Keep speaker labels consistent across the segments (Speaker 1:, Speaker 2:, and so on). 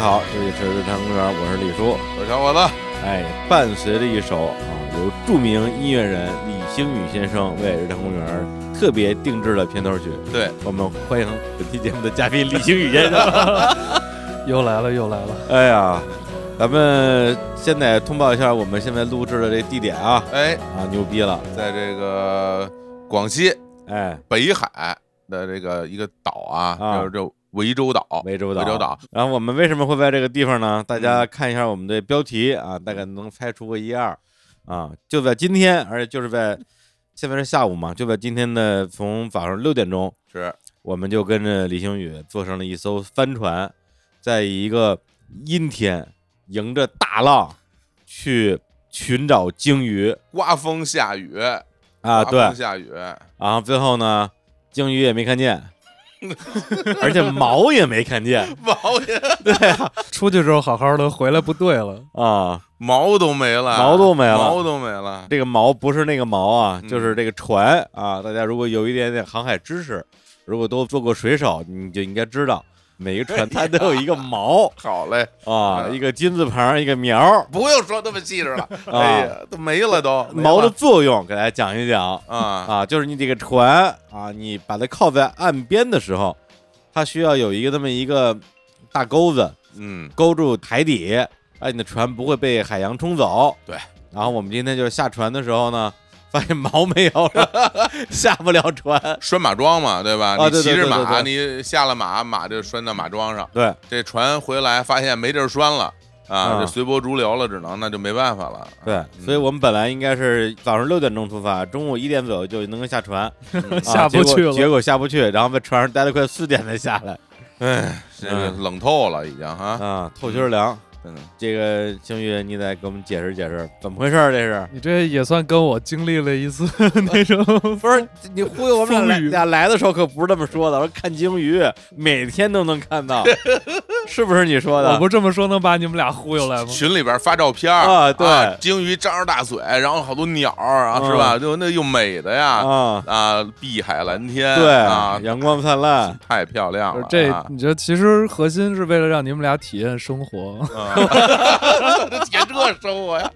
Speaker 1: 这是长公园，我是李叔。
Speaker 2: 我是小伙子，
Speaker 1: 哎，伴随着一首啊，由著名音乐人李星宇先生为《日坛公园》特别定制的片头曲。
Speaker 2: 对，
Speaker 1: 我们欢迎本期节目的嘉宾李星 宇先生。
Speaker 3: 又来了，又来了，
Speaker 1: 哎呀，咱们现在通报一下我们现在录制的这地点啊
Speaker 2: 哎，
Speaker 1: 啊，牛逼了！
Speaker 2: 在这个广西
Speaker 1: 哎，
Speaker 2: 北海的这个一个岛啊，
Speaker 1: 啊
Speaker 2: 叫这涠洲岛，
Speaker 1: 涠洲岛。
Speaker 2: 涠洲。岛，
Speaker 1: 然后我们为什么会在这个地方呢？大家看一下我们的标题啊，大概能猜出个一二啊。就在今天，而且就是在现在是下午嘛，就在今天的从早上六点钟。
Speaker 2: 是
Speaker 1: 我们就跟着李星宇坐上了一艘帆船，在一个阴天，迎着大浪去寻找鲸鱼
Speaker 2: 刮风下雨
Speaker 1: 啊，
Speaker 2: 刮
Speaker 1: 对，
Speaker 2: 风下雨，
Speaker 1: 然后最后呢，鲸鱼也没看见，而且毛也没看见
Speaker 2: 毛也
Speaker 3: 出去之后好好的，回来不对了，
Speaker 1: 啊，
Speaker 2: 毛都没了，
Speaker 1: 毛都没了
Speaker 2: 毛都没了，
Speaker 1: 这个毛不是那个毛啊，
Speaker 2: 嗯
Speaker 1: 就是这个船啊。大家如果有一点点航海知识，如果都做过水手，你就应该知道，每个船它都有一个毛
Speaker 2: 好嘞，
Speaker 1: 啊，一个金字旁，一个苗。
Speaker 2: 不用说那么细致 了，哎呀，都没了都，没
Speaker 1: 啊毛的
Speaker 2: 了
Speaker 1: 作用给大家讲一讲
Speaker 2: 啊，
Speaker 1: 啊，就是你这个船啊，你把它靠在岸边的时候，它需要有一个这么一个大钩子
Speaker 2: 嗯，
Speaker 1: 勾住海底，哎，你的船不会被海洋冲走。
Speaker 2: 对，
Speaker 1: 然后我们今天就是下船的时候呢， 发现毛没有了， 下不了船。
Speaker 2: 拴马桩嘛，对吧？
Speaker 1: 啊
Speaker 2: 你
Speaker 1: 对对
Speaker 2: 骑着
Speaker 1: 对对
Speaker 2: 马，你下了马，马就拴到马桩上。
Speaker 1: 对，
Speaker 2: 这船回来发现没地儿拴了啊，
Speaker 1: 啊
Speaker 2: 这随波逐流了，只能那就没办法了。
Speaker 1: 对，
Speaker 2: 嗯
Speaker 1: 所以我们本来应该是早上六点钟出发，中午一点左右就能够下 船，啊
Speaker 3: 下不去
Speaker 1: 结果结
Speaker 3: 了。
Speaker 1: 果下不去，然后在船上待了快四点才下 来，
Speaker 2: 哎，这个
Speaker 1: 嗯
Speaker 2: 冷透了已经哈，嗯
Speaker 1: 啊，透心儿凉。
Speaker 2: 真的
Speaker 1: 这个星宇，你得给我们解释解释，怎么回事儿？这 是
Speaker 3: 你这也算跟我经历了一次 那种，
Speaker 1: 不是你忽悠我们俩来
Speaker 3: 风雨
Speaker 1: 俩来的时候可不是这么说的？我说看鲸鱼每天都能看 到，是不是你说的？
Speaker 3: 我不这么说能把你们俩忽悠来吗？
Speaker 2: 群里边发照片儿
Speaker 1: 啊对
Speaker 2: 鲸鱼张着大嘴，然后好多鸟儿啊，
Speaker 1: 嗯
Speaker 2: 是吧？就那又美的呀，
Speaker 1: 啊，
Speaker 2: 啊，碧海蓝天，
Speaker 1: 对，
Speaker 2: 啊，
Speaker 1: 阳光灿烂，
Speaker 2: 太漂亮
Speaker 3: 不是
Speaker 2: 了，
Speaker 3: 这
Speaker 2: 啊，
Speaker 3: 你这其实核心是为了让你们俩体验生活，
Speaker 2: 这也这生活呀，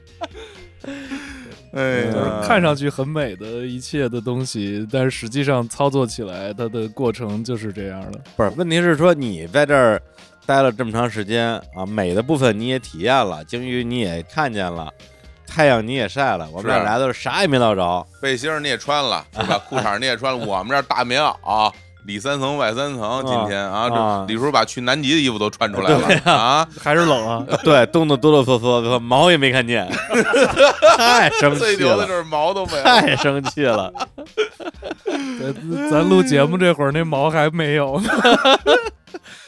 Speaker 2: 哎
Speaker 1: 嗯
Speaker 2: 呀，
Speaker 3: 看上去很美的一切的东西，但是实际上操作起来它的过程就是这样的。
Speaker 1: 不是？问题是说你在这儿待了这么长时间啊，美的部分你也体验了，鲸鱼你也看见了，太阳你也晒了，我们俩
Speaker 2: 是啊
Speaker 1: 来的时候啥也没捞 着，
Speaker 2: 背心儿你也穿了是吧？裤衩儿你也穿了，我们这儿大棉袄。啊里三层外三层，今天啊，
Speaker 1: 啊
Speaker 2: 这李叔把去南极的衣服都穿出来了啊，
Speaker 3: 还是冷 啊，
Speaker 1: 对，冻得哆哆嗦嗦的，毛也没看 见，太生
Speaker 2: 最
Speaker 1: 气
Speaker 2: 牛的
Speaker 1: 了，
Speaker 2: 就是毛都没了，
Speaker 1: 太生气了。
Speaker 3: 咱咱录节目这会儿那毛还没 有呢，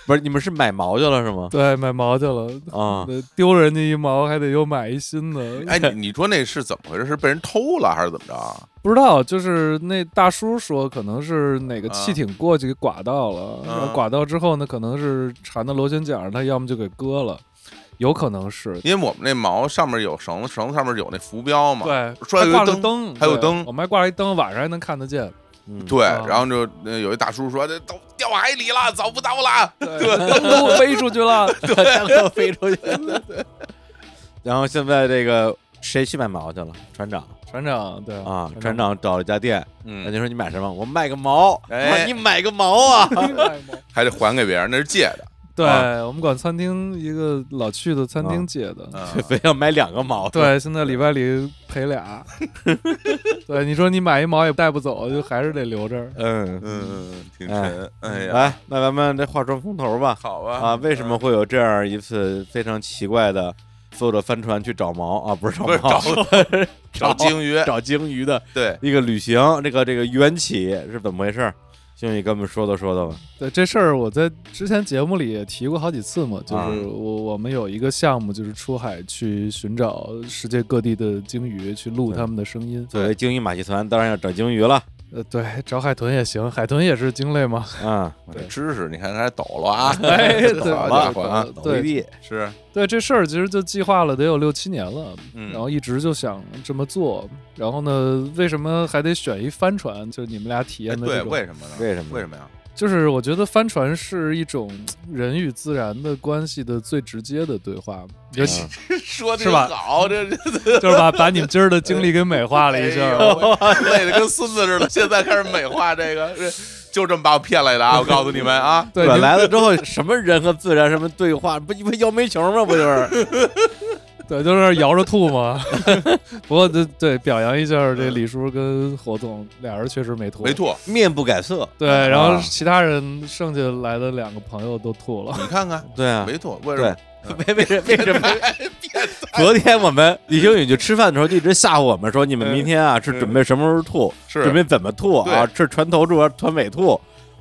Speaker 1: 不是你们是买毛去了是 吗？
Speaker 3: 对，买毛去了，
Speaker 1: 啊、
Speaker 3: 呃丢人家一毛，还得又买一新的。
Speaker 2: 哎，你你说那是怎么回事？是被人偷了还是怎么着啊？
Speaker 3: 不知道，就是那大叔说，可能是哪个
Speaker 2: 啊
Speaker 3: 汽艇过去给刮到了，
Speaker 2: 嗯
Speaker 3: 然后刮到之后呢，可能是缠到螺旋桨，他要么就给割了，有可能是。
Speaker 2: 因为我们那毛上面有绳子，绳子上面有那浮标嘛。
Speaker 3: 对，
Speaker 2: 说有
Speaker 3: 还
Speaker 2: 一
Speaker 3: 挂了
Speaker 2: 灯
Speaker 3: 灯，
Speaker 2: 还有
Speaker 3: 对
Speaker 2: 灯
Speaker 3: 我们还挂了一灯，晚上还能看得见。
Speaker 1: 嗯，
Speaker 2: 对
Speaker 3: 啊
Speaker 2: 然后就呃有一大叔说：“这都掉海里了，找不到了。
Speaker 3: 对，灯都飞出去了。
Speaker 1: 刚刚飞出去。然后现在这个谁去买毛去了？船长
Speaker 3: 船长，对
Speaker 1: 啊，船，长找了一家店，”人
Speaker 2: 嗯，
Speaker 1: 家说你买什么？我买个毛。
Speaker 2: 哎
Speaker 1: 我说你买个毛啊！
Speaker 2: 还得还给别人，那是借的。
Speaker 3: 对
Speaker 2: 啊
Speaker 3: 我们管餐厅一个老去的餐厅借的，
Speaker 2: 嗯
Speaker 1: 非要买两个毛。，
Speaker 3: 对，现在礼拜里赔俩。对，你说你买一毛也带不走，就还是得留这儿。
Speaker 1: 嗯，
Speaker 2: 嗯，挺沉。哎呀，
Speaker 1: 来，那咱们这话说风头吧。
Speaker 2: 好吧。
Speaker 1: 啊，为什么会有这样一次非常奇怪的坐着帆船去找毛啊？不是找
Speaker 2: 不是
Speaker 1: 毛，
Speaker 2: 找鲸鱼？
Speaker 1: 找鲸鱼的
Speaker 2: 对，
Speaker 1: 一个旅行，这个这个缘起是怎么回事？兄弟，跟我们说道说道吧。
Speaker 3: 对这事儿，我在之前节目里也提过好几次嘛，
Speaker 2: 啊
Speaker 3: 就是我我们有一个项目，就是出海去寻找世界各地的鲸鱼，去录它们的声音。
Speaker 1: 作为鲸鱼马戏团，当然要找鲸鱼了。
Speaker 3: 呃，对，找海豚也行，海豚也是鲸类嘛。
Speaker 1: 啊，
Speaker 2: 我这知识你看还抖了啊！
Speaker 3: 哎对
Speaker 2: 好家伙啊，
Speaker 3: 对
Speaker 1: 回避
Speaker 2: 是，
Speaker 3: 对这事儿，其实就计划了得有六七年了，
Speaker 2: 嗯
Speaker 3: 然后一直就想这么做。然后呢，为什么还得选一帆船？就是你们俩体验的这
Speaker 2: 哎对，
Speaker 3: 种
Speaker 2: 为什么呢？
Speaker 1: 为什么啊
Speaker 2: 为什么呀？
Speaker 3: 就是我觉得帆船是一种人与自然的关系的最直接的对话，尤其
Speaker 2: 说的
Speaker 3: 是吧
Speaker 2: 好，这这
Speaker 3: 就是把把你们今儿的经历给美化了一下
Speaker 2: 哎
Speaker 3: 儿。
Speaker 2: 呦 我累得跟孙子似的。现在开始美化这个，这就这么把我骗来的啊！我告诉你们啊，
Speaker 3: 对，
Speaker 1: 吧
Speaker 3: 你
Speaker 1: 来了之后，什么人和自然什么对话，不不摇煤球吗？不就是？
Speaker 3: 对，就是摇着吐嘛。 不过这对表扬一下儿这李叔跟火总俩人确实没吐，
Speaker 2: 没。吐，
Speaker 1: 面不改色，
Speaker 3: 对，然后
Speaker 1: 啊
Speaker 3: 其他人剩下来的两个朋友都吐 了。
Speaker 2: 你看看，
Speaker 1: 对啊，
Speaker 2: 没吐，为什
Speaker 1: 对
Speaker 2: 么？，
Speaker 1: 为为什为什么？
Speaker 2: 变
Speaker 1: 昨天我们李星宇就吃饭的时候就一直吓唬我们说，你们明天啊是准备什么时候吐，
Speaker 2: 是
Speaker 1: 准备怎么吐啊？
Speaker 2: 对
Speaker 1: 是船头吐还是船尾吐？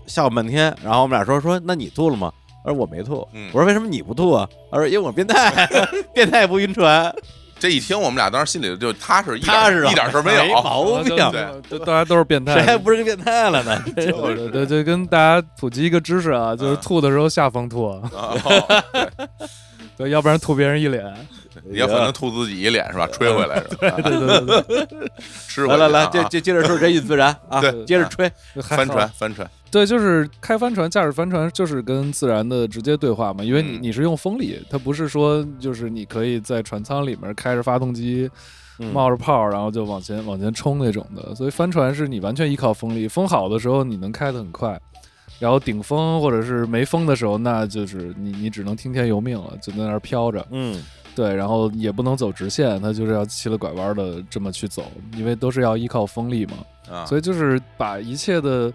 Speaker 1: 吓唬半天。然后我们俩说说，那你吐了吗？他说我没吐。
Speaker 2: 嗯
Speaker 1: 我说为什么你不吐啊？他说因为我变态， 变态不晕船。
Speaker 2: 这一听，我们俩当时心里就踏实，一点
Speaker 1: 踏实了
Speaker 2: 一点事儿没
Speaker 1: 没
Speaker 2: 有。
Speaker 1: 毛病
Speaker 3: 对都大家都是变态
Speaker 1: 谁，还不是个变态了呢？
Speaker 3: 对
Speaker 2: 就是
Speaker 3: 对对，就跟大家普及一个知识啊，就是
Speaker 2: 嗯
Speaker 3: 吐的时候下方吐，
Speaker 2: 啊哦
Speaker 3: 对，要不然吐别人一脸。
Speaker 2: 也可
Speaker 1: 哎
Speaker 2: 能吐自己一脸 是吧？吹回来是吧？
Speaker 3: 对对对对
Speaker 2: 吃回
Speaker 1: 来
Speaker 2: 去
Speaker 1: 来
Speaker 2: 啊
Speaker 1: 来，接接接着说人与自然啊，
Speaker 2: 对
Speaker 1: 接着吹。
Speaker 3: 对，还
Speaker 2: 翻
Speaker 3: 好
Speaker 2: 船，翻船，
Speaker 3: 对，就是开帆船、驾驶帆船，就是跟自然的直接对话嘛。因为你
Speaker 2: 嗯
Speaker 3: 你是用风力，它不是说就是你可以在船舱里面开着发动机，
Speaker 1: 嗯
Speaker 3: 冒着泡儿，然后就往前往前冲那种的。所以帆船是你完全依靠风力，风好的时候你能开得很快，然后顶风或者是没风的时候，那就是你你只能听天由命了，就在那儿飘着。
Speaker 1: 嗯，
Speaker 3: 对，然后也不能走直线，它就是要七了拐弯的这么去走，因为都是要依靠风力嘛。
Speaker 2: 啊，
Speaker 3: 所以就是把一切的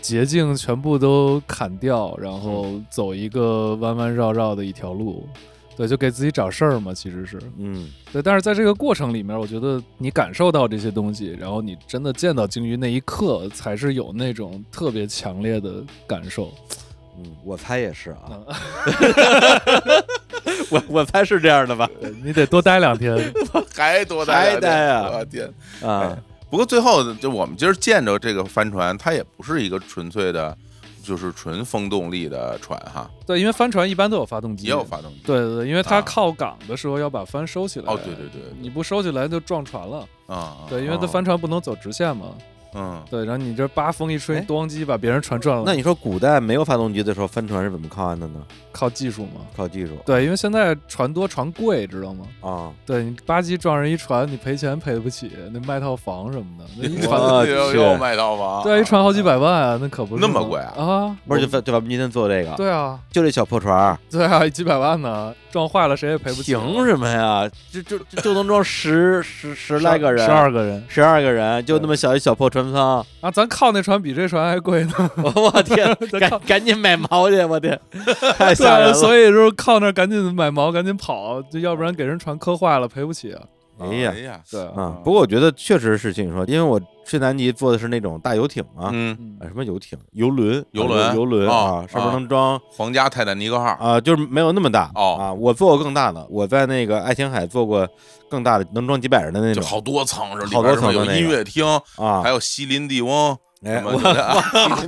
Speaker 3: 捷径全部都砍掉，然后
Speaker 2: 嗯
Speaker 3: 走一个弯弯绕绕的一条路。对，就给自己找事儿嘛，其实是
Speaker 1: 嗯，
Speaker 3: 对，但是在这个过程里面，我觉得你感受到这些东西，然后你真的见到鲸鱼那一刻，才是有那种特别强烈的感受。
Speaker 1: 嗯，我猜也是啊
Speaker 3: 嗯，
Speaker 1: 我我猜是这样 的吧？
Speaker 3: 对你得多待两天，
Speaker 2: 还多
Speaker 1: 还
Speaker 2: 呆
Speaker 1: 呆啊
Speaker 2: 我天！
Speaker 3: 哎
Speaker 1: 啊，
Speaker 2: 不过最后，就我们今儿见着这个帆船，它也不是一个纯粹的，就是纯风动力的船哈，
Speaker 3: 对，因为帆船一般都有发动机，
Speaker 2: 也有。发动机。
Speaker 3: 嗯对对对，因为它
Speaker 2: 啊
Speaker 3: 靠港的时候要把帆收起来。
Speaker 2: 哦，对对对，
Speaker 3: 你不收起来就撞船了，
Speaker 2: 啊，
Speaker 3: 对，因为它帆船不能走直线嘛，
Speaker 2: 嗯，
Speaker 3: 对，然后你这八风一吹
Speaker 1: 哎，
Speaker 3: 咣叽把别人船转了，
Speaker 1: 那你说古代没有发动机的时候，帆船是怎么靠岸的呢？
Speaker 3: 靠技术嘛，
Speaker 1: 靠技术
Speaker 3: 对，因为现在船多船贵，知道吗？
Speaker 1: 啊。
Speaker 3: 对你吧唧撞人一船，你赔钱赔不起，那卖套房什么的，那一船
Speaker 1: 我去
Speaker 2: 嗯又又卖套房，
Speaker 3: 对，一船好几百万啊，那可不是
Speaker 2: 那么
Speaker 3: 吗
Speaker 2: 贵啊
Speaker 3: 啊！
Speaker 1: 不是就咱就咱们今天做这个，
Speaker 3: 对啊，
Speaker 1: 就这小破船儿，
Speaker 3: 对啊，几百万呢，撞坏了谁也赔不起。啊
Speaker 1: 凭什么呀？就就就就能装十十十来个人，
Speaker 3: 十二个人
Speaker 1: 十二个人，就那么小一小破船舱，
Speaker 3: 啊，咱靠那船比这船还贵呢。
Speaker 1: 我我 天，
Speaker 3: 咱
Speaker 1: 赶
Speaker 3: 靠
Speaker 1: 赶紧买毛去，我天，太
Speaker 3: 对
Speaker 1: 吓人
Speaker 3: 啊，
Speaker 1: 了。
Speaker 3: 所以就是靠那儿赶紧买锚，赶紧跑，就要不然给人船磕坏了赔不起啊。
Speaker 1: 哎
Speaker 2: 哎
Speaker 1: 呀
Speaker 2: 呀，
Speaker 3: 对啊，
Speaker 1: 啊，不过我觉得确实是像你说，因为我去南极坐的是那种大游艇嘛，
Speaker 2: 嗯，
Speaker 1: 啊什么游艇、游轮、
Speaker 2: 游轮
Speaker 1: 游轮
Speaker 2: 哦
Speaker 1: 啊，上面
Speaker 2: 啊
Speaker 1: 能装
Speaker 2: 皇家泰坦尼克号，
Speaker 1: 啊，就是没有那么大
Speaker 2: 哦
Speaker 1: 啊。我坐过更大的，我在那个爱琴海坐过更大的，能装几百人的那
Speaker 2: 就
Speaker 1: 种
Speaker 2: 好多层，是里
Speaker 1: 好多
Speaker 2: 边什么
Speaker 1: 层的
Speaker 2: 有
Speaker 1: 那个
Speaker 2: 音乐厅，
Speaker 1: 啊
Speaker 2: 还。有西林地翁，
Speaker 1: 哎，
Speaker 2: 什么
Speaker 1: 我
Speaker 2: 的啊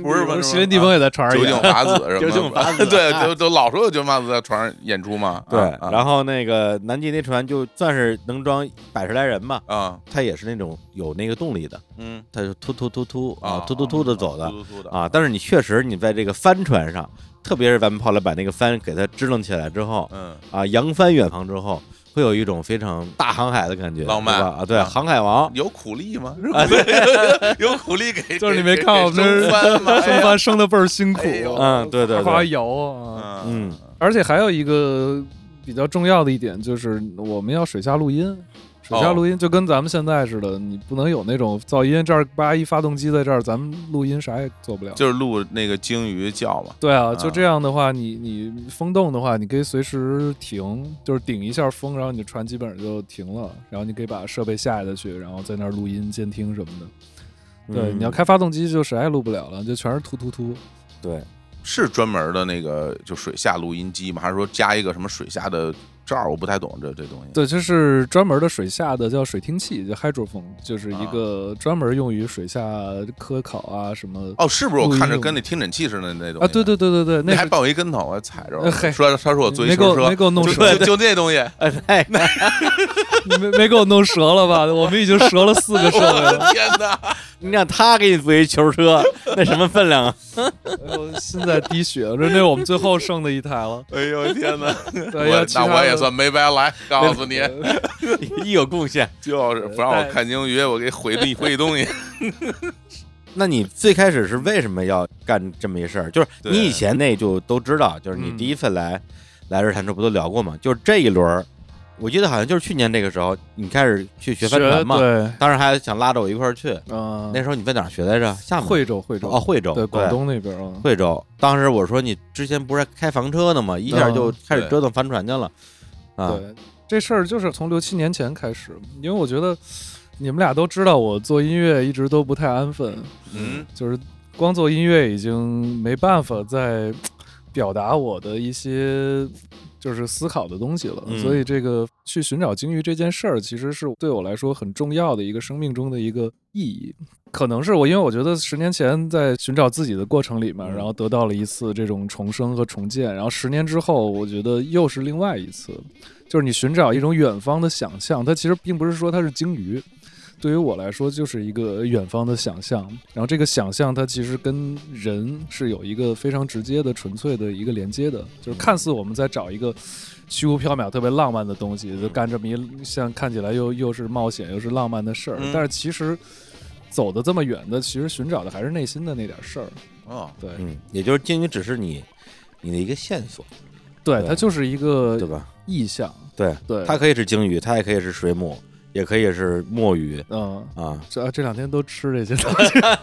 Speaker 2: 不 是不是
Speaker 3: 西林地翁也在船上
Speaker 2: 酒
Speaker 3: 演
Speaker 2: 井法子什么的，
Speaker 1: 酒井法子
Speaker 2: 对，就就老说有酒井法子在船上演出嘛，
Speaker 1: 对，
Speaker 2: 啊
Speaker 1: 然后那个南极那船就算是能装百十来人吧，
Speaker 2: 啊，
Speaker 1: 它也是那种有那个动力的，
Speaker 2: 嗯，
Speaker 1: 它就突突突突
Speaker 2: 啊
Speaker 1: 啊，突突突的走的
Speaker 2: 突突的
Speaker 1: 啊。但是你确实你在这个帆船上，特别是咱们后来把那个帆给它支棱起来之后
Speaker 2: 嗯，
Speaker 1: 啊，扬帆远航之后，会有一种非常大航海的感觉，
Speaker 2: 浪漫
Speaker 1: 对吧啊，对，
Speaker 2: 啊
Speaker 1: 航海王。
Speaker 2: 有苦力 吗？是吧 有苦力给，
Speaker 3: 啊就是你
Speaker 2: 给
Speaker 3: 没看我
Speaker 2: 给
Speaker 3: 们这
Speaker 2: 升帆 吗？哎
Speaker 3: 升
Speaker 2: 呀
Speaker 3: 帆升的倍儿辛苦，
Speaker 2: 哎呦
Speaker 1: 嗯，对对
Speaker 3: 夸
Speaker 1: 对，
Speaker 3: 摇啊。
Speaker 1: 嗯，
Speaker 3: 而且还有一个比较重要的一点就是，我们要水下录音。水下录音就跟咱们现在似的，你不能有那种噪音，这儿叭一发动机在这儿，咱们录音啥也做不了。
Speaker 2: 就是录那个鲸鱼叫嘛，
Speaker 3: 对啊，
Speaker 2: 啊
Speaker 3: 就这样的话，你你风动的话，你可以随时停，就是顶一下风，然后你的船基本上就停了，然后你可以把设备下下去，然后在那儿录音监听什么的。对，
Speaker 1: 嗯
Speaker 3: 你要开发动机就啥也录不了了，就全是突突突。
Speaker 1: 对，
Speaker 2: 是专门的那个就水下录音机吗？还是说加一个什么水下的罩儿？我不太懂这这东西。
Speaker 3: 对，就是专门的水下的叫水听器，叫 hydrophone，就是
Speaker 2: 啊
Speaker 3: 一个专门用于水下科考啊什么
Speaker 2: 哦，是不是我看着
Speaker 3: 录音用
Speaker 2: 跟那听诊器似的那东西
Speaker 3: 啊，对，对对对对，
Speaker 2: 那
Speaker 3: 那
Speaker 2: 还
Speaker 3: 是
Speaker 2: 抱我一跟头，我踩着
Speaker 3: 呃嘿
Speaker 2: 了，说他说我坐一
Speaker 3: 没给
Speaker 2: 车
Speaker 3: 我没
Speaker 2: 车，
Speaker 3: 给我弄
Speaker 2: 就
Speaker 3: 折，
Speaker 2: 就就那 东西，
Speaker 1: 哎，太
Speaker 3: 你没没给我弄 折了吧？我们已经折了四个设备了。
Speaker 2: 天哪！
Speaker 1: 你让他给你组一球车，那什么分量啊？
Speaker 3: 哎呦，现在滴血了，这那我们最后剩的一台了。
Speaker 2: 哎呦天哪！
Speaker 3: 对，要
Speaker 2: 我
Speaker 3: 其
Speaker 2: 那
Speaker 3: 他
Speaker 2: 我也
Speaker 3: 的
Speaker 2: 算没白来，告诉你，
Speaker 1: 一有贡献。
Speaker 2: 就是不让我看鲸鱼，我给毁你毁你东
Speaker 3: 哎
Speaker 2: 西。
Speaker 1: 那你最开始是为什么要干这么一事儿？就是
Speaker 2: 对
Speaker 1: 你以前那就都知道，就是你
Speaker 3: 嗯
Speaker 1: 第一次来、来日谈车不都聊过吗？就是这一轮儿，我记得好像就是去年这个时候，你开始去学帆船嘛，
Speaker 3: 对，
Speaker 1: 当时还想拉着我一块儿去。
Speaker 3: 嗯，
Speaker 1: 那时候你在哪儿学来着？厦门
Speaker 3: 惠州，惠州
Speaker 1: 哦，，惠州
Speaker 3: 对，广东那边啊，
Speaker 1: 惠州。当时我说你之前不是还开房车呢吗？一下就开始
Speaker 2: 对
Speaker 1: 折腾帆船去了。啊，
Speaker 3: 对，这事儿就是从六七年前开始，因为我觉得你们俩都知道，我做音乐一直都不太安分，
Speaker 2: 嗯，
Speaker 3: 就是光做音乐已经没办法再表达我的一些就是思考的东西了，
Speaker 1: 嗯
Speaker 3: 所以这个去寻找鲸鱼这件事儿，其实是对我来说很重要的一个生命中的一个意义。可能是我，因为我觉得十年前在寻找自己的过程里面，
Speaker 1: 嗯
Speaker 3: 然后得到了一次这种重生和重建，然后十年之后，我觉得又是另外一次，就是你寻找一种远方的想象，它其实并不是说它是鲸鱼，对于我来说就是一个远方的想象。然后这个想象它其实跟人是有一个非常直接的、纯粹的一个连接的，就是看似我们在找一个虚无缥缈、特别浪漫的东西，就干这么一像看起来又又是冒险又是浪漫的事儿
Speaker 2: 嗯，
Speaker 3: 但是其实。走的这么远的，其实寻找的还是内心的那点事儿。
Speaker 2: 哦，
Speaker 3: 对，
Speaker 1: 嗯，也就是鲸鱼只是你你的一个线索，
Speaker 3: 对，
Speaker 1: 对
Speaker 3: 它就是一个
Speaker 1: 对吧？
Speaker 3: 意象。
Speaker 1: 对，
Speaker 3: 对，
Speaker 1: 它可以是鲸鱼，它也可以是水母，也可以是墨鱼
Speaker 3: 嗯，
Speaker 1: 啊。
Speaker 3: 这这两天都吃这些东西。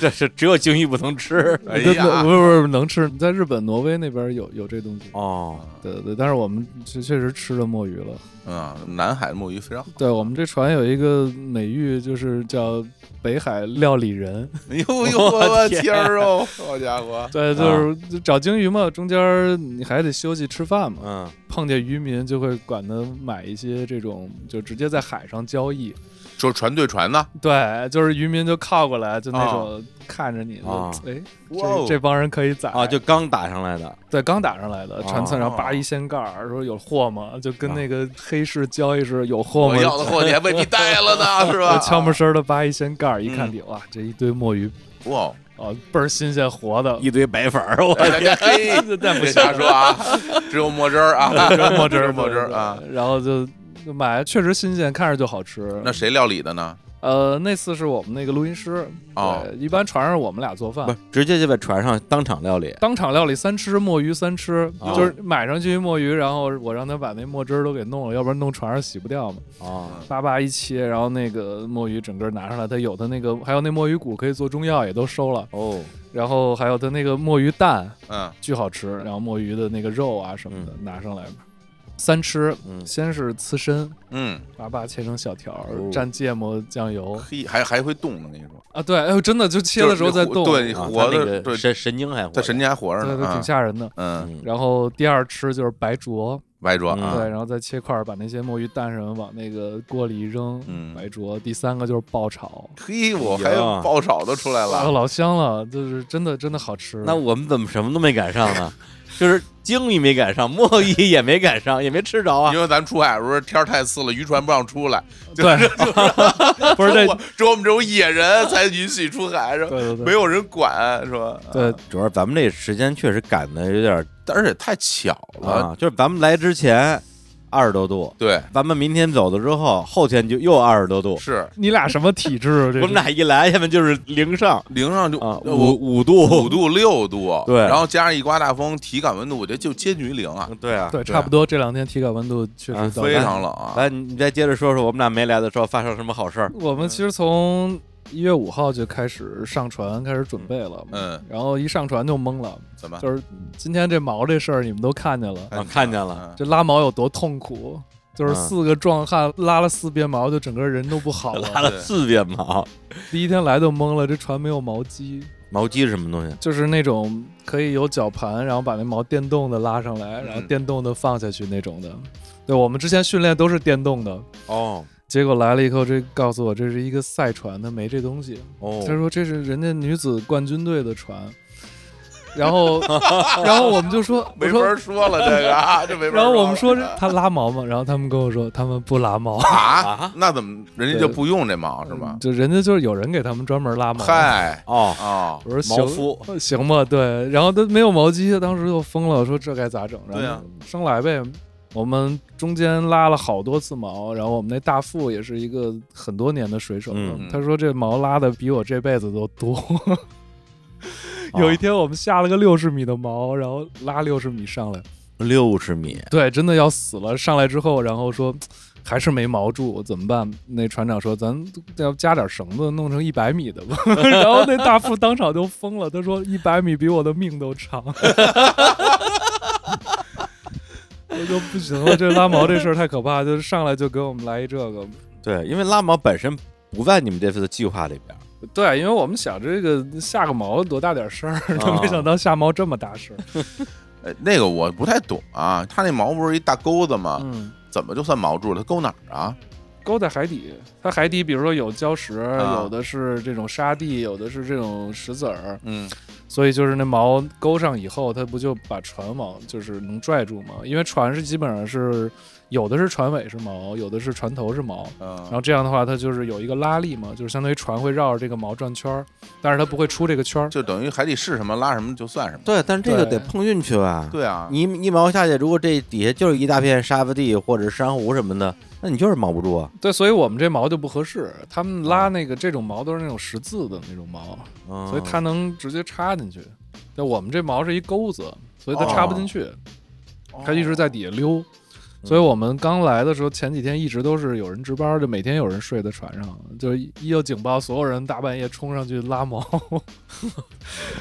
Speaker 1: 这是只有鲸鱼不能吃
Speaker 2: 哎
Speaker 3: 对
Speaker 2: 呀，
Speaker 3: 不是不是能吃，在日本、挪威那边有有这东西。
Speaker 1: 哦。
Speaker 3: 对对，但是我们确确实吃了墨鱼了。
Speaker 2: 嗯，南海的墨鱼非常 好。
Speaker 3: 对我们这船有一个美誉，就是叫“北海料理人
Speaker 2: 哎呦呦，我天儿哦，好家伙”。！
Speaker 3: 对，啊就是找鲸鱼嘛，中间儿你还得休息吃饭嘛。
Speaker 1: 嗯，
Speaker 3: 碰见渔民就会管他买一些这种，就直接在海上交易。
Speaker 2: 说船对船呢？
Speaker 3: 对，就是渔民就靠过来，就那
Speaker 2: 哦
Speaker 3: 种看着你，就
Speaker 1: 哦
Speaker 3: 哎，
Speaker 2: 哇哦
Speaker 3: 这这帮人可以宰
Speaker 1: 啊，就刚打上来的，
Speaker 3: 对，刚打上来的船侧，然后
Speaker 2: 哦
Speaker 3: 扒一掀盖儿，说有货吗？就跟
Speaker 1: 啊
Speaker 3: 那个黑市交易是有货
Speaker 2: 我
Speaker 3: 吗？
Speaker 2: 要的货你还未必带了 呢，是吧？
Speaker 3: 呃悄没声儿的扒一掀盖儿，一看
Speaker 2: 嗯
Speaker 3: 底，哇，这一堆墨鱼
Speaker 2: 哇，哦
Speaker 3: 啊，倍儿新鲜活的，
Speaker 1: 一堆白粉儿，我
Speaker 2: 大家嘿，
Speaker 3: 但
Speaker 2: 哎
Speaker 3: 哎 不
Speaker 2: 别
Speaker 3: 行
Speaker 2: 瞎说啊， 只有墨汁儿啊，
Speaker 3: 只有墨汁
Speaker 2: 只
Speaker 3: 儿，
Speaker 2: 有墨汁
Speaker 3: 对
Speaker 2: 儿啊。，
Speaker 3: 对对然后就就买，确实新鲜，看着就好吃。
Speaker 2: 那谁料理的呢？
Speaker 3: 呃，那次是我们那个录音师，
Speaker 2: 哦
Speaker 3: 对，一般船上我们俩做
Speaker 1: 不
Speaker 3: 饭
Speaker 1: 是。直接就在船上当场料理，
Speaker 3: 当场料理三吃，墨鱼三吃，
Speaker 1: 哦
Speaker 3: 就是买上去墨鱼，然后我让他把那墨汁儿都给弄了，要不然弄船上洗不掉嘛。
Speaker 1: 哦，
Speaker 3: 叭叭一切，然后那个墨鱼整个拿上来，它有的那个，还有那墨鱼骨可以做中药，也都收了。
Speaker 1: 哦，
Speaker 3: 然后还有它那个墨鱼蛋，
Speaker 2: 嗯，
Speaker 3: 巨好吃。然后墨鱼的那个肉啊什么的、拿上来，三吃，
Speaker 1: 嗯，
Speaker 3: 先是刺身，
Speaker 2: 嗯，
Speaker 3: 叭叭切成小条儿，
Speaker 1: 哦
Speaker 3: 蘸芥末酱油
Speaker 2: 嘿，还还会动呢，那种，
Speaker 3: 啊，对，哎呦，真的就切的时候再动，
Speaker 2: 就是你
Speaker 1: 啊
Speaker 2: 活
Speaker 1: 它那
Speaker 2: 的，
Speaker 1: 个
Speaker 2: 对，
Speaker 1: 神神经还活着，
Speaker 2: 他神经还活着
Speaker 3: 对，
Speaker 2: 呢
Speaker 3: 都挺
Speaker 2: 啊。
Speaker 3: 吓人的。
Speaker 2: 嗯，
Speaker 1: 嗯，
Speaker 3: 然后第二吃就是白灼，
Speaker 2: 白灼
Speaker 1: 嗯
Speaker 2: 啊，
Speaker 3: 对，然后再切块儿，把那些墨鱼蛋什么往那个锅里一扔，
Speaker 2: 嗯
Speaker 3: 白灼。第三个就是爆炒，
Speaker 2: 嘿，我
Speaker 3: 嗯
Speaker 2: 还
Speaker 1: 哎呀
Speaker 2: 爆炒都出来
Speaker 3: 啊，
Speaker 2: 了，
Speaker 3: 老香了，就是真的真的好吃。
Speaker 1: 那我们怎么什么都没赶上呢？就是鲸鱼没赶上，墨鱼也没赶上，也没吃着啊
Speaker 2: 因。为咱们出海的时候天儿太刺了，渔船不让出来，
Speaker 3: 对，不 是这
Speaker 2: 我，只有我们这种野人啊才允许出海， 是吧？
Speaker 3: 对对对
Speaker 2: 没有人管，是吧？
Speaker 3: 对
Speaker 2: 啊，
Speaker 1: 主要咱们这时间确实赶的有点
Speaker 2: 但是也太巧了，
Speaker 1: 啊，就是咱们来之前二十多度，
Speaker 2: 对，
Speaker 1: 咱们明天走了之后，后天就又二十多度，
Speaker 2: 是
Speaker 3: 你俩什么体质？啊这
Speaker 1: 我
Speaker 3: 是
Speaker 1: 们俩一来，要么就是零上
Speaker 2: 零上就
Speaker 1: 啊，
Speaker 2: 我
Speaker 1: 五五度，
Speaker 2: 五，度六度，
Speaker 1: 对
Speaker 2: 然后加上一刮大风，体感温度我觉得就接近于零啊，
Speaker 1: 对啊，
Speaker 3: 对，差不多这两天体感温度确
Speaker 1: 啊
Speaker 3: 实到
Speaker 2: 非
Speaker 3: 达
Speaker 2: 常冷啊。
Speaker 1: 来，你再接着说说我们俩没来的时候发生什么好事儿。
Speaker 3: 我们其实从一月五号就开始上船，开始准备了。
Speaker 2: 嗯，啊
Speaker 3: 然后一上船就懵了，
Speaker 2: 怎么？
Speaker 3: 就是今天这毛这事儿你们都看见了，
Speaker 1: 啊看见
Speaker 2: 嗯
Speaker 1: 了，
Speaker 3: 这拉毛有多痛苦，就是
Speaker 1: 嗯
Speaker 3: 四个壮汉拉了四遍毛，就整个人都不好
Speaker 1: 拉
Speaker 3: 了。
Speaker 1: 了四遍毛，
Speaker 3: 第一天来就懵了，这船没有毛机，
Speaker 1: 毛机是什么东西？
Speaker 3: 就是那种可以有绞盘，然后把那毛电动的拉上来，然后
Speaker 2: 嗯
Speaker 3: 电动的放下去那种的。对，我们之前训练都是电动的，
Speaker 1: 哦
Speaker 3: 结果来了以后，这告诉我这是一个赛船，他没这东西。
Speaker 1: 哦
Speaker 3: 他说这是人家女子冠军队的船，然后 然后我们就说，我
Speaker 2: 没
Speaker 3: 说
Speaker 2: 法说了，这个啊，这没法。
Speaker 3: 然后我们说他拉毛吗？然后他们跟我说他们不拉毛，
Speaker 2: 啊，那怎么人家就
Speaker 3: 对嗯
Speaker 2: 不用这毛 是吗？
Speaker 3: 就人家就是有人给他们专门拉毛。
Speaker 2: 嗨，
Speaker 1: 哦，
Speaker 2: 哦，
Speaker 3: 我说
Speaker 1: 毛
Speaker 3: 行
Speaker 1: 夫
Speaker 3: 呃行吧，对。然后他没有毛机，他当时就疯了，我说这该咋整？然后
Speaker 2: 对啊
Speaker 3: 生来呗。我们中间拉了好多次毛，然后我们那大副也是一个很多年的水手了，
Speaker 1: 嗯
Speaker 3: 他说这毛拉的比我这辈子都多。有一天我们下了个六十米的毛，然后拉六十米上来，
Speaker 1: 六十米，
Speaker 3: 对，真的要死了。上来之后，然后说还是没锚住，怎么办？那船长说咱要加点绳子，弄成一百米的吧。然后那大副当场就疯了，他说一百米比我的命都长。 我就不行了，这拉毛这事儿太可怕，就是上来就给我们来一这个。
Speaker 1: 对，因为拉毛本身不在你们这次的计划里边儿，
Speaker 3: 对，因为我们想这个下个毛多大点事儿，
Speaker 1: 啊
Speaker 3: 没想到下毛这么大事儿。
Speaker 2: 哎，那个我不太懂啊，他那毛不是一大钩子吗？
Speaker 3: 嗯，
Speaker 2: 怎么就算毛住了？它钩哪儿啊？
Speaker 3: 勾在海底，它海底比如说有礁石，
Speaker 2: 啊
Speaker 3: 有的是这种沙地，有的是这种石子儿，
Speaker 2: 嗯，
Speaker 3: 所以就是那锚勾上以后，它不就把船往就是能拽住吗？因为船是基本上是有的是船尾是锚，有的是船头是锚，然后
Speaker 2: 嗯
Speaker 3: 这样的话它就是有一个拉力嘛，就是相当于船会绕着这个锚转圈儿，但是它不会出这个圈儿。
Speaker 2: 就等于海底是什么拉什么就算什么。
Speaker 1: 对，但是这个得
Speaker 3: 对
Speaker 1: 碰运气吧？
Speaker 2: 对啊，
Speaker 1: 你一毛下去，如果这底下就是一大片沙子地或者珊瑚什么的，那你就是毛不住啊。
Speaker 3: 对，所以我们这锚就不合适，他们拉那个这种锚都是那种十字的那种锚，
Speaker 1: 嗯
Speaker 3: 所以它能直接插进去。但我们这毛是一钩子，所以它插不进去，它一直在底下溜。所以我们刚来的时候，前几天一直都是有人值班，就每天有人睡在船上，就是一一有警报，所有人大半夜冲上去拉毛，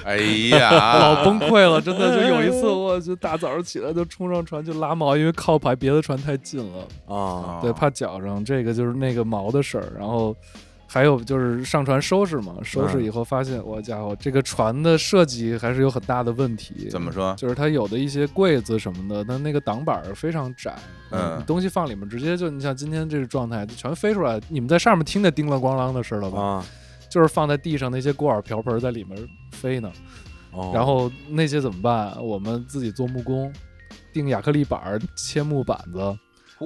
Speaker 2: 哎呀，
Speaker 3: 老崩溃了，真的。就有一次，我就大早上起来就冲上船去拉毛，因为靠排别的船太近了，
Speaker 1: 啊，
Speaker 2: 啊
Speaker 3: 对，怕绞上。这个就是那个毛的事儿，然后。还有就是上船收拾嘛，收拾以后发现，我家伙这个船的设计还是有很大的问题。
Speaker 2: 怎么说？
Speaker 3: 就是它有的一些柜子什么的，它那个挡板儿非常窄，
Speaker 2: 嗯
Speaker 3: 你东西放里面直接就，你像今天这个状态就全飞出来。你们在上面听见叮了咣啷的声了吧？
Speaker 1: 啊，
Speaker 3: 就是放在地上那些锅碗瓢盆在里面飞呢。
Speaker 1: 哦
Speaker 3: 然后那些怎么办？我们自己做木工，钉亚克力板儿，切木板子，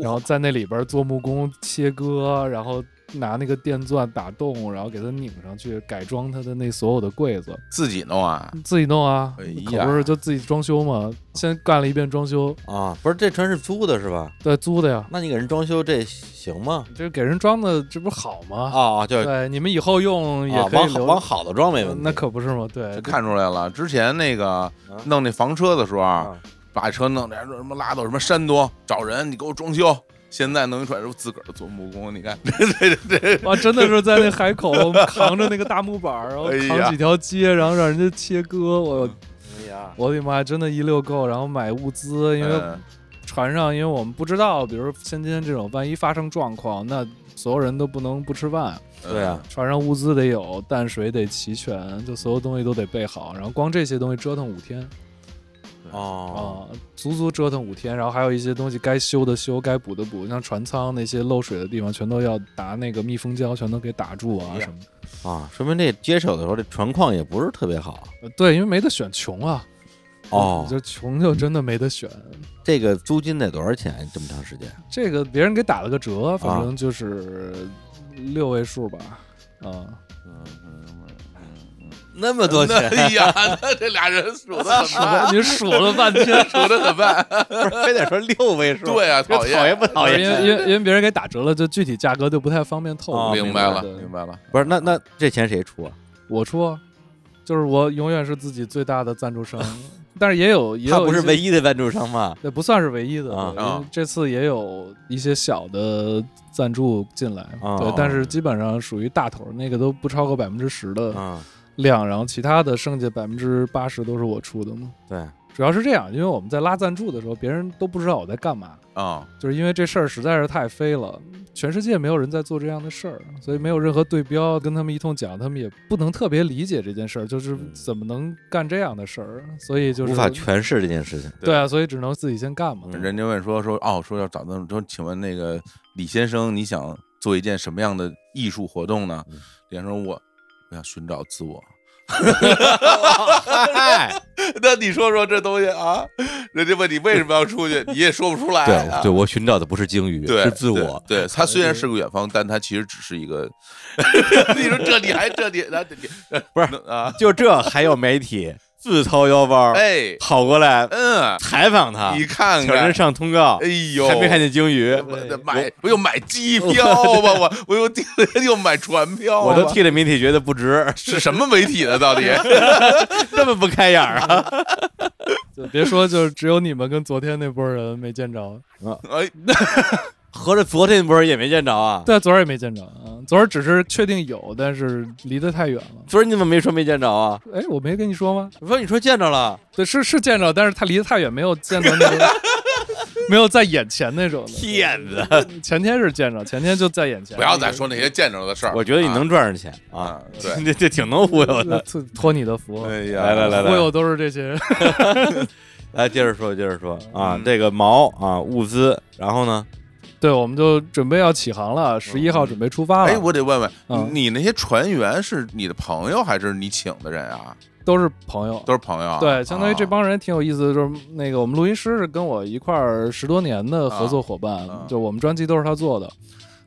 Speaker 3: 然后在那里边做木工切割，然后拿那个电钻打洞，然后给它拧上去，改装它的那所有的柜子。
Speaker 2: 自己弄啊？
Speaker 3: 自己弄啊，
Speaker 2: 哎
Speaker 3: 可
Speaker 2: 呀
Speaker 3: 不是就自己装修嘛？先干了一遍装修，
Speaker 1: 啊，不是这船是租的是吧？
Speaker 3: 对，租的呀，
Speaker 1: 那你给人装修这行吗？
Speaker 3: 这给人装的，这不好吗？
Speaker 1: 啊啊，就是
Speaker 3: 对，你们以后用也
Speaker 1: 啊，
Speaker 3: 可
Speaker 1: 往
Speaker 3: 以
Speaker 1: 好
Speaker 3: 留，
Speaker 1: 往好的装没问题。
Speaker 3: 那可不是吗？哎对
Speaker 2: 这，看出来了，之前那个弄那房车的时候，啊
Speaker 1: 啊嗯
Speaker 2: 把车弄来说什么拉到什么山东找人，你给我装修。现在弄一出来说自个儿做木工，你看这这 这
Speaker 3: 哇，真的是在那海口我们扛着那个大木板儿，然后
Speaker 2: 哎呀嗯
Speaker 3: 扛几条街，然后让人家切割，我
Speaker 1: 哎呀，
Speaker 3: 我的妈，真的一溜够，然后买物资，因为
Speaker 2: 嗯
Speaker 3: 船上，因为我们不知道，比如像今天这种，万一发生状况，那所有人都不能不吃饭。
Speaker 1: 对啊，
Speaker 3: 船上物资得有，淡水得齐全，就所有东西都得备好。然后光这些东西折腾五天啊、
Speaker 1: 哦，
Speaker 3: 足足折腾五天。然后还有一些东西该修的修，该补的补，像船舱那些漏水的地方，全都要拿那个密封胶全都给打住啊
Speaker 2: 哎呀
Speaker 3: 什么的。
Speaker 1: 啊，说明这接手的时候这船况也不是特别好。
Speaker 3: 呃对，因为没得选，穷啊。
Speaker 1: 哦，
Speaker 3: 嗯就穷就真的没得选。
Speaker 1: 这个租金得多少钱？这么长时间？
Speaker 3: 这个别人给打了个折，
Speaker 1: 啊
Speaker 3: 反正就是六位数吧。啊、
Speaker 1: 那么多
Speaker 2: 那？哎呀，那这俩人数的 怎么 办？
Speaker 3: 你数了半天，
Speaker 2: 数的怎么办？
Speaker 1: 非得说六位数？
Speaker 2: 对啊，
Speaker 1: 这
Speaker 2: 讨厌，
Speaker 1: 不讨
Speaker 3: 因 为因为因为别人给打折了，就具体价格就不太方便透露。
Speaker 1: 哦
Speaker 2: 明白了，
Speaker 3: 对
Speaker 2: 明白了。
Speaker 1: 不是，那那这钱谁出啊？
Speaker 3: 我出啊，就是我永远是自己最大的赞助商，但是也有也
Speaker 1: 他
Speaker 3: 有
Speaker 1: 不是唯
Speaker 3: 一些，
Speaker 1: 一的赞助商吗？
Speaker 3: 那不算是唯一的
Speaker 1: 啊
Speaker 3: 对
Speaker 2: 啊
Speaker 3: 这次也有一些小的赞助进来，
Speaker 1: 啊
Speaker 3: 对，但是基本上属于大头儿，那个都不超过百分之十的
Speaker 1: 啊，
Speaker 3: 量，然后其他的剩下百分之八十都是我出的嘛。
Speaker 1: 对，
Speaker 3: 主要是这样，因为我们在拉赞助的时候，别人都不知道我在干嘛，
Speaker 2: 啊，
Speaker 3: 就是因为这事儿实在是太飞了，全世界没有人在做这样的事儿，所以没有任何对标，跟他们一通讲，他们也不能特别理解这件事儿，就是怎么能干这样的事儿，所以就是
Speaker 1: 嗯无法诠释这件事情。
Speaker 3: 对啊，所以只能自己先干嘛。
Speaker 1: 嗯
Speaker 2: 人家问说说哦，说要找赞助，说请问那个李先生，你想做一件什么样的艺术活动呢
Speaker 1: 嗯？
Speaker 2: 李先生说，我我想寻找自我。
Speaker 1: 嗨，
Speaker 2: 那你说说这东西啊，人家问你为什么要出去，你也说不出来、啊。
Speaker 1: 对对，我寻找的不是鲸鱼，
Speaker 2: 对，
Speaker 1: 是自我。
Speaker 2: 对对他虽然是个远方，但他其实只是一 个。你说这你还这你那 你
Speaker 1: 不是
Speaker 2: 啊？
Speaker 1: 就这还有媒体 自掏腰包
Speaker 2: 哎，
Speaker 1: 跑过来
Speaker 2: 嗯，
Speaker 1: 采访他，
Speaker 2: 你看
Speaker 1: 请人
Speaker 2: 看，
Speaker 1: 上通告
Speaker 2: 哎，呦，
Speaker 1: 还没看见鲸鱼，
Speaker 2: 我得买，我又买机票吧，我我又订又买船票吧，
Speaker 1: 我都替这媒体觉得不 值，
Speaker 2: 是什么媒体呢？到底
Speaker 1: 这么不开眼儿啊！
Speaker 3: 就别说，就是只有你们跟昨天那波人没见着，
Speaker 2: 哎，
Speaker 1: 合着昨天不是也没见着啊？
Speaker 3: 对，昨儿也没见着啊，昨儿只是确定有，但是离得太远了。
Speaker 1: 昨儿你怎么没说没见着啊？
Speaker 3: 哎，我没跟你说吗？
Speaker 1: 我说你说见着了，
Speaker 3: 对，是是见着，但是他离得太远，没有见到那个，没有在眼前那种的。
Speaker 1: 骗子！
Speaker 3: 前天是见着，前天就在眼前。
Speaker 2: 不要再说那些见着的事儿。
Speaker 1: 我觉得你
Speaker 2: 啊
Speaker 1: 能赚上钱啊
Speaker 2: 啊，，对，
Speaker 1: 这这挺能忽悠的。
Speaker 3: 托托你的 福，
Speaker 2: 哎呀，
Speaker 1: 来来来
Speaker 3: 忽
Speaker 1: 来
Speaker 3: 悠都是这些人。
Speaker 1: 来，接着说接着说啊，
Speaker 2: 嗯
Speaker 1: 这个毛啊物资，然后呢？
Speaker 3: 对，我们就准备要起航了，十一号准备出发了。
Speaker 2: 哎，我得问问
Speaker 3: 嗯，
Speaker 2: 你那些船员是你的朋友还是你请的人啊？
Speaker 3: 都是朋友，
Speaker 2: 都是朋友啊。
Speaker 3: 对，相当于这
Speaker 2: 啊
Speaker 3: 帮人挺有意思的，就是那个我们录音师是跟我一块儿十多年的合作伙伴，
Speaker 2: 啊
Speaker 3: 就我们专辑都是他做的，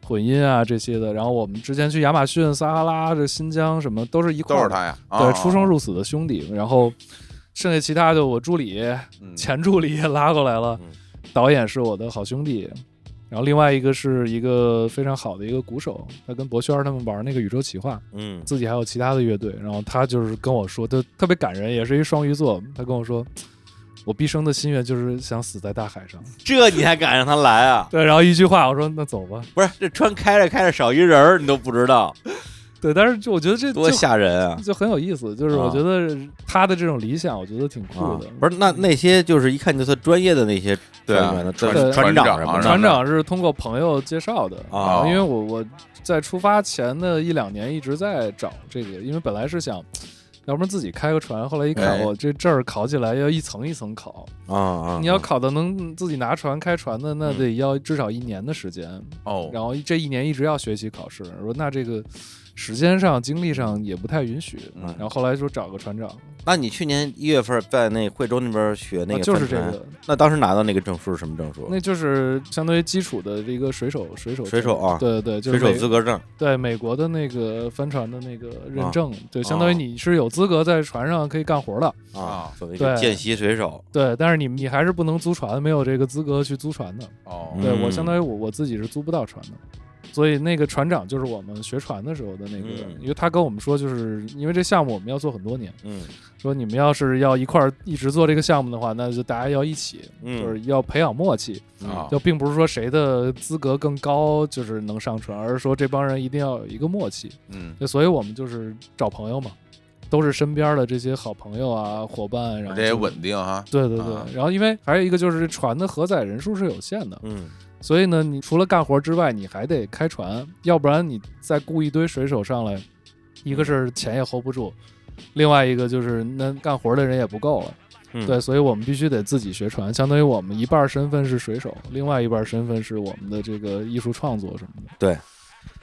Speaker 3: 混音啊这些的。然后我们之前去亚马逊、撒哈拉、这新疆什么，都是一块
Speaker 2: 都
Speaker 3: 儿
Speaker 2: 是
Speaker 3: 的，
Speaker 2: 他呀。
Speaker 1: 啊
Speaker 2: 哦
Speaker 3: 对，出生入死的兄弟。然后剩下其他就我助理、
Speaker 2: 入
Speaker 3: 前助理也拉过来了
Speaker 1: 嗯，
Speaker 3: 导演是我的好兄弟。然后另外一个是一个非常好的一个鼓手，他跟博轩儿他们玩那个宇宙企划，
Speaker 1: 嗯
Speaker 3: 自己还有其他的乐队，然后他就是跟我说，他特别感人，也是一双鱼座，他跟我说，我毕生的心愿就是想死在大海 上。
Speaker 1: 这你还敢让他来啊？
Speaker 3: 对，然后一句话，我说那走吧。
Speaker 1: 不是，这船开着开着少一人儿，你都不知道，
Speaker 3: 对，但是就我觉得这
Speaker 1: 多
Speaker 3: 呃就
Speaker 1: 吓人啊！
Speaker 3: 就很有意思，就是
Speaker 1: 啊
Speaker 3: 我觉得他的这种理想，我觉得挺酷
Speaker 1: 啊
Speaker 3: 的。，
Speaker 1: 不是那那些就是一看就算专业的那些
Speaker 2: 对啊
Speaker 1: 船员的
Speaker 2: 船
Speaker 1: 船
Speaker 2: 船
Speaker 1: 长
Speaker 2: 长
Speaker 1: 什
Speaker 2: 啊
Speaker 1: 么
Speaker 2: 让
Speaker 1: 的
Speaker 3: 船长是通过朋友介绍的
Speaker 1: 啊
Speaker 3: 然后因为我我在出发前的一两年一直在找这个，因为本来是想，要不然自己开个船，后来一看
Speaker 2: 哎
Speaker 3: 我这证儿考起来要一层一层考，
Speaker 1: 啊啊！
Speaker 3: 你要
Speaker 1: 啊
Speaker 3: 考到能自己拿船开船的，那
Speaker 1: 嗯
Speaker 3: 得要至少一年的时间，
Speaker 2: 哦，
Speaker 3: 然后这一年一直要学习考试。说那这个时间上、精力上也不太允许。
Speaker 1: 嗯
Speaker 3: 然后后来说找个船长，
Speaker 1: 那你去年一月份在那惠州那边学那
Speaker 3: 啊
Speaker 1: 个
Speaker 3: 就是这
Speaker 1: 帆船
Speaker 3: 个，
Speaker 1: 那当时拿到那个证书是什么证书？
Speaker 3: 那就是相当于基础的这个水手水手
Speaker 1: 水手
Speaker 3: 证
Speaker 1: 啊
Speaker 3: 对对，就
Speaker 1: 水
Speaker 3: 是
Speaker 1: 手
Speaker 3: 美
Speaker 1: 资格证
Speaker 3: 对美国的那个帆船的那个认
Speaker 1: 啊
Speaker 3: 证，就相当于
Speaker 1: 啊
Speaker 3: 你是有资格在船上可以干活的。
Speaker 1: 啊
Speaker 2: 啊，
Speaker 1: 作为一个
Speaker 3: 对
Speaker 1: 见习水手，
Speaker 3: 对，但是你你还是不能租船，没有这个资格去租船的。
Speaker 2: 哦，
Speaker 1: 嗯
Speaker 3: 对我相当于我我自己是租不到船的，所以那个船长就是我们学船的时候的那个，
Speaker 1: 嗯
Speaker 3: 因为他跟我们说，就是因为这项目我们要做很多年，
Speaker 1: 嗯
Speaker 3: 说你们要是要一块儿一直做这个项目的话，那就大家要一起，就
Speaker 1: 嗯
Speaker 3: 是要培养默契，
Speaker 2: 啊
Speaker 3: 就并不是说谁的资格更高就是能上船，而是说这帮人一定要有一个默契。
Speaker 2: 嗯，
Speaker 3: 就所以我们就是找朋友嘛，都是身边的这些好朋友啊、伙伴，然后
Speaker 2: 这也
Speaker 3: 就
Speaker 2: 稳定哈。
Speaker 3: 对对对，
Speaker 2: 啊
Speaker 3: 然后因为还有一个就是船的荷载人数是有限的，
Speaker 1: 嗯
Speaker 3: 所以呢，你除了干活之外，你还得开船，要不然你再雇一堆水手上来，一
Speaker 2: 嗯
Speaker 3: 个是钱也 hold 不住，另外一个就是那干活的人也不够了。
Speaker 1: 嗯
Speaker 3: 对，所以我们必须得自己学船，相当于我们一半身份是水手，另外一半身份是我们的这个艺术创作什么的。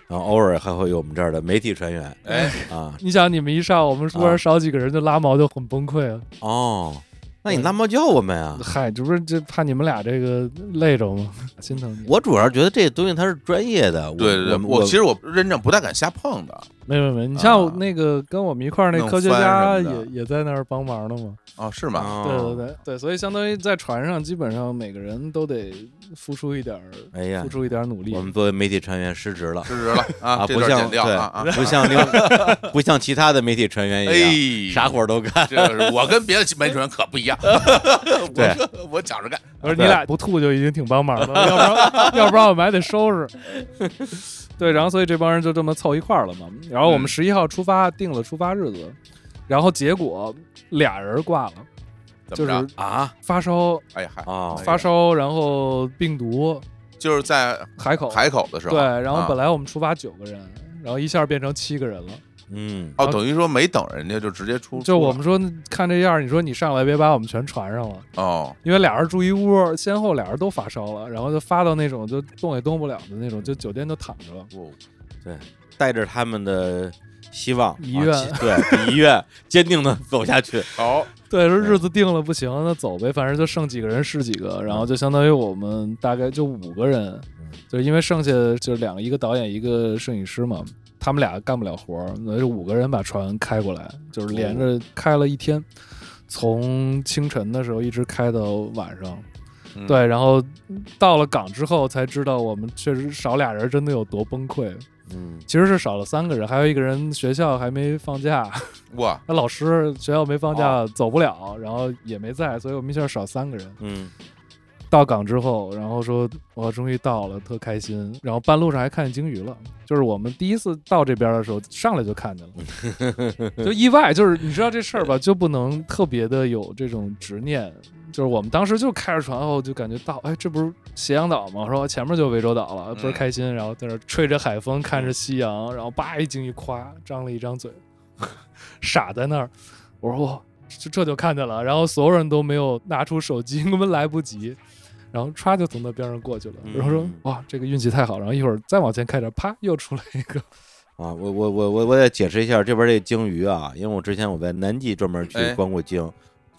Speaker 1: 然后偶尔还会有我们这儿的媒体船员
Speaker 3: 嗯
Speaker 2: 哎，
Speaker 1: 啊
Speaker 3: 你想，你们一上，我们突
Speaker 1: 啊
Speaker 3: 然少几个人就拉毛，就很崩溃啊！
Speaker 1: 哦，那你拉猫叫我们啊？
Speaker 3: 嗨，这不是这怕你们俩这个累着吗？ 心疼你。
Speaker 1: 我主要觉得这东西它是专业的，我
Speaker 2: 对对对，
Speaker 1: 们
Speaker 2: 我其实我认证不太敢瞎碰的。
Speaker 3: 没没没，你
Speaker 2: 啊
Speaker 3: 像那个跟我们一块儿那
Speaker 2: 弄
Speaker 3: 科学
Speaker 2: 帆
Speaker 3: 家
Speaker 2: 什么
Speaker 3: 也
Speaker 2: 的
Speaker 3: 也在那儿帮忙呢嘛。
Speaker 2: 哦，是吗？
Speaker 1: 啊，
Speaker 3: 对对对对，所以相当于在船上，基本上每个人都得付出一点儿，
Speaker 1: 哎呀
Speaker 3: 付，出一点儿努力
Speaker 1: 我。们作为媒体船员失职了。
Speaker 2: 失职了啊，这
Speaker 1: 不
Speaker 2: 段
Speaker 1: 像
Speaker 2: 剪
Speaker 1: 对
Speaker 2: 掉啊啊！，
Speaker 1: 不像另不像其他的媒体船员一样，
Speaker 2: 哎，
Speaker 1: 啥活儿都 干。
Speaker 2: 这是我跟别的媒体人可不一 样，
Speaker 1: 对
Speaker 2: 我我讲着干。
Speaker 3: 我说你俩不吐就已经挺帮忙了，要不 然要不然我们还得收拾。对，然后所以这帮人就这么凑一块儿了嘛。然后我们
Speaker 2: 嗯
Speaker 3: 十一号出发，定了出发日子，然后结果俩人挂了，
Speaker 2: 怎
Speaker 3: 就
Speaker 2: 么
Speaker 3: 是
Speaker 2: 着？
Speaker 1: 啊
Speaker 3: 发烧
Speaker 2: 哎呀，嗨
Speaker 1: 啊！
Speaker 2: 哎呀
Speaker 3: 发烧，然后病毒
Speaker 2: 就是在
Speaker 3: 海口
Speaker 2: 海口的时候，
Speaker 3: 对，然后
Speaker 2: 啊
Speaker 3: 本来我们出发九个人，然后一下变成七个人了。
Speaker 1: 嗯，
Speaker 2: 哦，等于说没等人家就直接出，
Speaker 3: 就我们说看这样儿，你说你上来别把我们全传上了，
Speaker 2: 哦，
Speaker 3: 因为俩人住一屋，先后俩人都发烧了，然后就发到那种就动也动不了的那种，就酒店就躺着了。
Speaker 2: 我
Speaker 1: 带着他们的希望，
Speaker 3: 遗愿
Speaker 1: 啊其对遗愿，坚定的走下去。
Speaker 2: 好，
Speaker 3: 对，说日子定了不行，那走呗，反正就剩几个人是几个，然后就相当于我们大概就五个人，就是因为剩下就两个，一个导演，一个摄影师嘛，他们俩干不了活儿，那就五个人把船开过来，就是连着开了一天，从清晨的时候一直开到晚上。
Speaker 2: 嗯
Speaker 3: 对，然后到了港之后才知道，我们确实少俩人真的有多崩溃。
Speaker 1: 嗯
Speaker 3: 其实是少了三个人，还有一个人学校还没放假，
Speaker 2: 哇，
Speaker 3: 那老师学校没放假，走不了，然后也没在，所以我们一下少三个人。
Speaker 1: 嗯
Speaker 3: 到港之后，然后说我终于到了，特开心。然后半路上还看见鲸鱼了，就是我们第一次到这边的时候，上来就看见了，就意外。就是你知道这事儿吧，就不能特别的有这种执念。就是我们当时就开着船后，就感觉到，哎，这不是斜阳岛吗？我说前面就涠洲岛了，不是开心。然后在那吹着海风，看着夕阳，然后叭一鲸鱼夸张了一张嘴， 傻在那儿。我说哇，这这就看见了。然后所有人都没有拿出手机， 根本来不及。然后歘就从他边上过去了，然后说
Speaker 1: 嗯
Speaker 3: 哇，这个运气太好。然后一会儿再往前开点，啪又出来一个。
Speaker 1: 啊，我我我我我得解释一下这边这鲸鱼啊，因为我之前我在南极专门去
Speaker 2: 哎
Speaker 1: 观过鲸，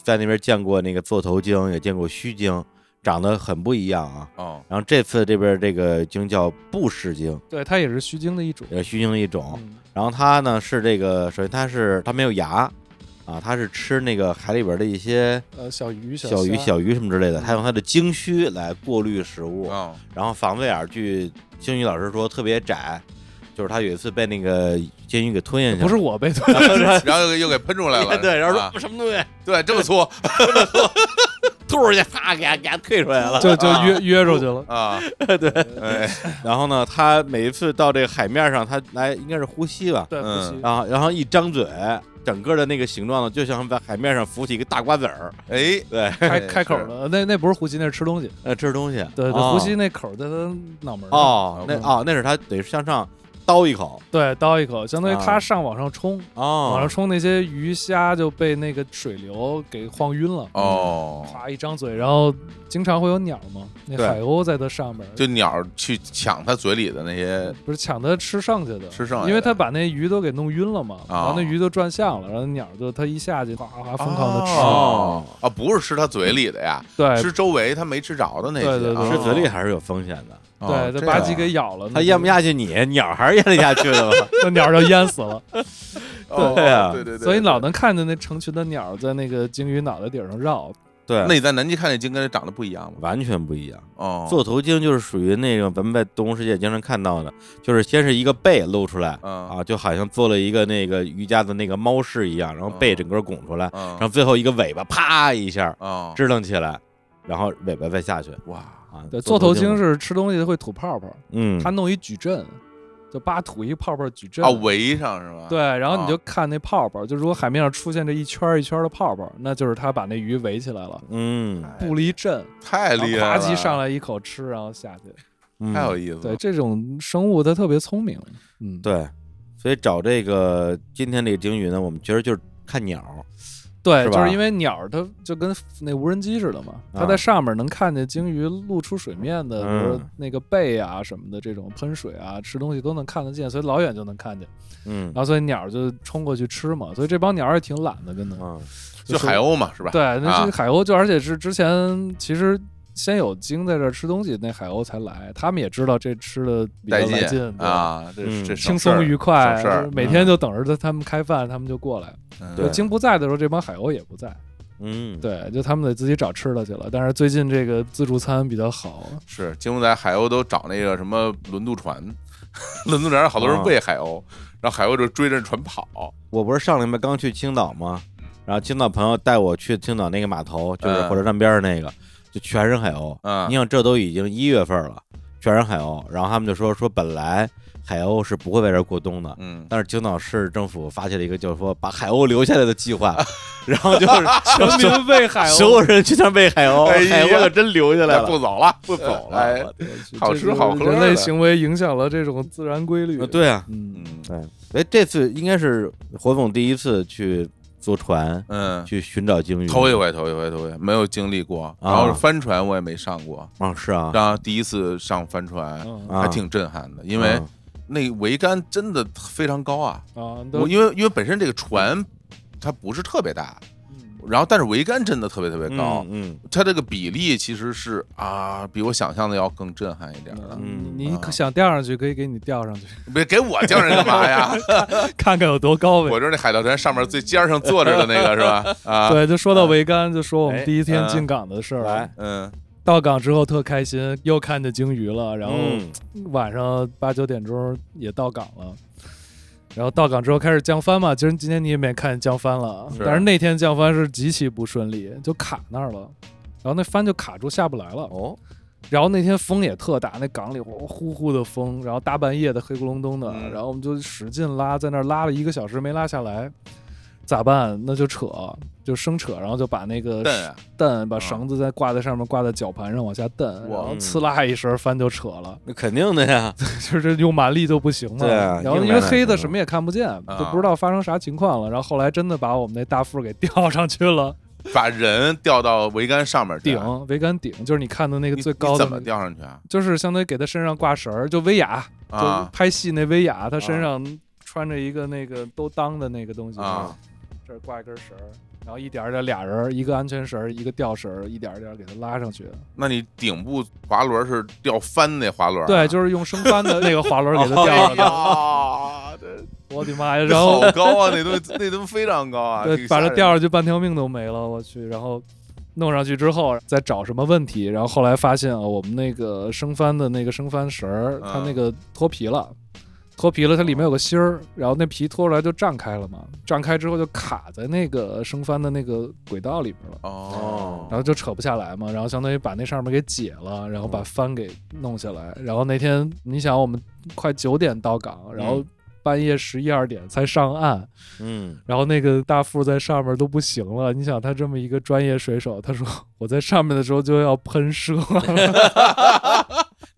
Speaker 1: 在那边见过那个座头鲸，也见过须鲸，长得很不一样啊。
Speaker 2: 哦，
Speaker 1: 然后这次这边这个鲸叫布氏鲸，
Speaker 3: 对，它也是须鲸的一种。
Speaker 1: 也是须鲸的一种。
Speaker 3: 嗯
Speaker 1: 然后它呢是这个，首先它是它没有牙啊，它是吃那个海里边的一些
Speaker 3: 呃，小鱼、
Speaker 1: 小鱼、
Speaker 3: 虾
Speaker 1: 小鱼什么之类的，
Speaker 3: 嗯
Speaker 1: 它用它的鲸须来过滤食物。
Speaker 2: 哦，
Speaker 1: 然后防卫耳据鲸鱼老师说特别窄，就是他有一次被那个鲸鱼给吞下去了，
Speaker 3: 不是我 被吞，
Speaker 2: 然后又给又给喷出来了，
Speaker 1: 对，然后
Speaker 2: 啊
Speaker 1: 说什么东西
Speaker 2: 对这么粗
Speaker 1: 吐出去，啪给它给它退出来了。
Speaker 3: 就就约约出去
Speaker 1: 嗯
Speaker 3: 了。
Speaker 2: 啊，对，哎，
Speaker 1: 然后呢，他每一次到这个海面上，他来应该是呼吸吧，
Speaker 3: 对，不
Speaker 2: 嗯
Speaker 3: 吸。
Speaker 1: 然后啊然后一张嘴，整个的那个形状呢，就像在海面上浮起一个大瓜子儿，
Speaker 2: 哎，
Speaker 1: 对，
Speaker 3: 开
Speaker 2: 对
Speaker 3: 开口
Speaker 2: 是
Speaker 3: 了，那那不是胡吸，那是吃东西。
Speaker 1: 呃，吃东西，
Speaker 3: 对，对
Speaker 1: 哦
Speaker 3: 胡吸那口在他脑门儿上，
Speaker 1: 哦，那哦那是他得向上叨一口，
Speaker 3: 对，叨一口，相当于
Speaker 1: 啊
Speaker 3: 他上往上冲，往上
Speaker 1: 哦，
Speaker 3: 冲那些鱼虾就被那个水流给晃晕了。
Speaker 2: 哦，
Speaker 3: 啪一张嘴，然后经常会有鸟嘛，那
Speaker 1: 对
Speaker 3: 海鸥在它上面，
Speaker 2: 就鸟去抢它嘴里的那些，
Speaker 3: 不是抢它吃剩下的，
Speaker 2: 吃剩下的啊
Speaker 3: 因为它把那鱼都给弄晕了嘛，然后那鱼都转向了，然后鸟就它一下去哗哗疯狂的吃，
Speaker 2: 哦啊，不是吃它嘴里的呀，
Speaker 3: 对
Speaker 2: 吃周围它没吃着的那些，
Speaker 3: 对对对
Speaker 1: 吃嘴里
Speaker 2: 啊，
Speaker 1: 还是有风险的，
Speaker 2: 哦
Speaker 3: 对，它
Speaker 2: 这
Speaker 3: 吧
Speaker 2: 样
Speaker 3: 唧给咬了，
Speaker 1: 嗯他咽不下去你，鸟还是咽得下去的 吧？
Speaker 3: 那鸟就淹 死了，
Speaker 2: 哦
Speaker 1: 对啊
Speaker 2: 对对对，
Speaker 3: 所以
Speaker 2: 对
Speaker 3: 老能看见那成群的鸟在那个鲸鱼脑袋顶上绕，
Speaker 2: 嗯
Speaker 1: 对，
Speaker 2: 那你在南极看那鲸跟这长得不一样吗？
Speaker 1: 完全不一样。
Speaker 2: 哦，
Speaker 1: 座头鲸就是属于那种咱们在动物世界经常看到的，就是先是一个背露出来，
Speaker 2: 嗯
Speaker 1: 啊，就好像做了一个那个瑜伽的那个猫式一样，然后背整个拱出来，
Speaker 2: 嗯
Speaker 1: 然后最后一个尾巴啪一下
Speaker 2: 哦，
Speaker 1: 支棱起来，然后尾巴再下去
Speaker 2: 哇，
Speaker 1: 啊。
Speaker 3: 对，
Speaker 1: 座
Speaker 3: 座头
Speaker 1: 鲸
Speaker 3: 鲸，是吃东西会吐泡泡，
Speaker 1: 嗯
Speaker 3: 它，弄一矩阵，就叭吐一泡泡矩阵
Speaker 2: 啊，围上是吧？
Speaker 3: 对，，然后
Speaker 2: 啊
Speaker 3: 你就看那泡泡，就如果海面上出现这一圈儿一圈儿的泡泡，那就是它把那鱼围起来了，
Speaker 1: 嗯，
Speaker 3: 布了一阵，
Speaker 2: 哎太
Speaker 3: 然后
Speaker 2: 厉害
Speaker 3: 啪
Speaker 2: 了，
Speaker 3: 叽上，来一口吃，然后下去。
Speaker 1: 嗯
Speaker 2: 太有意思了，
Speaker 3: 对，这种生物它特别聪明，嗯，
Speaker 1: 对，所以找这个今天这个鲸鱼呢，我们其实就是看鸟，
Speaker 3: 对，
Speaker 1: 是吧
Speaker 3: 就是因为鸟儿它就跟那无人机似的嘛，它
Speaker 1: 啊
Speaker 3: 在上面能看见鲸鱼露出水面的，比如
Speaker 1: 嗯
Speaker 3: 那个背啊什么的，这种喷水啊、吃东西都能看得见，所以老远就能看见。
Speaker 1: 嗯
Speaker 3: 然后所以鸟儿就冲过去吃嘛，所以这帮鸟儿也挺懒的，真的。
Speaker 1: 啊，
Speaker 2: 嗯就海
Speaker 3: 鸥。
Speaker 2: 鸥嘛，是吧？
Speaker 3: 对，那
Speaker 2: 啊
Speaker 3: 是海鸥，就而且是之前其实先有鲸在这儿吃东西，那海鸥才来，他们也知道这吃的比较
Speaker 2: 带
Speaker 3: 来
Speaker 2: 劲
Speaker 3: 劲，
Speaker 2: 啊，这
Speaker 1: 嗯
Speaker 2: 这省
Speaker 3: 对轻
Speaker 2: 事儿
Speaker 3: 松愉快，
Speaker 2: 省事儿
Speaker 3: 就是每天就等着他他们开饭，他们就过来。
Speaker 2: 嗯
Speaker 1: 对
Speaker 3: 就鲸不在的时候，这帮海鸥也不在，
Speaker 1: 嗯，
Speaker 3: 对，就他们得自己找吃的去了。但是最近这个自助餐比较好，
Speaker 2: 是金木仔海鸥都找那个什么轮渡船， 轮渡船上好
Speaker 1: 啊
Speaker 2: 多人喂海鸥，然后海鸥就追着船跑，
Speaker 1: 我不是上礼拜刚去青岛吗？然后青岛朋友带我去青岛那个码头，就是
Speaker 2: 嗯
Speaker 1: 火车站边上那个，就全是海鸥。
Speaker 2: 嗯
Speaker 1: 你想这都已经一月份了，全是海鸥。然后他们就说说本来海鸥是不会在这儿过冬的。
Speaker 2: 嗯，
Speaker 1: 但是青岛市政府发起了一个，就是说把海鸥留下来的计划，然后就是
Speaker 3: 全民喂海
Speaker 1: 所有
Speaker 3: 鸥，
Speaker 1: 人去那儿喂海鸥，
Speaker 2: 哎呀
Speaker 1: 海鸥可真留下来
Speaker 2: 不
Speaker 1: 了，
Speaker 2: 走了，
Speaker 1: 不走
Speaker 2: 哎
Speaker 1: 了。我天
Speaker 2: 好吃好喝
Speaker 3: 这
Speaker 2: 的
Speaker 3: 个人类行为影响了这种自然规律
Speaker 1: 呃。，对啊，
Speaker 3: 嗯，
Speaker 2: 嗯
Speaker 1: 哎，这次应该是火总第一次去坐船
Speaker 2: 嗯，
Speaker 1: 去寻找鲸鱼，
Speaker 2: 头一回，头一回，头一回，没有经历过，然后帆船我也没上过，
Speaker 1: 啊，是啊，
Speaker 2: 然后第一次上帆船
Speaker 3: 嗯
Speaker 1: 啊
Speaker 2: 还挺震撼的，因为
Speaker 1: 嗯
Speaker 2: 那桅杆真的非常高啊，
Speaker 3: 啊，都
Speaker 2: 我因为因为本身这个船它不是特别大，
Speaker 3: 嗯
Speaker 2: 然后但是桅杆真的特别特别高，
Speaker 1: 嗯，
Speaker 2: 它这个比例其实是啊，比我想象的要更震撼一点的。
Speaker 1: 嗯
Speaker 3: 你
Speaker 2: 啊
Speaker 3: 可想吊上去，可以给你吊上去，
Speaker 2: 别给我叫人干嘛呀？
Speaker 3: 看看有多高呗
Speaker 2: 我。就是那海盗船上面最尖儿上坐着的那个是吧？啊，
Speaker 3: 对，就说到桅杆，就说我
Speaker 1: 哎
Speaker 3: 们第一天
Speaker 2: 嗯
Speaker 3: 进港的事
Speaker 1: 嗯
Speaker 3: 儿。
Speaker 1: 来，
Speaker 2: 嗯
Speaker 3: 到港之后特开心，又看见鲸鱼了，然后
Speaker 1: 嗯
Speaker 3: 晚上八九点钟也到港了。然后到港之后开始降帆嘛，今儿今天你也没看见降帆了，啊
Speaker 2: 是
Speaker 3: 但是那天降帆是极其不顺利，就卡那儿了，然后那帆就卡住下不来了。
Speaker 1: 哦，
Speaker 3: 然后那天风也特大，那港里呼呼呼的风，然后大半夜的黑咕隆咚的，
Speaker 2: 嗯
Speaker 3: 然后我们就使劲拉，在那儿拉了一个小时没拉下来，咋办？那就扯，就生扯，然后就把那个
Speaker 2: 蹬啊
Speaker 3: 蹬，
Speaker 2: 啊
Speaker 3: 把绳子再挂在上面，挂在绞盘上往下蹬，然
Speaker 2: 哇嗯
Speaker 3: 后呲啦一声翻就扯了，
Speaker 1: 那肯定的呀，
Speaker 3: 就是用马力就不行嘛。
Speaker 1: 对啊
Speaker 3: 然后因
Speaker 1: 硬来
Speaker 3: 为
Speaker 1: 的
Speaker 3: 黑的
Speaker 1: 嗯
Speaker 3: 什么也看不见，
Speaker 2: 啊
Speaker 3: 就不知道发生啥情况了。然后后来真的把我们那大副给 吊上去了，
Speaker 2: 把人吊到桅杆上面去啊
Speaker 3: 顶桅杆顶，就是你看的那个
Speaker 2: 你
Speaker 3: 最高
Speaker 2: 你
Speaker 3: 的
Speaker 2: 怎么
Speaker 3: 那，
Speaker 2: 吊上去啊？
Speaker 3: 就是相当于给他身上挂绳儿，就威亚，就
Speaker 2: 啊
Speaker 3: 拍戏那威亚，他身上穿着一个那个兜裆的那个东西，
Speaker 2: 啊，
Speaker 3: 这儿挂一根绳儿。然后一点儿一点儿俩人儿，一个安全绳儿，一个吊绳儿，一点儿一点儿给他拉上去。
Speaker 2: 那你顶部滑轮是吊翻那滑轮啊？
Speaker 3: 对，就是用升 帆的那个滑轮给他吊
Speaker 2: 哎
Speaker 3: 上 去。
Speaker 2: 呀，这
Speaker 3: 我的妈呀！然后
Speaker 2: 好高啊，那东西那东西非常高啊，
Speaker 3: 对，
Speaker 2: 挺吓
Speaker 3: 把
Speaker 2: 人
Speaker 3: 这
Speaker 2: 的
Speaker 3: 吊上去半条命都没了，我去。然后弄上去之后再找什么问题，然后后来发现啊，我们那个升帆的那个升帆绳儿，它
Speaker 2: 嗯
Speaker 3: 那个脱皮了。脱皮了，它里面有个芯儿，然后那皮脱出来就胀开了嘛，胀开之后就卡在那个升帆的那个轨道里边了，
Speaker 2: 哦，
Speaker 3: 然后就扯不下来嘛，然后相当于把那上面给解了，然后把帆给弄下来，然后那天你想我们快九点到港，然后
Speaker 1: 嗯
Speaker 3: 半夜十一二点才上岸，
Speaker 1: 嗯，
Speaker 3: 然后那个大副在上面都不行了，你想他这么一个专业水手，他说 我在上面的时候就要喷射，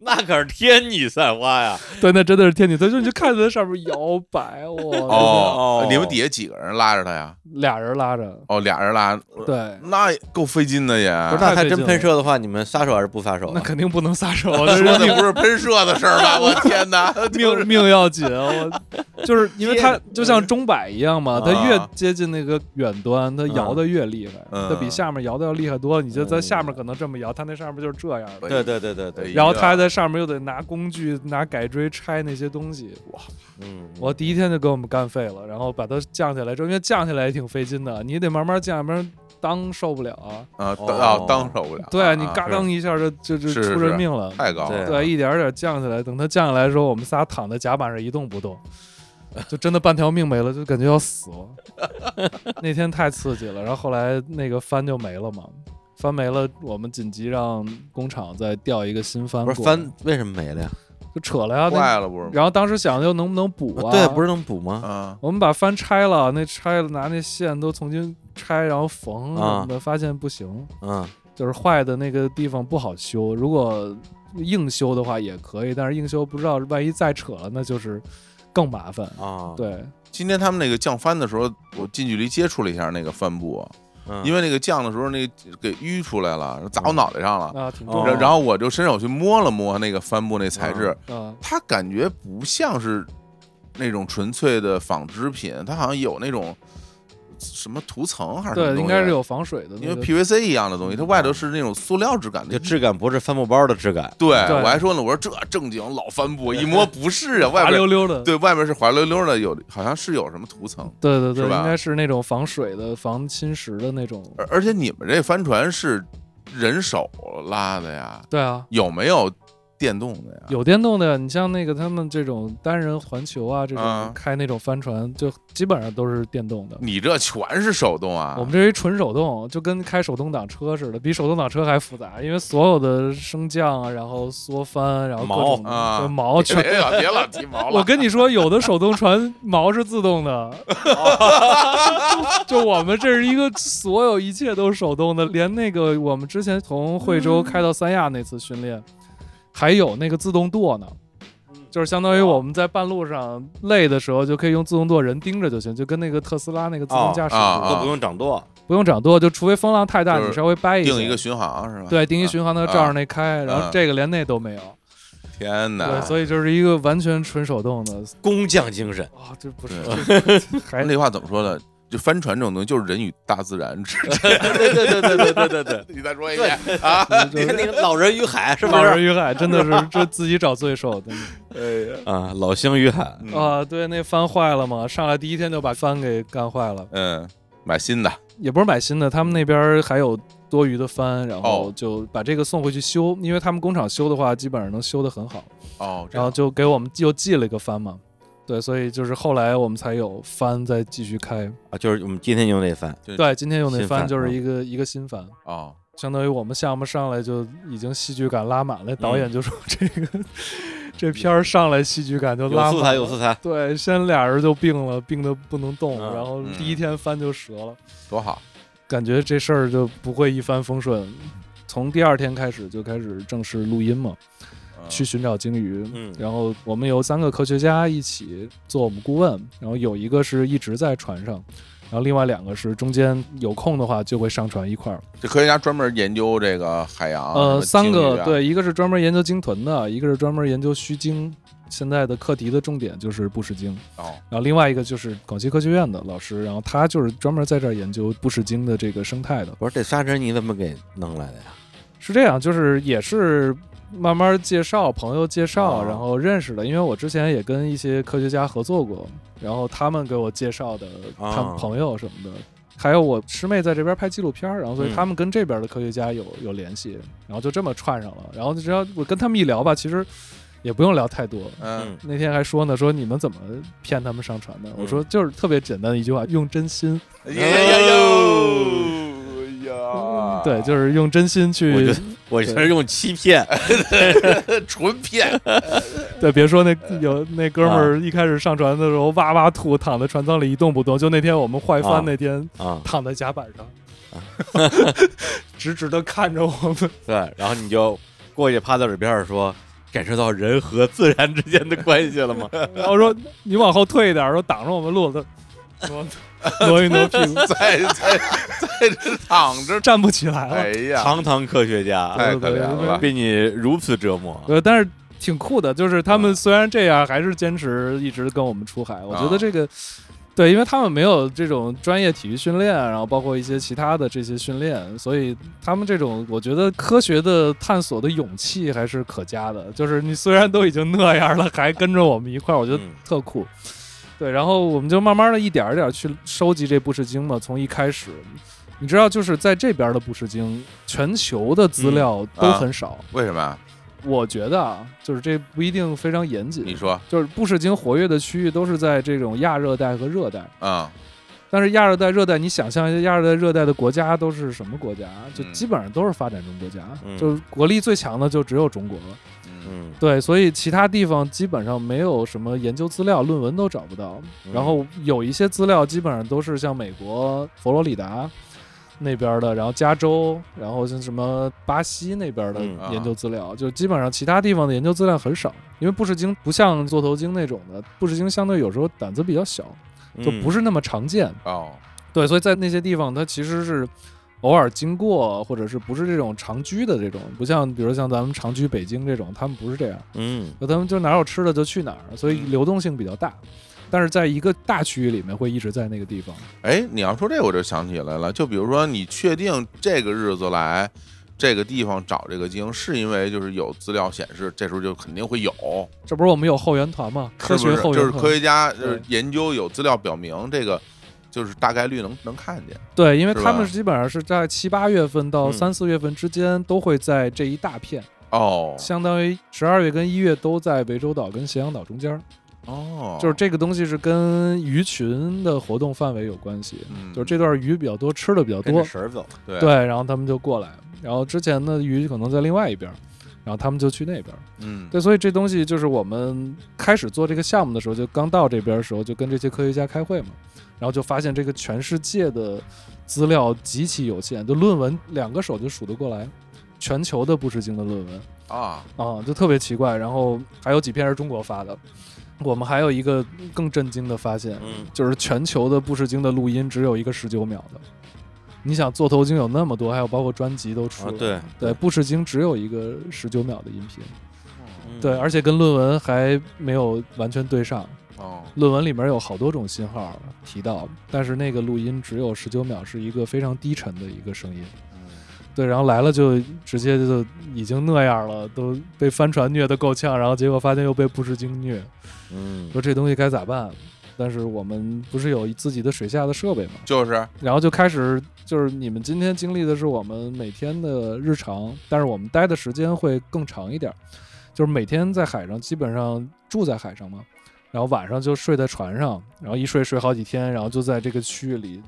Speaker 1: 那可是天女散花呀，
Speaker 3: 对，那真的是天体，他说你就看着他上面摇摆，我、
Speaker 1: 哦
Speaker 2: 你们底下几个人拉着他呀？
Speaker 3: 俩人拉着，
Speaker 2: 哦，俩人拉，
Speaker 3: 对，
Speaker 2: 那够费劲的也。
Speaker 3: 啊
Speaker 1: 不是，那他真喷射的话，你们撒手还是不撒手啊？
Speaker 3: 那肯定不能 撒手，这
Speaker 2: 说
Speaker 3: 是
Speaker 2: 的不是喷射的事儿吧？我天 哪！
Speaker 3: 命命要紧，啊 我就是因为他就像钟摆一样
Speaker 1: 嗯
Speaker 3: 嘛，他越接近那个远端，他摇的越厉害，
Speaker 2: 嗯
Speaker 3: 他比下面摇的要厉害多，你就在下面可能这么摇，他那上面就是这样的。
Speaker 1: 对对对对对，
Speaker 2: 对
Speaker 3: 然后他还在上面又得拿工具、拿改锥拆那些东西，哇！
Speaker 1: 嗯，
Speaker 3: 我第一天就给我们干废了，然后把它降下来之后，因为降下来也挺费劲的，你得慢慢降，要不然当受不了啊。
Speaker 2: 啊，
Speaker 1: 哦
Speaker 2: 当啊当受不了。
Speaker 3: 对
Speaker 2: 啊
Speaker 3: 你嘎
Speaker 2: 是
Speaker 3: 当一下就就就是
Speaker 2: 是
Speaker 3: 出人命了。
Speaker 2: 太高了。
Speaker 3: 对，一点儿点儿降下来，等它降下来的时候，我们仨躺在甲板上一动不动，就真的半条命没了，就感觉要死了。 那天太刺激了，然后后来那个帆就没了嘛，帆没了，我们紧急让工厂再调一个新帆
Speaker 1: 不
Speaker 3: 过来，
Speaker 1: 是帆为什么没了呀？啊
Speaker 3: 就扯了呀，那
Speaker 2: 坏了不是？
Speaker 3: 然后当时想又能不能补啊？
Speaker 1: 对，不是能补吗？
Speaker 2: 啊，
Speaker 3: 我们把帆拆了，那拆了拿那线都重新拆，然后缝什么的，发现不行，
Speaker 1: 嗯，
Speaker 3: 就是坏的那个地方不好修。如果硬修的话也可以，但是硬修不知道万一再扯了，那就是更麻烦。
Speaker 1: 啊，，
Speaker 3: 对，
Speaker 2: 今天他们那个降帆的时候，我近距离接触了一下那个帆布，
Speaker 1: 嗯、
Speaker 2: 因
Speaker 1: 为
Speaker 2: 为那个降的时候那个给淤出来了，砸我
Speaker 1: 嗯
Speaker 2: 脑袋上了。
Speaker 3: 啊，挺重
Speaker 1: 哦
Speaker 3: 要
Speaker 2: 然
Speaker 3: 的。
Speaker 2: 然后我就伸手去摸了摸那个帆布那材质，
Speaker 3: 啊，
Speaker 2: 它感觉不像是那种纯粹的纺织品，它好像有那种什么涂层还是什么东
Speaker 3: 对，
Speaker 2: 西啊
Speaker 3: 应该是有防水的
Speaker 2: 因
Speaker 3: 那
Speaker 2: 为
Speaker 3: 个。嗯
Speaker 2: PVC 一样的东西，它外头是那种塑料质感的
Speaker 1: 就。质感不是帆布包的质感，
Speaker 2: 对，
Speaker 3: 对
Speaker 2: 我还说呢，我说这正经老帆 布，一摸不是啊，外
Speaker 3: 滑溜
Speaker 2: 边
Speaker 3: 溜的，
Speaker 2: 对外边是滑溜溜的，有好像是有什么涂层。
Speaker 3: 对对对
Speaker 2: 是吧呃
Speaker 3: 应该是那种防水的、防侵蚀的那种。
Speaker 2: 而而且你们这帆船是人手拉的呀，
Speaker 3: 对啊，
Speaker 2: 有没有电动的呀？
Speaker 3: 有电动的，你像那个他们这种单人环球啊，这
Speaker 2: 啊
Speaker 3: 种开那种帆船，就基本上都是电动的。
Speaker 2: 你这全是手动啊！
Speaker 3: 我们这是一纯手动，就跟开手动挡车似的，比手动挡车还复杂，因为所有的升降啊，然后缩帆，然后各
Speaker 1: 毛
Speaker 3: 种
Speaker 2: 啊
Speaker 3: 对毛 全。
Speaker 2: 别老别老提毛了，
Speaker 3: 我跟你说，有的手动船毛是自动 的，就我们这是一个所有一切都是手动的，连那个我们之前从惠州开到三亚那次训练，还有那个自动舵呢，就是相
Speaker 2: 哦
Speaker 3: 当于我们在半路上累的时候就可以用自动舵人盯着就行，就跟那个特斯拉那个自动驾驶似
Speaker 2: 啊
Speaker 3: 的。
Speaker 1: 都不用掌舵，
Speaker 3: 不用掌舵，就除非风浪太大，
Speaker 2: 就是
Speaker 3: 你稍微掰一下。
Speaker 2: 定一个巡航是吧？
Speaker 3: 对，定一巡航，它照
Speaker 2: 啊
Speaker 3: 着那开，然后这个连那都没有，
Speaker 2: 天哪！
Speaker 3: 对，所以就是一个完全纯手动的
Speaker 1: 工匠精神，
Speaker 3: 啊，这不是
Speaker 2: 对
Speaker 3: 这 还
Speaker 2: 那句话怎么说的？就帆船这种东西就是人与大自然之间。
Speaker 1: 对对对对对对对对。
Speaker 2: 你再说一遍啊！
Speaker 1: 你看那个老人与海是不
Speaker 3: 老人
Speaker 1: 是？
Speaker 3: 与海真的是这自己找罪受，真的
Speaker 1: 啊，老星与海，
Speaker 2: 嗯
Speaker 3: 啊！对，那帆坏了嘛，上来第一天就把帆给干坏了，
Speaker 2: 嗯，买新的，
Speaker 3: 也不是买新的，他们那边儿还有多余的帆，然后
Speaker 2: 哦
Speaker 3: 就把这个送回去修，因为他们工厂修的话，基本上能修得很好，
Speaker 2: 哦，这
Speaker 3: 然后
Speaker 2: 样
Speaker 3: 就给我们又寄了一个帆嘛。对，所以就是后来我们才有帆再继续开。
Speaker 1: 啊，就是我们今天用那番，
Speaker 2: 对
Speaker 3: 对，今天用那
Speaker 1: 新帆
Speaker 3: 帆就
Speaker 1: 啊
Speaker 3: 是一个一个新帆，
Speaker 2: 哦，
Speaker 3: 相当于我们项目上来就已经戏剧感拉满了，
Speaker 1: 嗯
Speaker 3: 导 演就说这个、这片儿上来戏剧感就
Speaker 1: 有
Speaker 3: 拉
Speaker 1: 素材
Speaker 3: 满
Speaker 1: 有
Speaker 3: 了。
Speaker 1: 素材，
Speaker 3: 对，先俩人就病了，病得不能动，
Speaker 1: 嗯
Speaker 3: 然后
Speaker 2: 嗯
Speaker 3: 第一天翻就折了，
Speaker 2: 多好，
Speaker 3: 感觉这事儿就不会一帆风顺。从第二天开始就开始正式录音嘛，
Speaker 2: 嗯
Speaker 3: 去寻找鲸鱼。
Speaker 1: 嗯
Speaker 3: 然后我们有三个科学家一起做我们顾问，然后有一个是一直在船上，然后另外两个是中间有空的话就会上船一块儿。
Speaker 2: 这科学家专门研究这个海洋啊，
Speaker 3: 呃，
Speaker 2: 什
Speaker 3: 三
Speaker 2: 么鲸鱼
Speaker 3: 个
Speaker 2: 啊，
Speaker 3: 对，一个是专门研究鲸豚的，一个是专门研究须鲸。现在的课题的重点就是布氏鲸，
Speaker 2: 哦，
Speaker 3: 然后另外一个就是广西科学院的老师，然后他就是专门在这儿研究布氏鲸的这个生态的。
Speaker 1: 不是这沙尘你怎么给弄来的呀？
Speaker 3: 是这样，就是也是慢慢介绍朋友介绍，
Speaker 1: 哦
Speaker 3: 然后认识的。因为我之前也跟一些科学家合作过，然后他们给我介绍的
Speaker 1: 哦
Speaker 3: 他们朋友什么的。还有我师妹在这边拍纪录片儿，然后所以
Speaker 1: 嗯
Speaker 3: 他们跟这边的科学家有有联系，然后就这么串上了。然后只要我跟他们一聊吧，其实也不用聊太多。
Speaker 2: 嗯，
Speaker 3: 那天还说呢，说你们怎么骗他们上船
Speaker 1: 嗯
Speaker 3: 的？我说就是特别简单的一句话，用真心。
Speaker 2: 哎呀呀呀，
Speaker 3: 嗯对，就是用真
Speaker 1: 哦
Speaker 3: 心
Speaker 1: 我
Speaker 3: 去
Speaker 1: 觉得我这是用欺 骗，
Speaker 2: 是哎纯骗，
Speaker 3: 对，别说那有那哥们儿一开始上船的时候哇哇吐，躺在船舱里一动不动。就那天我们坏
Speaker 1: 啊
Speaker 3: 帆那天，
Speaker 1: 啊，
Speaker 3: 躺在甲板上，直直的看着我们。
Speaker 1: 对，然后你就过去趴在耳边儿说，感受到人和自然之间的关系了 吗？
Speaker 3: 然后说你往后退一点，说挡着我们路子，挪挪一挪屁股，
Speaker 2: 在在在这躺着，
Speaker 3: 站不起来了。
Speaker 2: 哎呀，
Speaker 1: 堂堂科学家
Speaker 2: 太可怜了吧，
Speaker 1: 被你如此折磨，
Speaker 3: 呃，但是挺酷的，就是他们虽然这样，还是坚持一直跟我们出海。我觉
Speaker 2: 啊
Speaker 3: 得这个，对，因为他们没有这种专业体育训练，然后包括一些其他的这些训练，所以他们这种我觉得科学的探索的勇气还是可嘉的。就是你虽然都已经那样了，还跟着我们一块儿，我觉得
Speaker 1: 嗯
Speaker 3: 特酷。对，然后我们就慢慢的一点儿一点儿去收集这布氏鲸嘛，从一开始。你知道，就是在这边的布氏鲸，全球的资
Speaker 1: 嗯
Speaker 3: 料都
Speaker 2: 啊
Speaker 3: 很少，
Speaker 2: 为什么？
Speaker 3: 我觉得啊，就是这不一定非常严
Speaker 2: 你
Speaker 3: 谨。
Speaker 2: 说，
Speaker 3: 就是布氏鲸活跃的区域都是在这种亚热带和热带，
Speaker 2: 嗯，
Speaker 3: 但是亚热带、热带，你想象一下，亚热带、热带的国家都是什么国家？就
Speaker 2: 嗯
Speaker 3: 基本上都是发展中国家，
Speaker 1: 嗯
Speaker 3: 就是国力最强的就只有中国了。
Speaker 2: 嗯
Speaker 1: 嗯，
Speaker 3: 对，所以其他地方基本上没有什么研究资料，论文都找不到。
Speaker 1: 嗯
Speaker 3: 然后有一些资料基本上都是像美国佛罗里达那边的，然后加州，然后像什么巴西那边的
Speaker 1: 嗯
Speaker 2: 啊
Speaker 3: 研究资料，就基本上其他地方的研究资料很少，因为布氏鲸不像座头鲸那种的，布氏鲸相对有时候胆子比较小，就不
Speaker 1: 是
Speaker 3: 是那么常见。
Speaker 2: 嗯哦，
Speaker 3: 对，所以在那些地方，它其实是偶尔经过，或者是不是这种常居的这种，不像比如像咱们常居北京这种，他们不是这样。
Speaker 1: 嗯
Speaker 3: 那他们就哪有吃的就去哪儿，所以
Speaker 2: 嗯
Speaker 3: 流动性比较大。但是在一个大区域里面，会一直在那个地方。
Speaker 2: 哎，你要说这我就想起来了，就比如说你确定这个日子来这个地方找这个鲸，是因为就是有资料显示，这时候就肯定会有，
Speaker 3: 这不是我们有后援团吗？科
Speaker 2: 是不
Speaker 3: 学
Speaker 2: 是
Speaker 3: 后
Speaker 2: 就是
Speaker 3: 援
Speaker 2: 科
Speaker 3: 团。
Speaker 2: 学家就是
Speaker 3: 对
Speaker 2: 研究有资料表明这个，就是大概率能能看见。
Speaker 3: 对，因为
Speaker 2: 是
Speaker 3: 他
Speaker 2: 吧
Speaker 3: 们基本上是在七八月份到
Speaker 1: 嗯
Speaker 3: 三四月份之间，都会在这一大片，
Speaker 2: 哦
Speaker 3: 相当于十二月跟一月都在涠洲岛跟咸阳岛中间儿。
Speaker 2: 哦，
Speaker 3: 就是，这个东西是跟鱼群的活动范围有关系，
Speaker 2: 嗯，
Speaker 3: 就是这段鱼比较多，吃的比较
Speaker 1: 跟着
Speaker 3: 多，
Speaker 1: 神儿走，
Speaker 2: 对
Speaker 3: 对，，然后他们就过来。然后之前的鱼可能在另外一边儿，然后他们就去那边儿。
Speaker 2: 嗯，
Speaker 3: 对，所以这东西就是我们开始做这个项目的时候，就刚到这边的时候，就跟这些科学家开会嘛，然后就发现这个全世界的资料极其有限，就论文两个手就数得过来，全球的布氏鲸的论文
Speaker 2: 啊，
Speaker 3: 啊，就特别奇怪。然后还有几篇是中国发的，我们还有一个更震惊的发现，
Speaker 1: 嗯
Speaker 3: 就是全球的布氏鲸的录音只有一个十九秒的。你想座头鲸有那么多，还有包括专辑都出
Speaker 1: 啊
Speaker 3: 了，
Speaker 1: 对
Speaker 3: 对，布氏鲸只有一个十九秒的音频。
Speaker 1: 嗯
Speaker 3: 对，而且跟论文还没有完全对上，
Speaker 2: 哦，
Speaker 3: 论文里面有好多种信号提到，但是那个录音只有十九秒，是一个非常低沉的一个声音。
Speaker 2: 嗯
Speaker 3: 对，然后来了就直接就已经那样了，都被帆船虐得够呛，然后结果发现又被布什鲸虐，
Speaker 1: 嗯
Speaker 3: 说这东西该咋办？但是我们不是有自己的水下的设备吗？
Speaker 2: 就是
Speaker 3: 然后就开始就是你们今天经历的是我们每天的日常，但是我们待的时间会更长一点儿，就是每天在海上基本上住在海上嘛，然后晚上就睡在船上，然后一睡睡好几天，然后就在这个区域里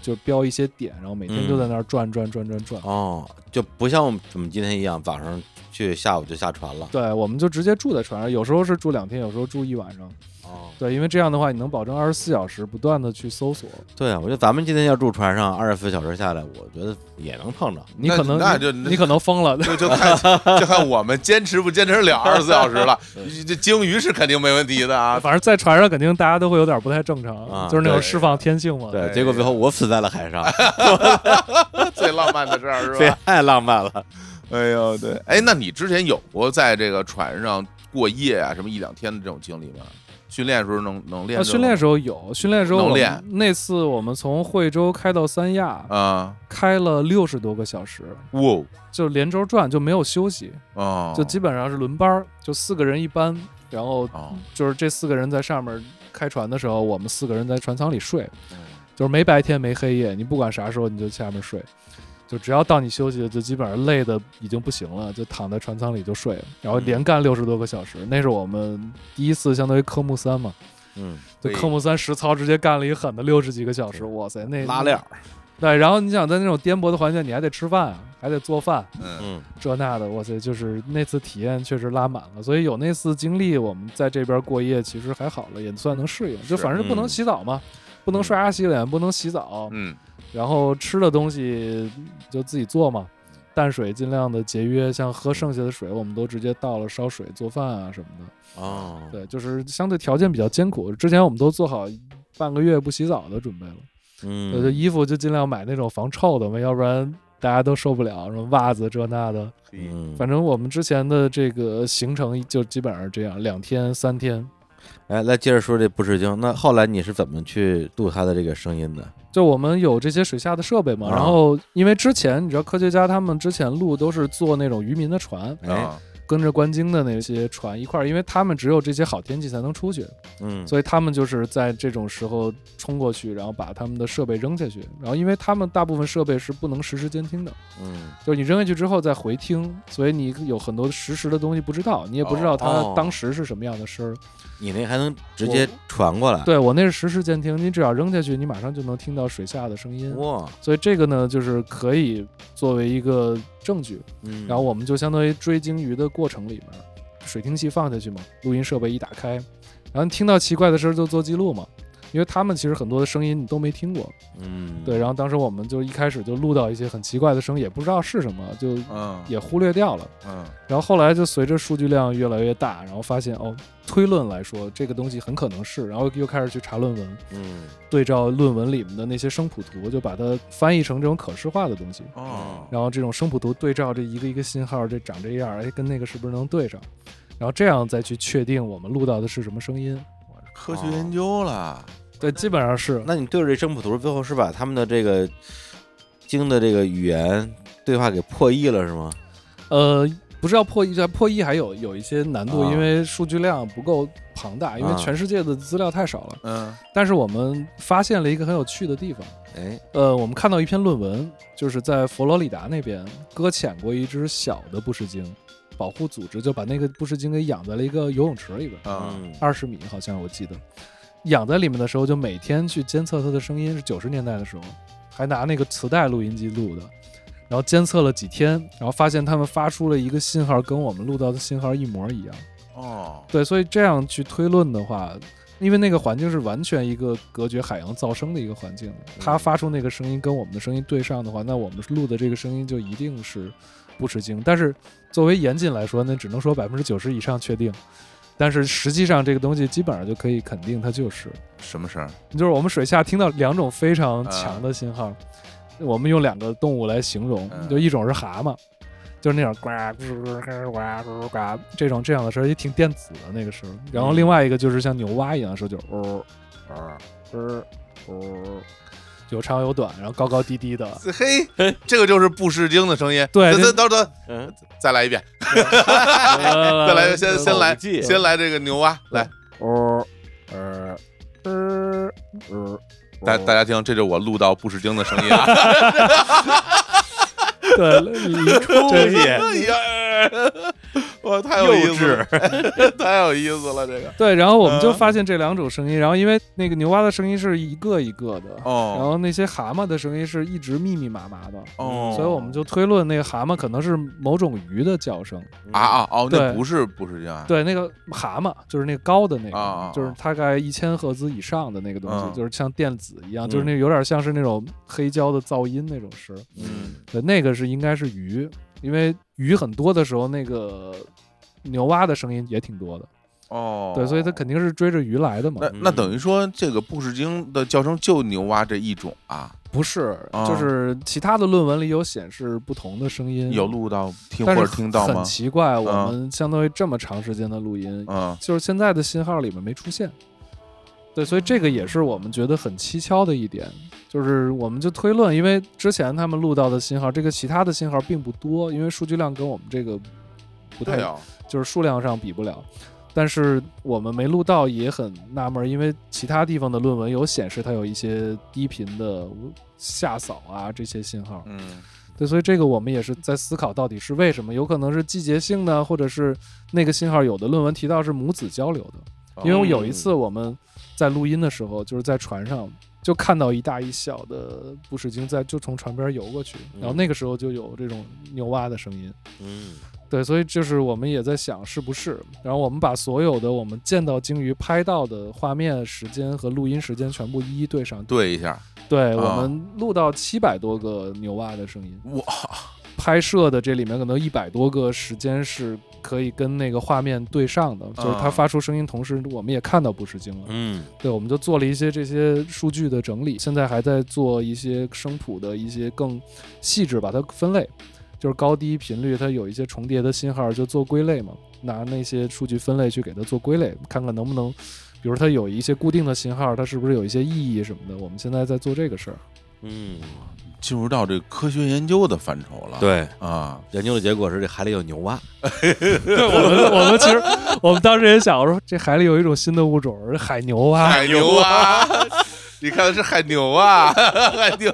Speaker 3: 就标一些点，然后每天就在那儿
Speaker 2: 嗯
Speaker 3: 转转转转转。
Speaker 1: 哦，就不像我们我们今天一样，早上去，下午就下船了。
Speaker 3: 对，我们就直接住在船上，有时候是住两天，有时候住一晚上。
Speaker 1: 哦，
Speaker 3: 对，因为这样的话，你能保证二十四小时不断的去搜索。
Speaker 1: 对啊，我觉得咱们今天要住船上，二十四小时下来，我觉得也能碰着。
Speaker 3: 你
Speaker 2: 那
Speaker 3: 可能
Speaker 2: 那就
Speaker 3: 你可能疯了，
Speaker 2: 就就看就看我们坚持不坚持了二十四小时了。这鲸鱼是肯定没问题的啊，
Speaker 3: 反正在船上肯定大家都会有点不太正常，
Speaker 1: 啊
Speaker 3: 就是那种
Speaker 2: 对
Speaker 3: 释放天性嘛。
Speaker 1: 对，
Speaker 2: 哎
Speaker 1: 结果最后我死在了海上，
Speaker 2: 最浪漫的事儿是
Speaker 1: 这
Speaker 2: 吧？
Speaker 1: 太浪漫了。
Speaker 2: 哎呦，对，哎，那你之前有过在这个船上过夜啊，什么一两天的这种经历吗？训练时候能能练这种？
Speaker 3: 那啊训练时候有，训练时候
Speaker 2: 能
Speaker 3: 我们
Speaker 2: 练
Speaker 3: 那次我们从惠州开到三亚，
Speaker 2: 啊，
Speaker 3: 开了六十多个小时，
Speaker 2: 哇哦
Speaker 3: 就连轴转，就没有休息，
Speaker 2: 哦，
Speaker 3: 就基本上是轮班儿，就四个人一班，然后
Speaker 2: 哦，
Speaker 3: 就是这四个人在上面开船的时候，我们四个人在船舱里睡，
Speaker 2: 嗯
Speaker 3: 就是没白天没黑夜，你不管啥时候你就下面睡，就只要到你休息，就基本上累的已经不行了，就躺在船舱里就睡了，然后
Speaker 2: 嗯
Speaker 3: 连干六十多个小时，那是我们第一次相当于科目三嘛，
Speaker 1: 嗯，
Speaker 3: 就
Speaker 2: 对
Speaker 3: 科目三实操直接干了一狠的六十几个小时，哇塞，那
Speaker 1: 拉链儿，
Speaker 3: 对，然后你想在那种颠簸的环境，你还得吃饭，啊还得做饭，
Speaker 2: 嗯
Speaker 1: 嗯
Speaker 3: 这那的，哇塞，就是那次体验确实拉满了，所以有那次经历，我们在这边过夜其实还好了，也算能适应。就反正是不能
Speaker 1: 嗯
Speaker 3: 洗澡嘛，不能刷牙洗脸，不能洗澡，
Speaker 2: 嗯，
Speaker 3: 然后吃的东西就自己做嘛，
Speaker 1: 嗯
Speaker 3: 淡水尽量的节约，像喝剩下的水，我们都直接倒了烧水做饭啊什么的。
Speaker 1: 哦，
Speaker 3: 对，就是相对条件比较艰苦，之前我们都做好半个月不洗澡的准备了。我就
Speaker 1: 嗯，
Speaker 3: 衣服就尽量买那种防臭的嘛，要不然大家都受不了。什么袜子这那的，
Speaker 2: 嘿
Speaker 1: 嗯，
Speaker 3: 反正我们之前的这个行程就基本上是这样，两天三天。
Speaker 1: 哎，来接着说这不识鲸。那后来你是怎么去度它的这个声音的？
Speaker 3: 就我们有这些水下的设备嘛，
Speaker 1: 啊
Speaker 3: 然后因为之前你知道科学家他们之前录都是坐那种渔民的船，
Speaker 1: 哎，
Speaker 2: 啊，
Speaker 3: 跟着观鲸的那些船一块儿，因为他们只有这些好天气才能出去，
Speaker 1: 嗯，
Speaker 3: 所以他们就是在这种时候冲过去，然后把他们的设备扔下去，然后因为他们大部分设备是不能实时监听的，
Speaker 1: 嗯，
Speaker 3: 就是你扔下去之后再回听，所以你有很多实时的东西不知道，你也不知道它
Speaker 1: 哦
Speaker 3: 当时是什么样的声儿。
Speaker 1: 你那还能直接传过来？，
Speaker 3: 对我那是实时监听，你只要扔下去，你马上就能听到水下的声音。
Speaker 1: 哇，
Speaker 3: 所以这个呢，就是可以作为一个证据，
Speaker 1: 嗯，
Speaker 3: 然后我们就相当于追鲸鱼的过程里面，水听器放下去嘛，录音设备一打开，然后你听到奇怪的声儿就做记录嘛，因为他们其实很多的声音你都没听过，
Speaker 1: 嗯，
Speaker 3: 对。然后当时我们就一开始就录到一些很奇怪的声，也不知道是什么，就
Speaker 2: 嗯
Speaker 3: 也忽略掉了。
Speaker 2: 嗯，
Speaker 3: 然后后来就随着数据量越来越大，然后发现哦，推论来说这个东西很可能是，然后又开始去查论文，
Speaker 1: 嗯，
Speaker 3: 对照论文里面的那些声谱图，就把它翻译成这种可视化的东西。
Speaker 2: 哦，
Speaker 3: 然后这种声谱图对照这一个一个信号，这长这样，哎，跟那个是不是能对上？然后这样再去确定我们录到的是什么声音。
Speaker 2: 科学研究了，
Speaker 3: 对，基本上是
Speaker 1: 那你对着这声谱图，最后是把他们的这个鲸的这个语言对话给破译了是吗？
Speaker 3: 呃，不是要破译，破译还有有一些难度，
Speaker 1: 啊
Speaker 3: 因为数据量不够庞大，因为
Speaker 1: 啊
Speaker 3: 全世界的资料太少了。
Speaker 2: 嗯
Speaker 3: 但是我们发现了一个很有趣的地方。
Speaker 1: 哎，
Speaker 3: 呃，我们看到一篇论文，就是在佛罗里达那边搁浅过一只小的布氏鲸，保护组织就把那个布氏鲸给养在了一个游泳池里边，
Speaker 2: 啊，
Speaker 1: 嗯，
Speaker 3: 二十米好像我记得。养在里面的时候，就每天去监测它的声音，是九十年代的时候，还拿那个磁带录音机录的，然后监测了几天，然后发现它们发出了一个信号，跟我们录到的信号一模一样。
Speaker 2: 哦，
Speaker 3: 对，所以这样去推论的话，因为那个环境是完全一个隔绝海洋噪声的一个环境，它发出那个声音跟我们的声音对上的话，那我们录的这个声音就一定是不吃惊。但是作为严谨来说，那只能说百分之九十以上确定。但是实际上，这个东西基本上就可以肯定它就是，
Speaker 2: 什么事儿？
Speaker 3: 就是我们水下听到两种非常
Speaker 2: 啊
Speaker 3: 强的信号，我们用两个动物来形容，
Speaker 2: 嗯
Speaker 3: 就一种是蛤蟆，就是那种呱呱呱呱呱这种这样的声儿，也挺电子的那个声儿。然后
Speaker 2: 嗯
Speaker 3: 另外一个就是像牛蛙一样的声儿，就是哦呜呜呜呜，有哦长有短，然后高高低低的。
Speaker 2: 嘿，这个就是不失精的声音。
Speaker 3: 对
Speaker 2: 再等等，
Speaker 1: 嗯，
Speaker 2: 再来一遍，
Speaker 3: 再
Speaker 2: 再来，先先来，
Speaker 1: 五 G
Speaker 2: 先来这个牛蛙，来，
Speaker 3: 呜呃呃呃，
Speaker 2: 大大家听，这就是我录到不失精的声音啊。
Speaker 3: 对，
Speaker 1: 东西
Speaker 3: 这
Speaker 2: 哎 呀，哇，太有意思了， 太有意思了，这个
Speaker 3: 对，然后我们就
Speaker 2: 嗯
Speaker 3: 发现这两种声音，然后因为那个牛蛙的声音是一个一个的，然
Speaker 2: 哦
Speaker 3: 后那些蛤蟆的声音是一直密密麻麻的，
Speaker 2: 哦，
Speaker 3: 所以我们就推论那个蛤蟆可能是某种鱼的叫声。
Speaker 2: 啊啊哦，那
Speaker 3: 对
Speaker 2: 不是不是这样，
Speaker 3: 对，那个蛤蟆就是那个高的那
Speaker 2: 啊啊啊
Speaker 3: 个，就是大概一千赫兹以上的那个东
Speaker 2: 嗯
Speaker 3: 西，就是像电子一样，
Speaker 1: 嗯
Speaker 3: 就是那有点像是那种黑胶的噪音那种声。
Speaker 2: 嗯
Speaker 3: 对，那个是应该是鱼，因为鱼很多的时候，那个牛蛙的声音也挺多的。
Speaker 2: 哦，
Speaker 3: 对，所以它肯定是追着鱼来的嘛
Speaker 2: 那。那等于说这个布氏鲸的叫声就牛蛙这一种啊，
Speaker 3: 不是，
Speaker 2: 啊
Speaker 3: 就是其他的论文里有显示不同的声音，
Speaker 2: 有录到听或
Speaker 3: 嗯但
Speaker 2: 者
Speaker 3: 是
Speaker 2: 听到
Speaker 3: 很
Speaker 2: 吗？
Speaker 3: 奇怪，我
Speaker 2: 嗯
Speaker 3: 们相当于这么长时间的录音，
Speaker 2: 嗯
Speaker 3: 就是现在的信号里面没出现。对，所以这个也是我们觉得很蹊跷的一点，就是我们就推论，因为之前他们录到的信号，这个其他的信号并不多，因为数据量跟我们这个不太
Speaker 2: 对啊，
Speaker 3: 就是数量上比不了。但是我们没录到也很纳闷儿，因为其他地方的论文有显示它有一些低频的下扫啊这些信号，
Speaker 2: 嗯
Speaker 3: 对，所以这个我们也是在思考到底是为什么，有可能是季节性的，或者是那个信号有的论文提到是母子交流的，因为我有一
Speaker 2: 哦
Speaker 3: 次我们在录音的时候，就是在船上就看到一大一小的布氏鲸在就从船边游过去，然后那个时候就有这种牛蛙的声音，
Speaker 1: 嗯
Speaker 3: 对，所以就是我们也在想是不是，然后我们把所有的我们见到鲸鱼拍到的画面、时间和录音时间全部一一对上。
Speaker 2: 对一下，
Speaker 3: 对，
Speaker 2: 啊
Speaker 3: 我们录到七百多个牛蛙的声音，
Speaker 2: 哇，
Speaker 3: 拍摄的这里面可能一百多个时间是可以跟那个画面对上的，就是
Speaker 2: 啊
Speaker 3: 它发出声音同时，我们也看到不是鲸了。
Speaker 1: 嗯
Speaker 3: 对，我们就做了一些这些数据的整理，现在还在做一些声谱的一些更细致，把它分类，就是高低频率，它有一些重叠的信号，就做归类嘛，拿那些数据分类去给它做归类，看看能不能，比如它有一些固定的信号，它是不是有一些意义什么的。我们现在在做这个事儿，
Speaker 1: 嗯，
Speaker 2: 进入到这个科学研究的范畴了，
Speaker 1: 对，
Speaker 2: 啊，
Speaker 1: 研究的结果是这海里有牛蛙，
Speaker 3: 对我 们，我们其实我们当时也想说，这海里有一种新的物种，海牛啊蛙、
Speaker 2: 海啊牛蛙， 你看是海牛啊， 海牛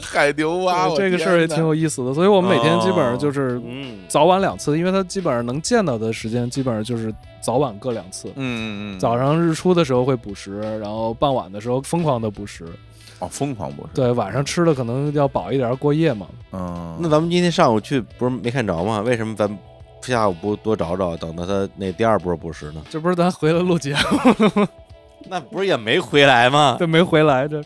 Speaker 2: 海牛蛙，
Speaker 3: 对
Speaker 2: 我
Speaker 3: 这个事儿也挺
Speaker 2: 天哪
Speaker 3: 有意思的。所以我们每天基本
Speaker 2: 哦
Speaker 3: 上就是
Speaker 1: 嗯
Speaker 3: 早晚两次，因为它基本上能见到的时间基本上就是早晚各两次。
Speaker 2: 嗯嗯嗯，
Speaker 3: 早上日出的时候会捕食，然后傍晚的时候疯狂的捕食。
Speaker 2: 哦疯狂博士，
Speaker 3: 对，晚上吃的可能要饱一点儿过夜嘛。
Speaker 2: 嗯，
Speaker 1: 那咱们今天上午去不是没看着吗？为什么咱下午不多找找，等到他那第二波捕食呢？
Speaker 3: 这不是咱回来录节目，
Speaker 1: 那不是也没回来 吗？
Speaker 3: 啊这没回来这。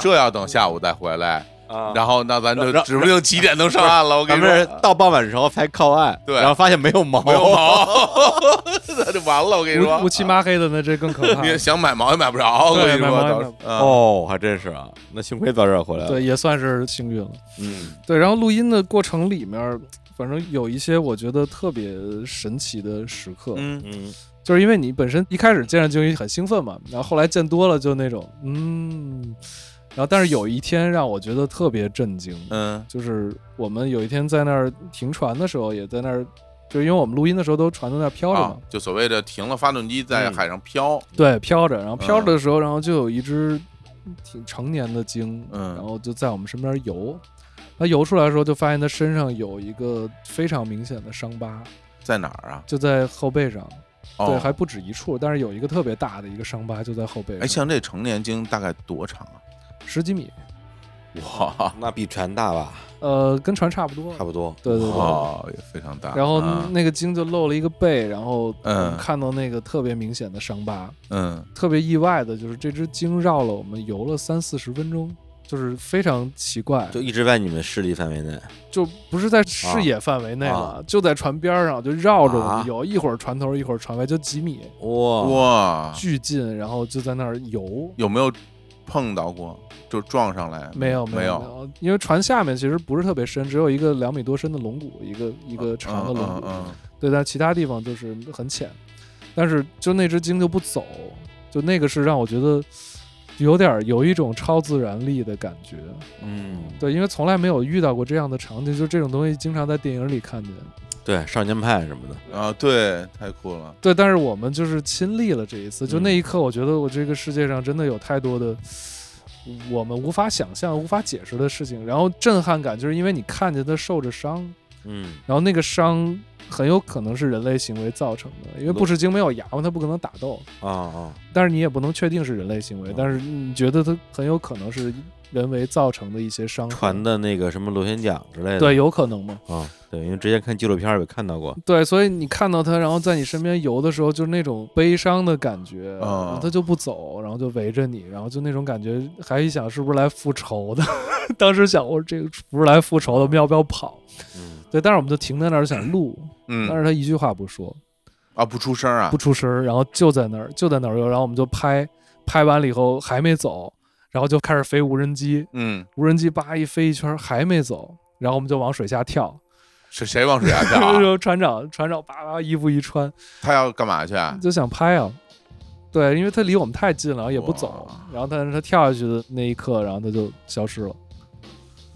Speaker 2: 这要等下午再回来，
Speaker 1: 啊
Speaker 3: 嗯
Speaker 2: 然后那咱就
Speaker 1: 然后
Speaker 2: 指不定几点能上岸了。我跟
Speaker 1: 咱
Speaker 2: 你
Speaker 1: 们是
Speaker 2: 说，
Speaker 1: 到傍晚的时候才靠岸，
Speaker 2: 对
Speaker 1: 然后发现没有毛，
Speaker 2: 没有毛，
Speaker 3: 哦
Speaker 2: 那就完了。我跟你说，
Speaker 3: 乌乌漆嘛黑的，那这 更可怕。
Speaker 2: 你想买毛也买不着。我
Speaker 3: 啊
Speaker 2: 跟
Speaker 3: 对
Speaker 2: 你
Speaker 3: 买
Speaker 2: 说，
Speaker 3: 毛也
Speaker 2: 到
Speaker 3: 买
Speaker 2: 时
Speaker 3: 不
Speaker 2: 候嗯
Speaker 1: 哦，还真是啊，那幸亏早点回来了。
Speaker 3: 对，也算是幸运了。
Speaker 1: 嗯
Speaker 3: 对，然后录音的过程里面儿，反正有一些我觉得特别神奇的时刻，
Speaker 2: 嗯
Speaker 1: 嗯
Speaker 3: 就是因为你本身一开始见着鲸鱼很兴奋嘛，然后后来见多了就那种嗯，然后但是有一天让我觉得特别震惊，
Speaker 2: 嗯
Speaker 3: 就是我们有一天在那儿停船的时候，也在那儿，就是因为我们录音的时候都船在那儿飘着嘛嗯
Speaker 2: 啊，，就所谓的停了发动机在海上飘，
Speaker 3: 对，飘着，然后飘
Speaker 2: 嗯
Speaker 3: 着的时候，然后就有一只挺成年的鲸，
Speaker 2: 嗯
Speaker 3: 然后就在我们身边游。它游出来的时候，就发现它身上有一个非常明显的伤疤，
Speaker 2: 在哪儿啊？
Speaker 3: 就在后背上，对，
Speaker 2: 哦，
Speaker 3: 还不止一处，但是有一个特别大的一个伤疤就在后背
Speaker 2: 哎，
Speaker 3: 上，
Speaker 2: 像这成年鲸大概多长啊？
Speaker 3: 十几米，
Speaker 2: 哇，
Speaker 1: 那比船大吧，
Speaker 3: 呃，跟船差不多，
Speaker 1: 差不多。
Speaker 3: 啊对对对。
Speaker 2: 哇，也非常大。
Speaker 3: 然后
Speaker 2: 哦啊
Speaker 3: 那个鲸就露了一个背，然后我
Speaker 2: 嗯
Speaker 3: 们看到那个特别明显的伤疤，
Speaker 2: 嗯，
Speaker 3: 特别意外的就是这只鲸绕了我们游了三四十分钟，就是非常奇怪，
Speaker 1: 就一直在你们视力范围内，
Speaker 3: 就不是在视野范围内了，
Speaker 1: 啊
Speaker 3: 就在船边上，就绕着我
Speaker 1: 啊
Speaker 3: 们游，一会儿船头，一会儿船尾，就几米
Speaker 1: 哇
Speaker 2: 哇，
Speaker 3: 巨近，然后就在那儿游。
Speaker 2: 有没有碰到过，就撞上来
Speaker 3: 没有
Speaker 2: 没
Speaker 3: 有没，因为船下面其实不是特别深，只有一个两米多深的龙骨，一个一个长的
Speaker 2: 嗯
Speaker 3: 龙
Speaker 2: 嗯
Speaker 3: 骨，
Speaker 2: 嗯，
Speaker 3: 对，但其他地方就是很浅。但是就那只鲸就不走，就那个是让我觉得有点儿有一种超自然力的感觉。
Speaker 1: 嗯，
Speaker 3: 对，因为从来没有遇到过这样的场景，就这种东西经常在电影里看见。
Speaker 1: 对，少年派什么的，
Speaker 2: 嗯啊，对，太酷了，
Speaker 3: 对，但是我们就是亲历了这一次，就
Speaker 1: 嗯
Speaker 3: 那一刻，我觉得我这个世界上真的有太多的我们无法想象、无法解释的事情。然后震撼感就是因为你看见它受着伤，
Speaker 1: 嗯
Speaker 3: 然后那个伤很有可能是人类行为造成的，因为不齿鲸没有牙嘛，它不可能打斗，
Speaker 1: 啊啊，
Speaker 3: 但是你也不能确定是人类行为，但是你觉得它很有可能是人为造成的一些伤痕
Speaker 1: 传的那个什么螺旋桨之类的，
Speaker 3: 对，有可能嘛？
Speaker 1: 啊，对，因为之前看纪录片儿也看到过，
Speaker 3: 对，所以你看到它，然后在你身边游的时候，就是那种悲伤的感觉，
Speaker 2: 啊
Speaker 3: 然后它就不走，然后就围着你，然后就那种感觉，还一想是不是来复仇的？ 当时想，我这个不是来复仇的，我们要不要跑？
Speaker 1: 嗯
Speaker 3: 对，但是我们就停在那儿想录，但
Speaker 2: 嗯，
Speaker 3: 是他一句话不说，
Speaker 2: 啊，不出声啊
Speaker 3: 不，出声儿，然后就在那儿，就在那儿游，然后我们就拍，拍完了以后还没走，然后就开始飞无人机，
Speaker 2: 嗯，
Speaker 3: 无人机叭一飞一圈儿还没走，然后我们就往水下跳，
Speaker 2: 是谁往水下
Speaker 3: 然
Speaker 2: 跳啊？
Speaker 3: 后船长船长叭叭衣服一穿，
Speaker 2: 他要干嘛去啊？
Speaker 3: 就想拍啊。对，因为他离我们太近了，然后也不走
Speaker 2: 哇，
Speaker 3: 然后但是他跳下去的那一刻，然后他就消失了，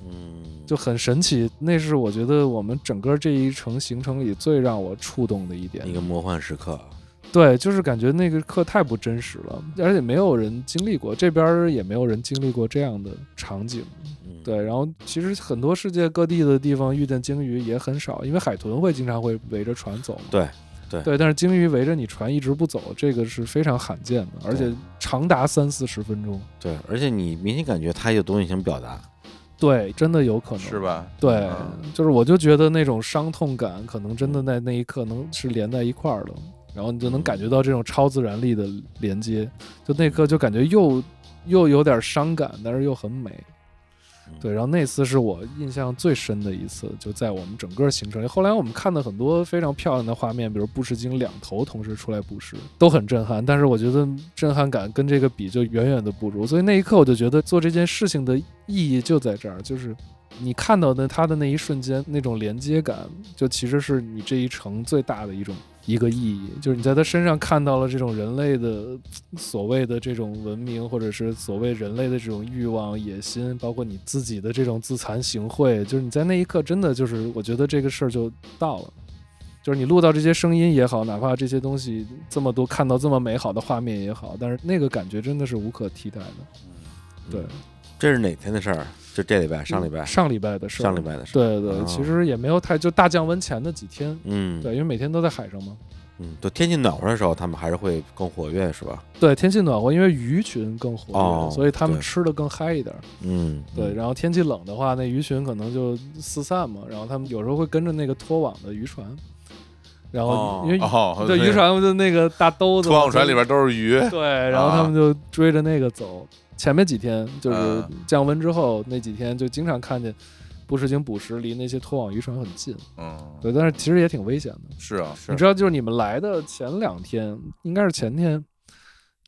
Speaker 1: 嗯，
Speaker 3: 就很神奇。那是我觉得我们整个这一程行程里最让我触动的一点
Speaker 1: 一。个魔幻时刻，
Speaker 3: 对，就是感觉那个课太不真实了，而且没有人经历过，这边儿也没有人经历过这样的场景。
Speaker 1: 嗯，
Speaker 3: 对，然后其实很多世界各地的地方遇见鲸鱼也很少，因为海豚会经常会围着船走嘛。
Speaker 1: 对对
Speaker 3: 但是鲸鱼围着你船一直不走，这个是非常罕见的，而且长达三四十分钟。
Speaker 1: 对，而且你明显感觉他有东西想表达，
Speaker 3: 对，真的有可能。
Speaker 2: 是吧？
Speaker 3: 对，
Speaker 2: 嗯
Speaker 3: 就是我就觉得那种伤痛感，可能真的在那一刻能是连在一块儿的，然后你就能感觉到这种超自然力的连接，就那一刻就感觉又又有点伤感，但是又很美。对，然后那次是我印象最深的一次，就在我们整个行程里。后来我们看到很多非常漂亮的画面，比如布什鲸两头同时出来捕食，都很震撼。但是我觉得震撼感跟这个比就远远的不如。所以那一刻我就觉得做这件事情的意义就在这儿，就是你看到的它的那一瞬间那种连接感，就其实是你这一程最大的一种一个意义，就是你在它身上看到了这种人类的所谓的这种文明，或者是所谓人类的这种欲望、野心，包括你自己的这种自惭形秽，就是你在那一刻真的就是，我觉得这个事儿就到了。就是你录到这些声音也好，哪怕这些东西这么多，看到这么美好的画面也好，但是那个感觉真的是无可替代的。对，
Speaker 1: 这是哪天的事儿？就这礼拜，上礼拜，
Speaker 3: 上礼拜的事儿，
Speaker 1: 上礼拜的事儿，
Speaker 3: 嗯对对，
Speaker 1: 哦
Speaker 3: 其实也没有太就大降温前的几天，
Speaker 1: 嗯，
Speaker 3: 对，因为每天都在海上嘛。
Speaker 1: 嗯，对，天气暖和的时候，他们还是会更活跃，是吧？
Speaker 3: 对，天气暖和，因为鱼群更活跃，
Speaker 1: 哦
Speaker 3: 所以它们
Speaker 1: 对
Speaker 3: 吃的更嗨一点儿。
Speaker 1: 嗯，
Speaker 3: 对，
Speaker 1: 嗯，
Speaker 3: 然后天气冷的话，那鱼群可能就四散嘛，然后他们有时候会跟着那个拖网的渔船，然后、
Speaker 1: 哦
Speaker 3: 因为、
Speaker 2: 哦，
Speaker 3: 对渔船的那个大兜子嘛，
Speaker 2: 拖网船里边都是鱼，
Speaker 3: 对，然后他们就追着那个走。前面几天就是
Speaker 2: 嗯
Speaker 3: 降温之后、那几天，就经常看见布什鲸捕食离那些拖网渔船很近，
Speaker 2: 嗯，
Speaker 3: 对，但是其实也挺危险的。
Speaker 2: 是啊，
Speaker 1: 是
Speaker 3: 你知道，就是你们来的前两天，应该是前天，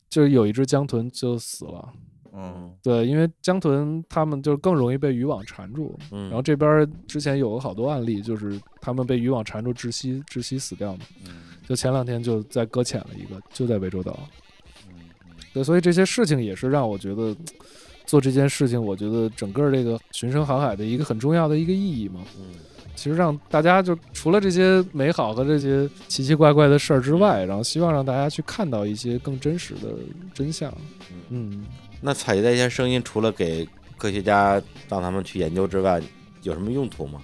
Speaker 3: 就是有一只江豚就死了。
Speaker 2: 嗯
Speaker 3: 对，因为江豚它们就更容易被渔网缠住，
Speaker 1: 嗯
Speaker 3: 然后这边儿之前有过好多案例，就是它们被渔网缠住窒息，窒息死掉嘛。
Speaker 2: 嗯
Speaker 3: 就前两天就在搁浅了一个，就在涠洲岛。
Speaker 2: 嗯
Speaker 3: 对，所以这些事情也是让我觉得做这件事情，我觉得整个这个寻声航海的一个很重要的一个意义嘛。
Speaker 1: 嗯
Speaker 3: 其实让大家就除了这些美好和这些奇奇怪怪的事儿之外，然后希望让大家去看到一些更真实的真相。嗯，
Speaker 1: 那采集的一些声音，除了给科学家让他们去研究之外，有什么用途吗？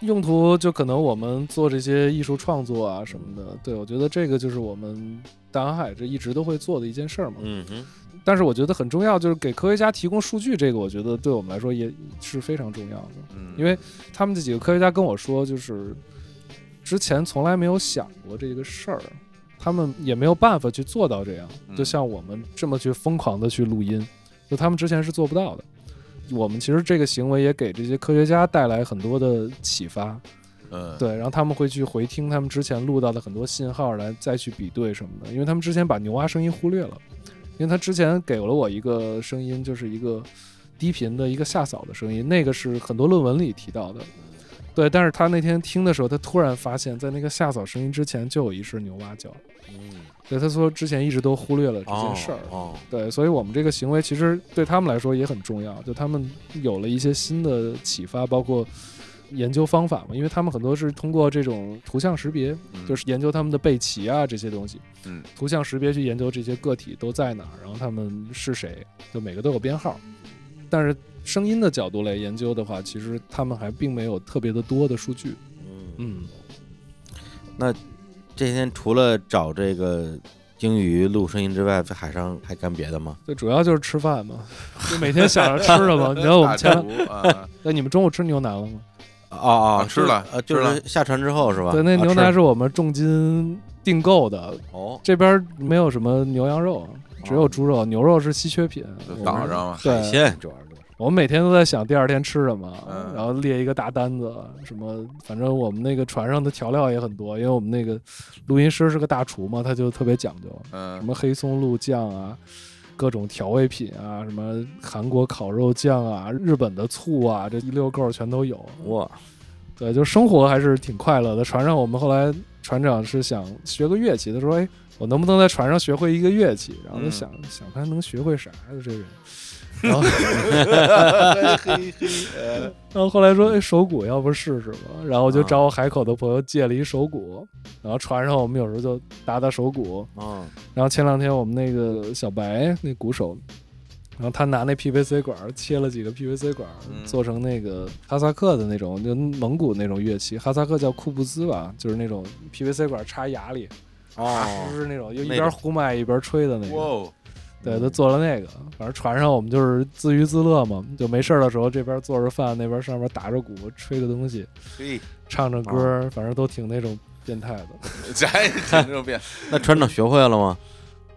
Speaker 3: 用途就可能我们做这些艺术创作啊什么的，对我觉得这个就是我们大航海这一直都会做的一件事儿嘛。
Speaker 1: 嗯哼，
Speaker 3: 但是我觉得很重要，就是给科学家提供数据，这个我觉得对我们来说也是非常重要的。
Speaker 2: 嗯，
Speaker 3: 因为他们这几个科学家跟我说，就是之前从来没有想过这个事儿，他们也没有办法去做到这样。
Speaker 2: 嗯
Speaker 3: 就像我们这么去疯狂的去录音，就他们之前是做不到的。我们其实这个行为也给这些科学家带来很多的启发，
Speaker 2: 嗯
Speaker 3: 对，然后他们会去回听他们之前录到的很多信号来再去比对什么的，因为他们之前把牛蛙声音忽略了，因为他之前给了我一个声音，就是一个低频的一个下扫的声音，那个是很多论文里提到的。对，但是他那天听的时候，他突然发现，在那个下扫声音之前就有一声牛蛙叫。
Speaker 1: 嗯，
Speaker 3: 对，他说之前一直都忽略了这件事儿。
Speaker 1: 哦，
Speaker 3: 对，所以我们这个行为其实对他们来说也很重要，就他们有了一些新的启发，包括研究方法嘛，因为他们很多是通过这种图像识别，
Speaker 2: 嗯
Speaker 3: 就是研究他们的背鳍啊这些东西，
Speaker 2: 嗯，
Speaker 3: 图像识别去研究这些个体都在哪儿，然后他们是谁，就每个都有编号，但是。声音的角度来研究的话，其实他们还并没有特别的多的数据。
Speaker 1: 嗯，
Speaker 3: 嗯，
Speaker 1: 这些天除了找这个鲸鱼录声音之外，在海上还干别的吗？
Speaker 3: 最主要就是吃饭嘛，就每天想着吃的嘛。 你知道我们前
Speaker 2: 大
Speaker 3: 两，
Speaker 2: 厨 啊，
Speaker 3: 那你们中午吃牛腩了吗？
Speaker 1: 啊啊，
Speaker 2: 啊吃了
Speaker 1: 呃，就
Speaker 2: 吃了
Speaker 1: 是下船之后是吧？
Speaker 3: 对，那
Speaker 1: 啊
Speaker 3: 牛
Speaker 1: 吃
Speaker 3: 腩是我们重金订购的，
Speaker 1: 哦，
Speaker 3: 这边没有什么牛羊肉，只有猪肉，牛肉是稀缺品。
Speaker 2: 就
Speaker 3: 我们
Speaker 2: 岛上嘛，
Speaker 1: 海
Speaker 3: 对，
Speaker 1: 鲜这玩意儿都是，
Speaker 3: 我们每天都在想第二天吃什么，
Speaker 2: 嗯
Speaker 3: 然后列一个大单子，什么反正我们那个船上的调料也很多，因为我们那个录音师是个大厨嘛，他就特别讲究，什
Speaker 2: 嗯，
Speaker 3: 么黑松露酱啊。各种调味品啊，什么韩国烤肉酱啊，日本的醋啊，这一溜够儿全都有。
Speaker 1: 哇，
Speaker 3: 对，就生活还是挺快乐的。船上我们后来船长是想学个乐器，他说：“哎，我能不能在船上学会一个乐器？”然后他
Speaker 2: 嗯
Speaker 3: 想、想他能学会啥呀，这人。然后
Speaker 2: 嘿嘿，呃
Speaker 3: 然后后来说：“哎，手鼓要不试试吧？”然后我就
Speaker 1: 啊
Speaker 3: 找我海口的朋友借了一手鼓，然后船上我们有时候就打打手鼓。
Speaker 1: 嗯，
Speaker 3: 然后前两天我们那个小白那鼓手。然后他拿那 PVC 管儿切了几个 PVC 管儿，
Speaker 2: 嗯
Speaker 3: 做成那个哈萨克的那种，就蒙古那种乐器。哈萨克叫库布兹吧，就是那种 PVC 管儿插牙里，
Speaker 1: 哦，
Speaker 3: 是那种就一
Speaker 1: 那
Speaker 3: 边
Speaker 1: 种
Speaker 3: 呼麦一边吹 的那
Speaker 2: 哇
Speaker 3: 种。
Speaker 2: 哦，
Speaker 3: 对，他做了那个。反正船上我们就是自娱自乐嘛，就没事儿的时候这边做着饭，那边上面打着鼓吹个东西，
Speaker 2: 嘿，
Speaker 3: 唱着歌
Speaker 1: 哦
Speaker 3: 儿，反正都挺那种变态的。
Speaker 2: 这还挺牛逼，
Speaker 1: 那船长学会了吗？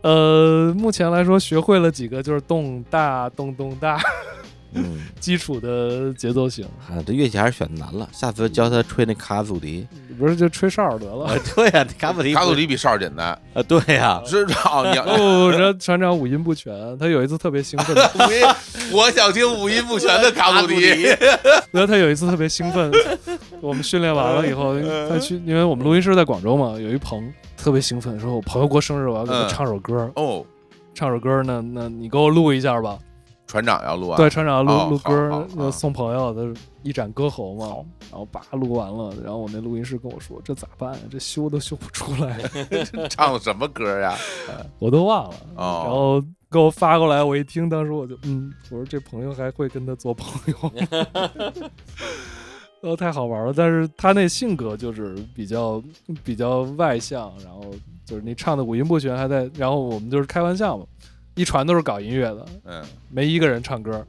Speaker 3: 呃，目前来说学会了几个，就是动大动动大
Speaker 1: 嗯，
Speaker 3: 基础的节奏型，
Speaker 1: 啊，这乐器还是选难了，下次教他吹那卡祖笛。
Speaker 3: 不是就吹哨儿得了。
Speaker 1: 啊，对呀，卡 祖笛，
Speaker 2: 卡祖笛比哨儿简单，
Speaker 1: 啊，对呀，
Speaker 2: 知道你要
Speaker 3: 哦，然后船长五音不全，他有一次特别兴 奋，
Speaker 2: 五音， 我想听五音不全的卡祖笛。
Speaker 3: 然后他有一次特别兴奋，我们训练完了 以后，
Speaker 2: 嗯
Speaker 3: 他去，因为我们录音室在广州嘛，有一棚，特别兴奋，说我朋友过生日，我要给他
Speaker 2: 嗯
Speaker 3: 唱首歌，
Speaker 2: 哦，
Speaker 3: 唱首歌呢，那你给我录一下吧。
Speaker 2: 船长要录啊？
Speaker 3: 对，船长录、
Speaker 2: 哦
Speaker 3: 录
Speaker 2: 好好
Speaker 3: 歌，
Speaker 2: 好
Speaker 3: 那送朋友，他一展歌喉嘛，然后叭录完了，然后我那录音师跟我说，这咋办呀？这修都修不出来，
Speaker 2: 唱的什么歌呀？
Speaker 3: 我都忘了，
Speaker 2: 哦
Speaker 3: 然后。给我发过来，我一听，当时我就嗯，我说这朋友还会跟他做朋友，然后太好玩了。但是他那性格就是比较比较外向，然后就是你唱的五音不全，还在，然后我们就是开玩笑嘛，一船都是搞音乐的，
Speaker 2: 嗯，
Speaker 3: 没一个人唱歌，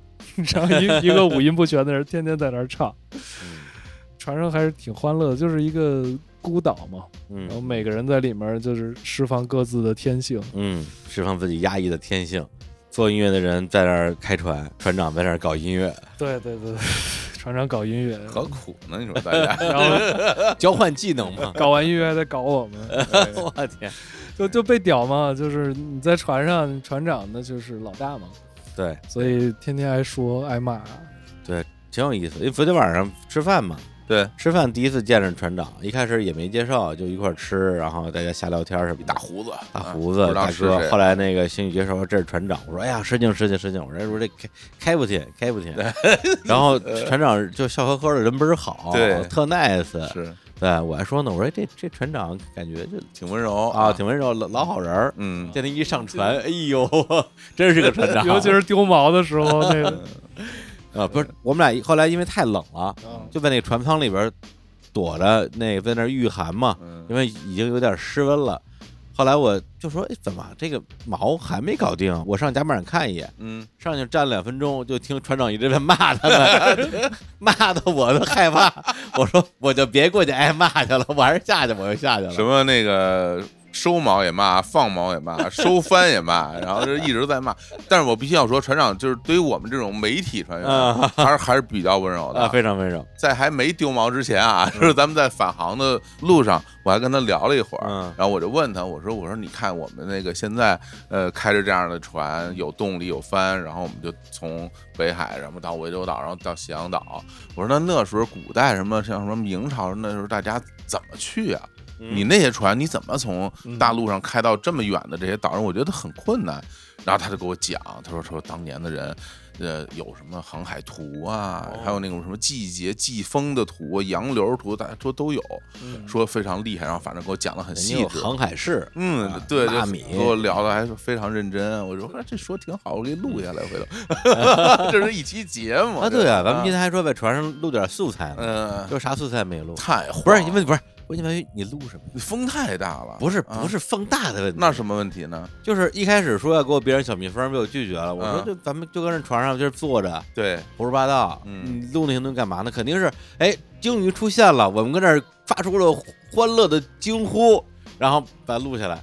Speaker 3: 然后一一个五音不全的人天天在那儿唱，船上还是挺欢乐的，就是一个孤岛嘛，然后
Speaker 1: 嗯
Speaker 3: 每个人在里面就是释放各自的天性。
Speaker 1: 嗯，释放自己压抑的天性。做音乐的人在那儿开船，船长在那儿搞音乐，
Speaker 3: 对对对，对 船长搞音乐，
Speaker 2: 何苦呢？你说 大家
Speaker 3: 然后。
Speaker 1: 交换技能嘛
Speaker 3: 搞完音乐还在搞我们，对
Speaker 1: 我天，
Speaker 3: 就就被屌嘛，就是你在船上，船长那就是老大嘛，
Speaker 1: 对，
Speaker 3: 所以天天挨说哎挨骂。
Speaker 1: 挺有意思。因为昨天晚上吃饭嘛，
Speaker 2: 对
Speaker 1: 吃饭第一次见着船长，一开始也没介绍，就一块儿吃，然后大家瞎聊天什么
Speaker 2: 大
Speaker 1: 的。
Speaker 2: 胡子，
Speaker 1: 大
Speaker 2: 啊
Speaker 1: 胡
Speaker 2: 不
Speaker 1: 子
Speaker 2: 知道
Speaker 1: 大
Speaker 2: 是
Speaker 1: 哥，
Speaker 2: 谁
Speaker 1: 后来那个星宇介绍说这是船长，我说哎呀失敬失敬失敬，我这说这开开不起开不起， 然后船长就笑呵呵的，人倍儿好，
Speaker 2: 对
Speaker 1: 特 nice，
Speaker 2: 是
Speaker 1: 对我还说呢，我说这这船长感觉就
Speaker 2: 挺温柔
Speaker 1: 啊挺温柔，老老好人儿，
Speaker 2: 嗯，
Speaker 1: 见他一上船， 哎呦，真是个船长，
Speaker 3: 尤其是丢毛的 时候，那个
Speaker 1: 啊不是我们俩后来因为太冷了，
Speaker 3: 嗯
Speaker 1: 就在那个船舱里边躲着，那个在那儿御寒嘛，
Speaker 2: 嗯
Speaker 1: 因为已经有点失温了。后来我就说，哎，怎么这个毛还没搞定？我上甲板上看一眼，
Speaker 2: 嗯，
Speaker 1: 上去站了两分钟，就听船长一直在骂他们，骂的我都害哎怕。我说我就别过去挨骂去了，我还是下去，我就下去了。
Speaker 2: 什么那个。收锚也骂，放锚也 骂，收帆也骂，然后就是一直在骂。但是我必须要说，船长就是对于我们这种媒体船员，
Speaker 1: 啊
Speaker 2: 还是还是比较温柔的。
Speaker 1: 啊，非常温柔，
Speaker 2: 在还没丢锚之前啊， 就是咱们在返航的路上，我还跟他聊了一会儿，
Speaker 1: 嗯
Speaker 2: 然后我就问他，我说我说你看我们那个现在呃开着这样的船，有动力有帆，然后我们就从北海什么到涠洲岛，然后到咸阳岛。我说那那时候古代什么像什么明朝那时候大家怎么去啊？
Speaker 1: 嗯
Speaker 2: 你那些船你怎么从大陆上开到这么远的这些岛上？我觉得很困难。然后他就给我讲，他说说当年的人，呃，有什么航海图啊，
Speaker 1: 哦
Speaker 2: 还有那种什么季节季风的图、洋流图，大家说都有，说非常厉害。然后反正给我讲的
Speaker 1: 嗯
Speaker 2: 很
Speaker 1: 人
Speaker 2: 细
Speaker 1: 家有
Speaker 2: 致。
Speaker 1: 航海士，
Speaker 2: 嗯
Speaker 1: 啊，
Speaker 2: 对，
Speaker 1: 纳
Speaker 2: 就
Speaker 1: 米
Speaker 2: 跟我聊的还是非常认真。我说、啊、这说挺好，我给你录下来，回 头这是一期节目
Speaker 1: 啊，对啊，咱们今
Speaker 2: 天
Speaker 1: 天还说在船上录点素材呢，
Speaker 2: 嗯、
Speaker 1: 就啥素材没录，
Speaker 2: 太
Speaker 1: 不是
Speaker 2: 晃
Speaker 1: 因为不是，我因为你录什么？
Speaker 2: 风太大了，
Speaker 1: 不是
Speaker 2: 啊
Speaker 1: 不是风大的问题，
Speaker 2: 那什么问题呢？
Speaker 1: 就是一开始说要给我别人小蜜蜂，被我拒绝了。我说
Speaker 2: 嗯
Speaker 1: 就咱们就跟这船上就是坐着
Speaker 2: 对，
Speaker 1: 胡说八道，
Speaker 2: 嗯
Speaker 1: 你录那些东西干嘛呢？肯定是哎，鲸鱼出现了，我们跟这儿发出了欢乐的惊呼，然后把它录下来。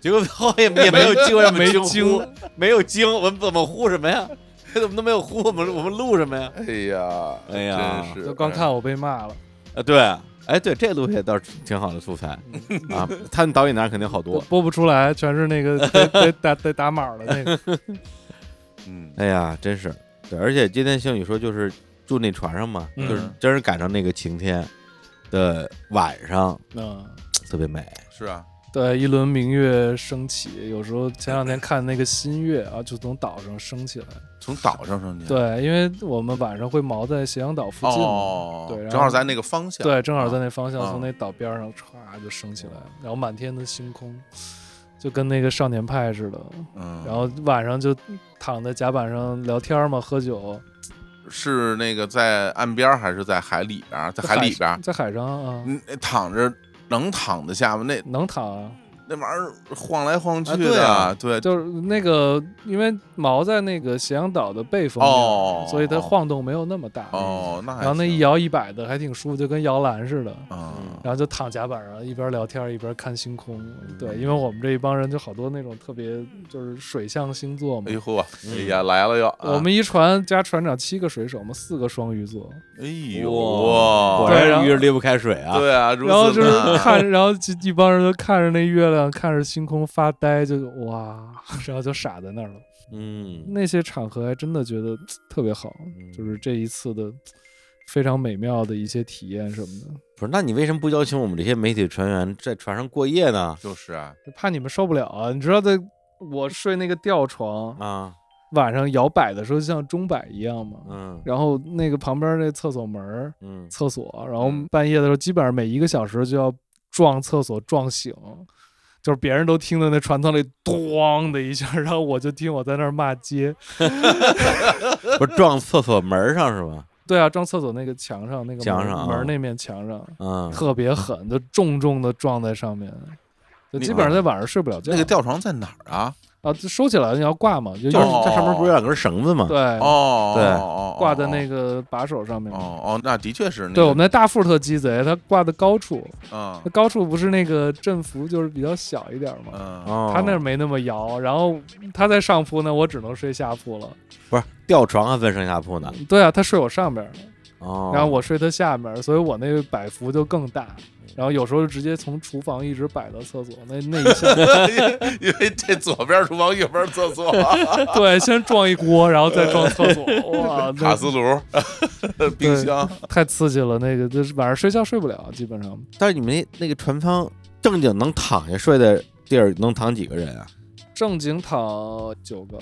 Speaker 1: 结果后来也也没有机会让我们
Speaker 3: 没
Speaker 1: 惊
Speaker 3: 惊
Speaker 1: 呼，没有惊，我们怎么呼什么呀？ 怎么都没有呼，我们我们录什么呀？
Speaker 2: 哎呀，
Speaker 1: 哎呀
Speaker 2: 真是
Speaker 3: 就光看我被骂了，
Speaker 1: 啊，对，哎，对，这录下倒是挺好的素 材啊，他们导演那儿肯定好
Speaker 3: 都
Speaker 1: 多。
Speaker 3: 播不出来，全是 那个得得打得打码的那个。
Speaker 2: 嗯，
Speaker 1: 哎呀，真是，对，而且今天星宇说就是住那船上嘛，
Speaker 3: 嗯
Speaker 1: 就是真是赶上那个晴天的晚上，
Speaker 3: 嗯，
Speaker 1: 特别美。
Speaker 2: 是啊，
Speaker 3: 对，一轮明月升起，有时候前两天看那个新月啊，就从岛上升起来。
Speaker 2: 从岛上啊
Speaker 1: 嗯
Speaker 2: 升起来，
Speaker 3: 对，因为我们晚上会锚在咸阳岛附近嘛，
Speaker 2: 哦，
Speaker 3: 对然后
Speaker 2: 正好在那个方向，
Speaker 3: 对，正好在
Speaker 2: 啊
Speaker 3: 那方向，
Speaker 2: 啊
Speaker 3: 从那岛边上歘就升起来，然后满天的星空，就跟那个少年派似的。
Speaker 2: 嗯，
Speaker 3: 然后晚上就躺在甲板上聊天嘛，喝酒，
Speaker 2: 是那个在岸边儿还是在海里边儿？在海里边儿，
Speaker 3: 在海上啊，
Speaker 2: 嗯，躺着能躺得下吗？那
Speaker 3: 能躺啊，
Speaker 2: 那玩意儿晃来晃去
Speaker 1: 啊对
Speaker 2: 的，
Speaker 1: 啊
Speaker 2: 对
Speaker 3: 就是那个因为锚在那个咸阳岛的背风面，
Speaker 2: 哦
Speaker 3: 所以它晃动没有那么大。
Speaker 2: 哦，那还
Speaker 3: 然后那
Speaker 2: 行
Speaker 3: 一摇一摆的还挺舒服，就跟摇篮似的。
Speaker 2: 嗯
Speaker 3: 然后就躺甲板上，一边聊天一边看星空。对，
Speaker 2: 嗯
Speaker 3: 因为我们这一帮人就好多那种特别就是水象星座嘛
Speaker 2: 哎呦，嚯，哎呀来了又，啊
Speaker 3: 嗯我们一船加船长七个水手嘛，四个双鱼座，
Speaker 2: 哎呦
Speaker 1: 哇果
Speaker 2: 哇，
Speaker 3: 哦对然
Speaker 1: 然
Speaker 3: 后
Speaker 1: 鱼是离不开水啊。
Speaker 2: 对啊，如
Speaker 3: 然后
Speaker 2: 此
Speaker 3: 就是
Speaker 2: 呢
Speaker 3: 看， 然后一一帮人都看着那月亮，看着星空发呆，就哇， 然后就傻在那儿了。
Speaker 1: 嗯，
Speaker 3: 那些场合还真的觉得特别好，就是这一次的非常美妙的一些体验什么的，
Speaker 1: 不是，那你为什么不邀请我们这些媒体船员在船上过夜呢？
Speaker 2: 就是啊，
Speaker 3: 怕你们受不了啊！你知道在。我睡那个吊
Speaker 2: 嗯
Speaker 3: 床，
Speaker 1: 啊，
Speaker 3: 晚上摇摆的时候就像钟摆一样嘛。
Speaker 1: 嗯
Speaker 3: 然后那个旁边那厕所门儿
Speaker 1: 嗯，
Speaker 3: 厕所，然后
Speaker 2: 嗯
Speaker 3: 半夜的时候，基本上每一个小时就要撞厕所撞醒，就是别人都听到那船舱里咣的一下， 然后我就听我在那儿骂街。
Speaker 1: 不是撞厕所门儿上是吧？
Speaker 3: 对啊，撞厕所那个墙上那个门
Speaker 1: 墙上啊
Speaker 3: 门那面墙上
Speaker 1: 嗯，
Speaker 3: 特别狠，就重重的撞在上面，就
Speaker 2: 那
Speaker 3: 基本上在晚上睡不了觉。
Speaker 2: 啊那个吊床在哪儿啊？
Speaker 3: 啊，就收起来你要挂嘛，就
Speaker 1: 就是
Speaker 2: 哦
Speaker 1: 它上面不是有两根绳子吗？
Speaker 3: 对
Speaker 2: 哦，
Speaker 1: 对
Speaker 2: 哦哦
Speaker 3: 挂在
Speaker 2: 哦
Speaker 3: 那个把手上面嘛。
Speaker 2: 哦哦，那的确是那
Speaker 3: 嗯对我
Speaker 2: 个，
Speaker 3: 们那大副特鸡贼，他挂的高处，
Speaker 2: 嗯
Speaker 3: 那高处不是那个振幅就是比较小一点嘛，
Speaker 2: 嗯，
Speaker 1: 哦，
Speaker 3: 他那儿没那么摇，然后他在上铺呢，我只能睡下铺了。
Speaker 1: 不是吊床还分上下铺呢。
Speaker 3: 对啊，他睡我上边儿，
Speaker 1: 哦，
Speaker 3: 然后我睡他下面儿，所以我那个摆幅就更大。然后有时候直接从厨房一直摆到厕所，那那一下，
Speaker 2: 嗯 因为这左边厨房，右边厕所，
Speaker 3: 对，先撞一锅，然后再撞厕 所，哇，那
Speaker 2: 卡斯炉、冰箱，
Speaker 3: 太刺激了，那个就是晚上睡觉睡不了，基本上
Speaker 1: 但是你们那那个船舱正经能躺下睡的地儿能躺几个人啊？
Speaker 3: 正经躺九个，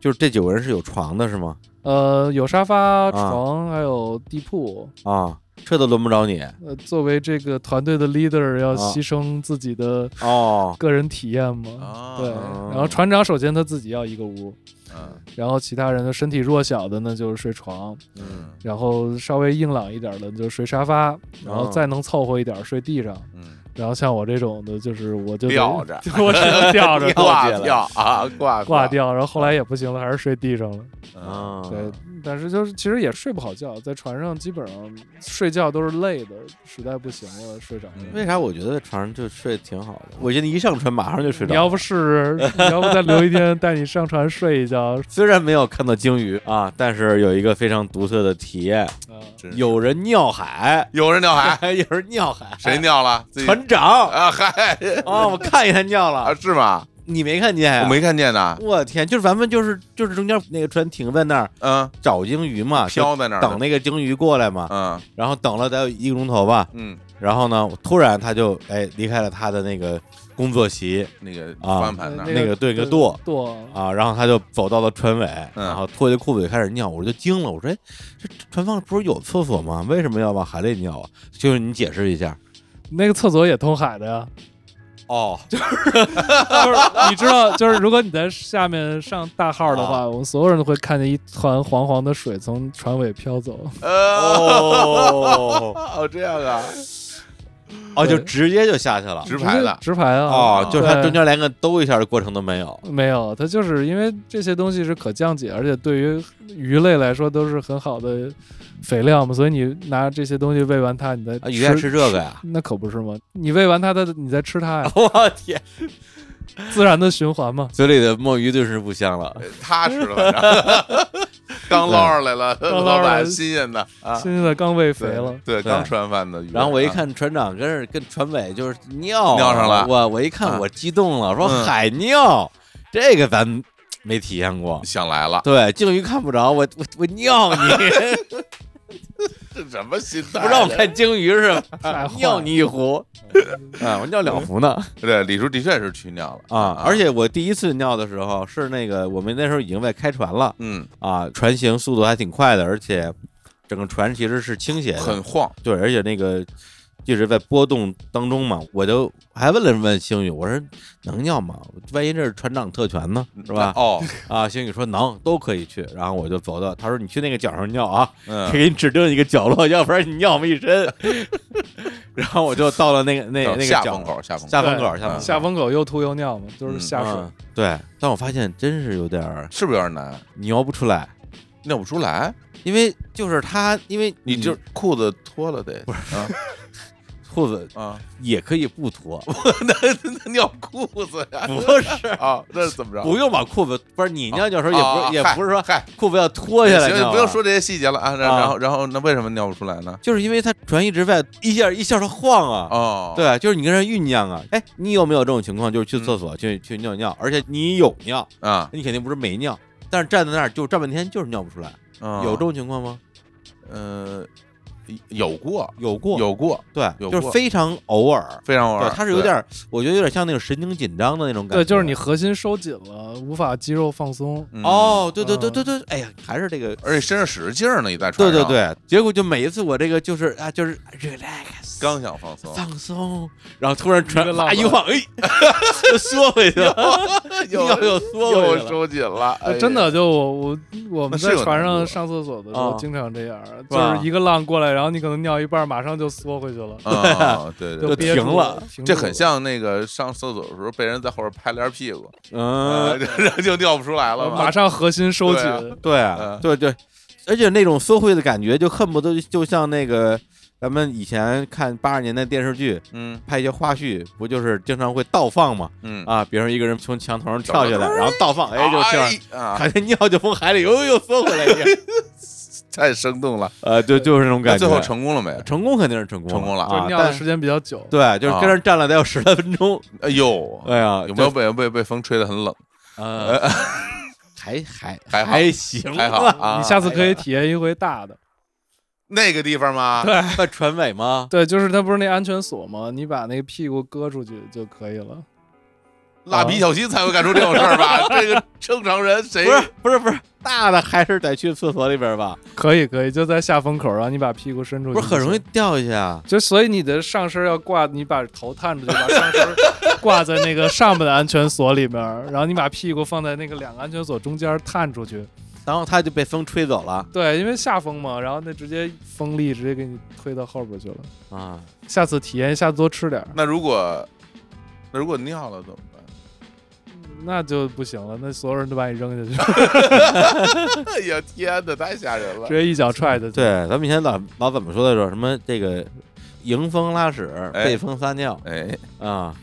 Speaker 1: 就是这九个人是有床的是吗？
Speaker 3: 呃，有沙发、
Speaker 1: 啊
Speaker 3: 床，还有地铺。
Speaker 1: 啊，这都轮不着你
Speaker 3: 呃，作为这个团队的 leader，要
Speaker 1: 啊
Speaker 3: 牺牲自己的
Speaker 1: 哦。
Speaker 3: 个人体验嘛。
Speaker 2: 啊
Speaker 3: 对，
Speaker 1: 哦
Speaker 3: 然后船长首先他自己要一个屋，
Speaker 2: 嗯
Speaker 3: 然后其他人的身体弱小的呢就是睡床，
Speaker 2: 嗯
Speaker 3: 然后稍微硬朗一点的就是睡沙发，然
Speaker 1: 哦
Speaker 3: 后再能凑合一点睡地上，
Speaker 2: 嗯，
Speaker 3: 然后像我这种的就是我就得
Speaker 2: 吊，着
Speaker 3: 我只能吊着
Speaker 1: 吊
Speaker 2: 挂
Speaker 1: 起来
Speaker 2: 掉啊，挂
Speaker 3: 挂，掉，然后后来也不行了，还是睡地上了。
Speaker 2: 嗯
Speaker 1: 啊，
Speaker 3: 对，但是就是其实也睡不好觉，在船上基本上睡觉都是累的，实在不行了睡着了。
Speaker 2: 嗯
Speaker 1: 为啥我觉得床上就睡得挺好的？我觉得一上船马上就睡
Speaker 3: 你要
Speaker 1: 着
Speaker 3: 不
Speaker 1: 了。
Speaker 3: 试试，你要不再留一天，带你上船睡一觉。 啊、
Speaker 1: 虽然没有看到鲸鱼啊，但是有一个非常独特的体验，
Speaker 3: 啊
Speaker 2: 真是
Speaker 1: 有人尿海，
Speaker 2: 有人尿海，
Speaker 1: 有人尿海，
Speaker 2: 谁尿了？自己
Speaker 1: 船长
Speaker 2: 啊，嗨
Speaker 1: 啊，我看见他尿
Speaker 2: 啊，
Speaker 1: 了，
Speaker 2: 是吗？
Speaker 1: 你没看见？
Speaker 2: 我。没看见呢，
Speaker 1: 我天，就是咱们就是就是中间那个船停在那儿
Speaker 2: 嗯，
Speaker 1: 找鲸鱼嘛，
Speaker 2: 飘在那
Speaker 1: 啊就
Speaker 2: 儿，
Speaker 1: 等，那个鲸鱼过来嘛，
Speaker 2: 嗯
Speaker 1: 然后等了得有一个钟头吧，
Speaker 2: 嗯，
Speaker 1: 然后呢，突然他就哎离开了他的那个工作席
Speaker 2: 那个
Speaker 1: 啊
Speaker 2: 翻盘那儿，
Speaker 1: 那个对个舵
Speaker 3: 舵
Speaker 1: 啊，然后他就走到了船尾，
Speaker 2: 嗯
Speaker 1: 然后脱下裤子就开始尿，我就惊了，我说哎，这船方不是有厕所吗？为什么要往海里尿啊？就是你解释一下。
Speaker 3: 那个厕所也通海的呀。
Speaker 1: 哦，
Speaker 3: 就是你知道，就是如果你在下面上大号的
Speaker 1: 啊
Speaker 3: 话，我们所有人都会看见一团黄黄的水从船尾飘走。
Speaker 1: 哦，
Speaker 2: 哦，呃这样啊，
Speaker 1: 哦，就直接就下去了。
Speaker 2: 直排的
Speaker 3: 直排啊！
Speaker 1: 哦，就是它
Speaker 3: 对
Speaker 1: 中间连个兜一下的过程都没有。
Speaker 3: 没有，它就是因为这些东西是可降解，而且对于鱼类来说都是很好的肥料嘛，所以你拿这些东西喂完它，你再
Speaker 1: 啊，鱼爱吃这个呀！
Speaker 3: 那可不是吗？你喂完它，它你再 吃它呀，
Speaker 1: 我天，
Speaker 3: 自然的循环嘛。
Speaker 1: 嘴里的墨鱼顿时不香了。
Speaker 2: 踏实了，反正 刚捞上来了，
Speaker 3: 捞
Speaker 2: 老
Speaker 3: 上来
Speaker 2: 板新鲜的啊，
Speaker 3: 现在刚喂肥
Speaker 2: 对
Speaker 3: 了，
Speaker 2: 对，
Speaker 1: 对
Speaker 2: 刚吃完饭的鱼。
Speaker 1: 然后我一
Speaker 2: 啊，
Speaker 1: 看船长跟着跟船尾就是尿啊
Speaker 2: 尿上了
Speaker 1: 我我一看
Speaker 2: 啊
Speaker 1: 我激动了，我说
Speaker 2: 嗯
Speaker 1: 海尿这个咱没体验过。
Speaker 2: 想来了，
Speaker 1: 对，鲸鱼看不着我，我我 尿你，
Speaker 2: 这什么心态？啊
Speaker 1: 不让我看鲸鱼是吧？
Speaker 3: 太坏
Speaker 1: 尿
Speaker 3: 了嗯
Speaker 1: 你一壶，啊，我尿两壶呢
Speaker 2: 对，李叔的确是去尿了
Speaker 1: 啊！而且我第一次尿的时候是那个我们那时候已经在开船了
Speaker 2: 嗯，
Speaker 1: 啊，船行速度还挺快的，而且整个船其实是倾斜的，
Speaker 2: 很晃，
Speaker 1: 对，而且那个一直在波动当中嘛，我就还问了问星宇，我说能要吗？万一这是船长特权呢，是吧？
Speaker 2: 哦，
Speaker 1: 啊，星宇说能，都可以去。然后我就走到，他说你去那个角上尿啊，
Speaker 2: 嗯，
Speaker 1: 给你指定一个角落，要不然你尿我们一 身。 然后我就到了那个那那个
Speaker 2: 下
Speaker 1: 角
Speaker 2: 风口，下风口
Speaker 1: 下风口，下风口
Speaker 3: 下风口又吐又尿嘛，都是
Speaker 2: 嗯
Speaker 3: 下水。
Speaker 1: 啊嗯对，但我发现真是有点儿
Speaker 2: 是不是有点难？
Speaker 1: 尿不出来，
Speaker 2: 尿不出来，
Speaker 1: 因为就是他，因为
Speaker 2: 你就裤子脱了得，不是
Speaker 1: 裤子
Speaker 2: 啊，
Speaker 1: 也可以不 脱，
Speaker 2: 那尿裤子呀
Speaker 1: 不是。
Speaker 2: 啊，那是怎么着？
Speaker 1: 不用把裤子，不是你尿尿的时候也不是、
Speaker 2: 啊
Speaker 1: 也
Speaker 2: 嗨
Speaker 1: 不是说
Speaker 2: 嗨，
Speaker 1: 裤子要脱下来尿
Speaker 2: 行，
Speaker 1: 啊，
Speaker 2: 不用说这些细节了啊。然
Speaker 1: 啊
Speaker 2: 然后然后那为什么尿不出来呢？
Speaker 1: 就是因为它船一直在一下一下的晃啊。
Speaker 2: 哦，
Speaker 1: 对，就是你跟人酝酿啊，哎，你有没有这种情况？就是去厕所、去去尿尿，而且你有尿，
Speaker 2: 啊，
Speaker 1: 你肯定不是没尿，但是站在那儿就站半天就是尿不出来，
Speaker 2: 嗯
Speaker 1: 有这种情况吗？
Speaker 2: 呃有过
Speaker 1: 有过，
Speaker 2: 有过，
Speaker 1: 对，
Speaker 2: 有
Speaker 1: 就是
Speaker 2: 过
Speaker 1: 非常偶尔，
Speaker 2: 非常偶
Speaker 1: 对
Speaker 2: 尔，，
Speaker 1: 它是有点，我觉得有点像那种神经紧张的那种感觉，
Speaker 3: 对，就是你核心收紧了，无法肌肉放松。
Speaker 2: 嗯，
Speaker 1: 哦，对对对对对，哎呀，还是这个
Speaker 2: 而且身上使着劲儿呢，你在船
Speaker 1: 对对
Speaker 2: 上，
Speaker 1: 对，结果就每一次我这个就是啊，就是 relax，
Speaker 2: 刚想放 松，
Speaker 1: 放松，然后突然
Speaker 3: 一
Speaker 1: 船
Speaker 3: 个浪
Speaker 1: 啪一
Speaker 3: 漫
Speaker 1: 晃，哎，又缩回去了，又又缩回去
Speaker 2: 又
Speaker 1: 了。
Speaker 2: 收紧了，哎呀
Speaker 3: 真的，就我我我们
Speaker 2: 那是
Speaker 3: 在
Speaker 2: 有
Speaker 3: 船
Speaker 2: 难度
Speaker 3: 上
Speaker 2: 的
Speaker 3: 上厕所的时
Speaker 1: 啊
Speaker 3: 候，经常这样，
Speaker 1: 吧
Speaker 3: 就是一个浪过来，然后你可能尿一半，马上就缩回去了，
Speaker 2: 啊，对对
Speaker 1: 就
Speaker 2: 对。
Speaker 3: 就憋住
Speaker 1: 停了，
Speaker 3: 停
Speaker 2: 这
Speaker 3: 住
Speaker 2: 很
Speaker 3: 了。
Speaker 2: 像那个上厕所的时候被人在后边拍了一下屁股，啊
Speaker 1: 嗯，
Speaker 2: 然后就尿不出来了嘛，
Speaker 3: 马上核心收紧
Speaker 2: 对，啊
Speaker 1: 对啊
Speaker 2: 嗯，
Speaker 1: 对对，而且那种缩回的感觉，就恨不得就像那个咱们以前看八十年代电视剧。
Speaker 2: 嗯
Speaker 1: 拍一些花絮，不就是经常会倒放吗？
Speaker 2: 嗯，
Speaker 1: 啊，比如说一个人从墙头上跳下来，然后倒放，哎，就这样，
Speaker 2: 哎啊，
Speaker 1: 感觉尿就从海里又又缩回来一 样。
Speaker 2: 太生动了。
Speaker 1: 呃，对，就是那种
Speaker 2: 那
Speaker 1: 感觉。
Speaker 2: 最后成功了没？
Speaker 1: 成功肯定是成功，
Speaker 2: 成功了
Speaker 1: 啊
Speaker 3: 就是尿的
Speaker 1: 但
Speaker 3: 时间比较久。
Speaker 1: 对，就是跟那儿站了得有十来分钟。
Speaker 2: 哎呦，
Speaker 1: 哎呀，
Speaker 2: 有没有
Speaker 1: 就？
Speaker 2: 被被被风吹得很冷？
Speaker 1: 呃，还还
Speaker 2: 还好
Speaker 1: 还行，
Speaker 2: 还好。啊，
Speaker 3: 你下次可
Speaker 2: 哎
Speaker 3: 以
Speaker 2: 呀
Speaker 3: 体验一回大的，
Speaker 2: 那个地方吗？
Speaker 3: 对
Speaker 1: 在船尾吗？
Speaker 3: 对，就是它不是那安全锁吗？你把那个屁股搁出去就可以了。
Speaker 2: 蜡笔小新才会干出这种事儿吧？ 这个正常人谁
Speaker 1: 啊不是不是不是，大的还是得去厕所里边吧，
Speaker 3: 可以可以，就在下风口，然后你把屁股伸出去，
Speaker 1: 不是很容易。掉下去啊？
Speaker 3: 就所以你的上身要挂，你把头探出去，把上身挂在那个上面的安全锁里面，然后你把屁股放在那个两个安全锁中间探出去。
Speaker 1: 然后它就被风吹走了
Speaker 3: 对，因为下风嘛，然后那直接风力直接给你推到后边去了。
Speaker 1: 啊！
Speaker 3: 下次体验，下次多吃点儿。
Speaker 2: 那如果那如果尿了怎么办？
Speaker 3: 那就不行了，那所有人都把你扔 下去，
Speaker 2: 哎呀，天哪，太吓人了
Speaker 3: 直！接一脚踹下去。
Speaker 1: 对，
Speaker 2: 啊
Speaker 1: 咱们以前老老怎么说的时候，什么这个迎风拉屎，
Speaker 2: 哎
Speaker 1: 背风撒尿
Speaker 2: 哎，
Speaker 1: 啊，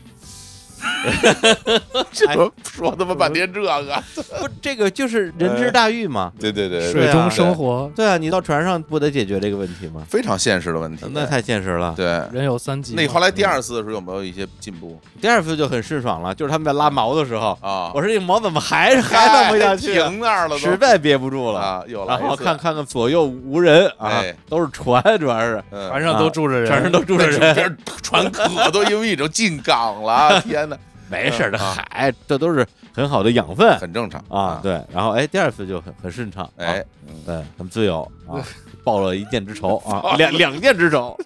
Speaker 2: 这说他妈半天这个，
Speaker 1: 不，这个就是人之大欲嘛。
Speaker 2: 嗯对对啊对，
Speaker 3: 水中生活，
Speaker 1: 呃对啊，你到船上不得解决这个问题吗？
Speaker 2: 非常现实的问题。
Speaker 1: 那太嗯现实了。
Speaker 2: 对。
Speaker 3: 人有三急嘛。
Speaker 2: 那你后来第二次的时候有没有一些进步
Speaker 1: 第二次就很顺爽了，就是他们在拉毛的时候，
Speaker 2: 啊？
Speaker 1: 我说这个毛怎么还是还
Speaker 2: 嗨
Speaker 1: 弄不下去啊，
Speaker 2: 停那儿了都，
Speaker 1: 实在憋不住了。
Speaker 2: 啊，有了。
Speaker 1: 然后
Speaker 2: 一次
Speaker 1: 看，看看左右无人啊
Speaker 2: 哎，
Speaker 1: 都是船， 主要是
Speaker 2: 嗯
Speaker 3: 船上都住着人，
Speaker 1: 船上都住着
Speaker 2: 那
Speaker 1: 人，
Speaker 2: 边船壳都因为已经进港了，啊 天哪，
Speaker 1: 没事儿的
Speaker 2: 嗯啊
Speaker 1: 海，这都是很好的养分
Speaker 2: 很正常
Speaker 1: 啊。，对，然后哎，第二次就很很顺畅，啊
Speaker 2: 哎，
Speaker 1: 对，很自由 啊，报了一箭之仇啊，两两箭之仇。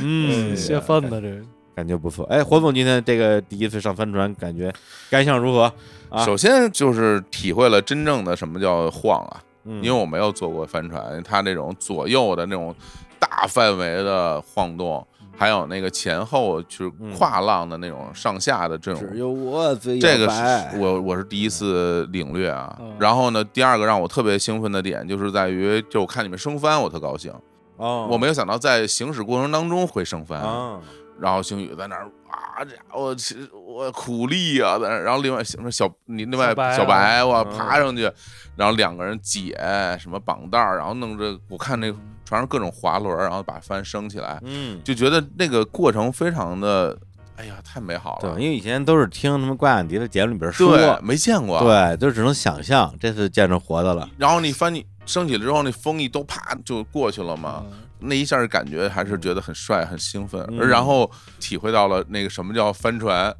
Speaker 1: 嗯，
Speaker 3: 泄愤的这个。
Speaker 1: 感觉不错。哎，火总今天这个第一次上帆船，感觉感想如何？啊
Speaker 2: 首先就是体会了真正的什么叫晃啊，
Speaker 1: 嗯，
Speaker 2: 因为我没有坐过帆船，它那种左右的那种大范围的晃动，还有那个前后就是
Speaker 1: 嗯
Speaker 2: 跨浪的那种上下的这种
Speaker 1: 只有我最
Speaker 2: 这个
Speaker 1: 摇
Speaker 2: 是
Speaker 1: 摆
Speaker 2: 我我是
Speaker 1: 嗯
Speaker 2: 第一次领略啊
Speaker 3: 嗯。
Speaker 2: 然后呢，第二个让我特别兴奋的点就是在于，就我看你们升帆，我特高兴。
Speaker 1: 哦，
Speaker 2: 我没有想到在行驶过程当中会升帆。
Speaker 1: 啊，
Speaker 2: 然后星宇在那儿啊，家伙，其实我苦力啊，在那儿。然后另外什么小你另外
Speaker 3: 小白啊
Speaker 2: 小白，我
Speaker 1: 嗯
Speaker 2: 爬上去，然后两个人解什么绑带儿，然后弄这，我看那船上各种滑轮儿，然后把帆升起来，
Speaker 1: 嗯，
Speaker 2: 就觉得那个过程非常的，哎呀，太美好
Speaker 1: 对
Speaker 2: 了，。
Speaker 1: 因为以前都是听他们怪俺迪的节目里边说，
Speaker 2: 对，没见过，
Speaker 1: 对，就只能想象，这次见着活的了。
Speaker 2: 然后你翻你升起来之后，那风一都啪就过去了嘛，
Speaker 3: 嗯
Speaker 2: 那一下感觉还是觉得很帅、很兴奋，
Speaker 1: 嗯
Speaker 2: 而然后体会到了那个什么叫帆船，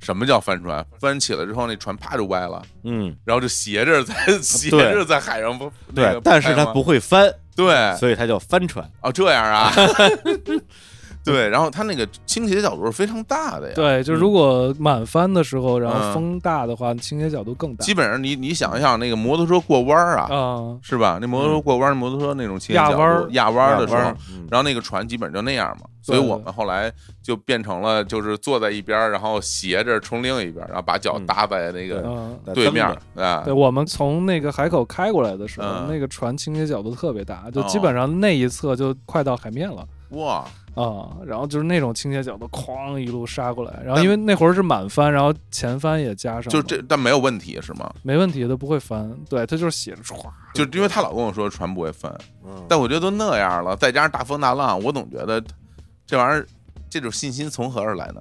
Speaker 2: 什么叫帆船，翻起来之后那船啪就歪了，
Speaker 1: 嗯，
Speaker 2: 然后就斜着在斜着在海上不哎那
Speaker 1: 对
Speaker 2: 个，
Speaker 1: 但是
Speaker 2: 拍
Speaker 1: 他
Speaker 2: 吗
Speaker 1: 不会翻，
Speaker 2: 对
Speaker 1: 所以他叫帆船。
Speaker 2: 哦这样啊， 对，然后它那个倾斜角度是非常大的呀，
Speaker 3: 对，就如果满帆的时候，然
Speaker 2: 嗯
Speaker 3: 后风大的话，倾斜角度更大
Speaker 2: 基本上你你想一想那个摩托车过弯儿啊，
Speaker 3: 啊。
Speaker 2: 是吧？那摩托车过弯儿，摩托车那种倾斜
Speaker 3: 压
Speaker 2: 角
Speaker 3: 弯儿
Speaker 2: 度压弯儿的时候嗯
Speaker 1: 两。边儿，
Speaker 2: 然后那个船基本就那样嘛，所
Speaker 3: 对
Speaker 2: 以我们后来就变成了就是坐在一边儿，然后斜着冲另一边儿，然后把脚
Speaker 1: 嗯
Speaker 2: 搭在那个
Speaker 3: 嗯，
Speaker 1: 嗯
Speaker 2: 对面儿啊
Speaker 3: 对，，我们从那个海口开过来的时候，
Speaker 2: 嗯
Speaker 3: 那个船倾斜角度特别大，就
Speaker 2: 哦
Speaker 3: 基本上那一侧就快到海面了
Speaker 2: 哇，
Speaker 3: 啊、然后就是那种倾斜角度，哐一路杀过来，然后因为那会儿是满帆，然后前帆也加上了，
Speaker 2: 就这但没有问题是吗？
Speaker 3: 没问题的，不会翻。对，它就是写着歘，
Speaker 2: 就因为他老跟我说船不会翻，
Speaker 1: 嗯
Speaker 2: 但我觉得都那样了，再加上大风大浪，我总觉得这玩意儿这种信心从何而来呢？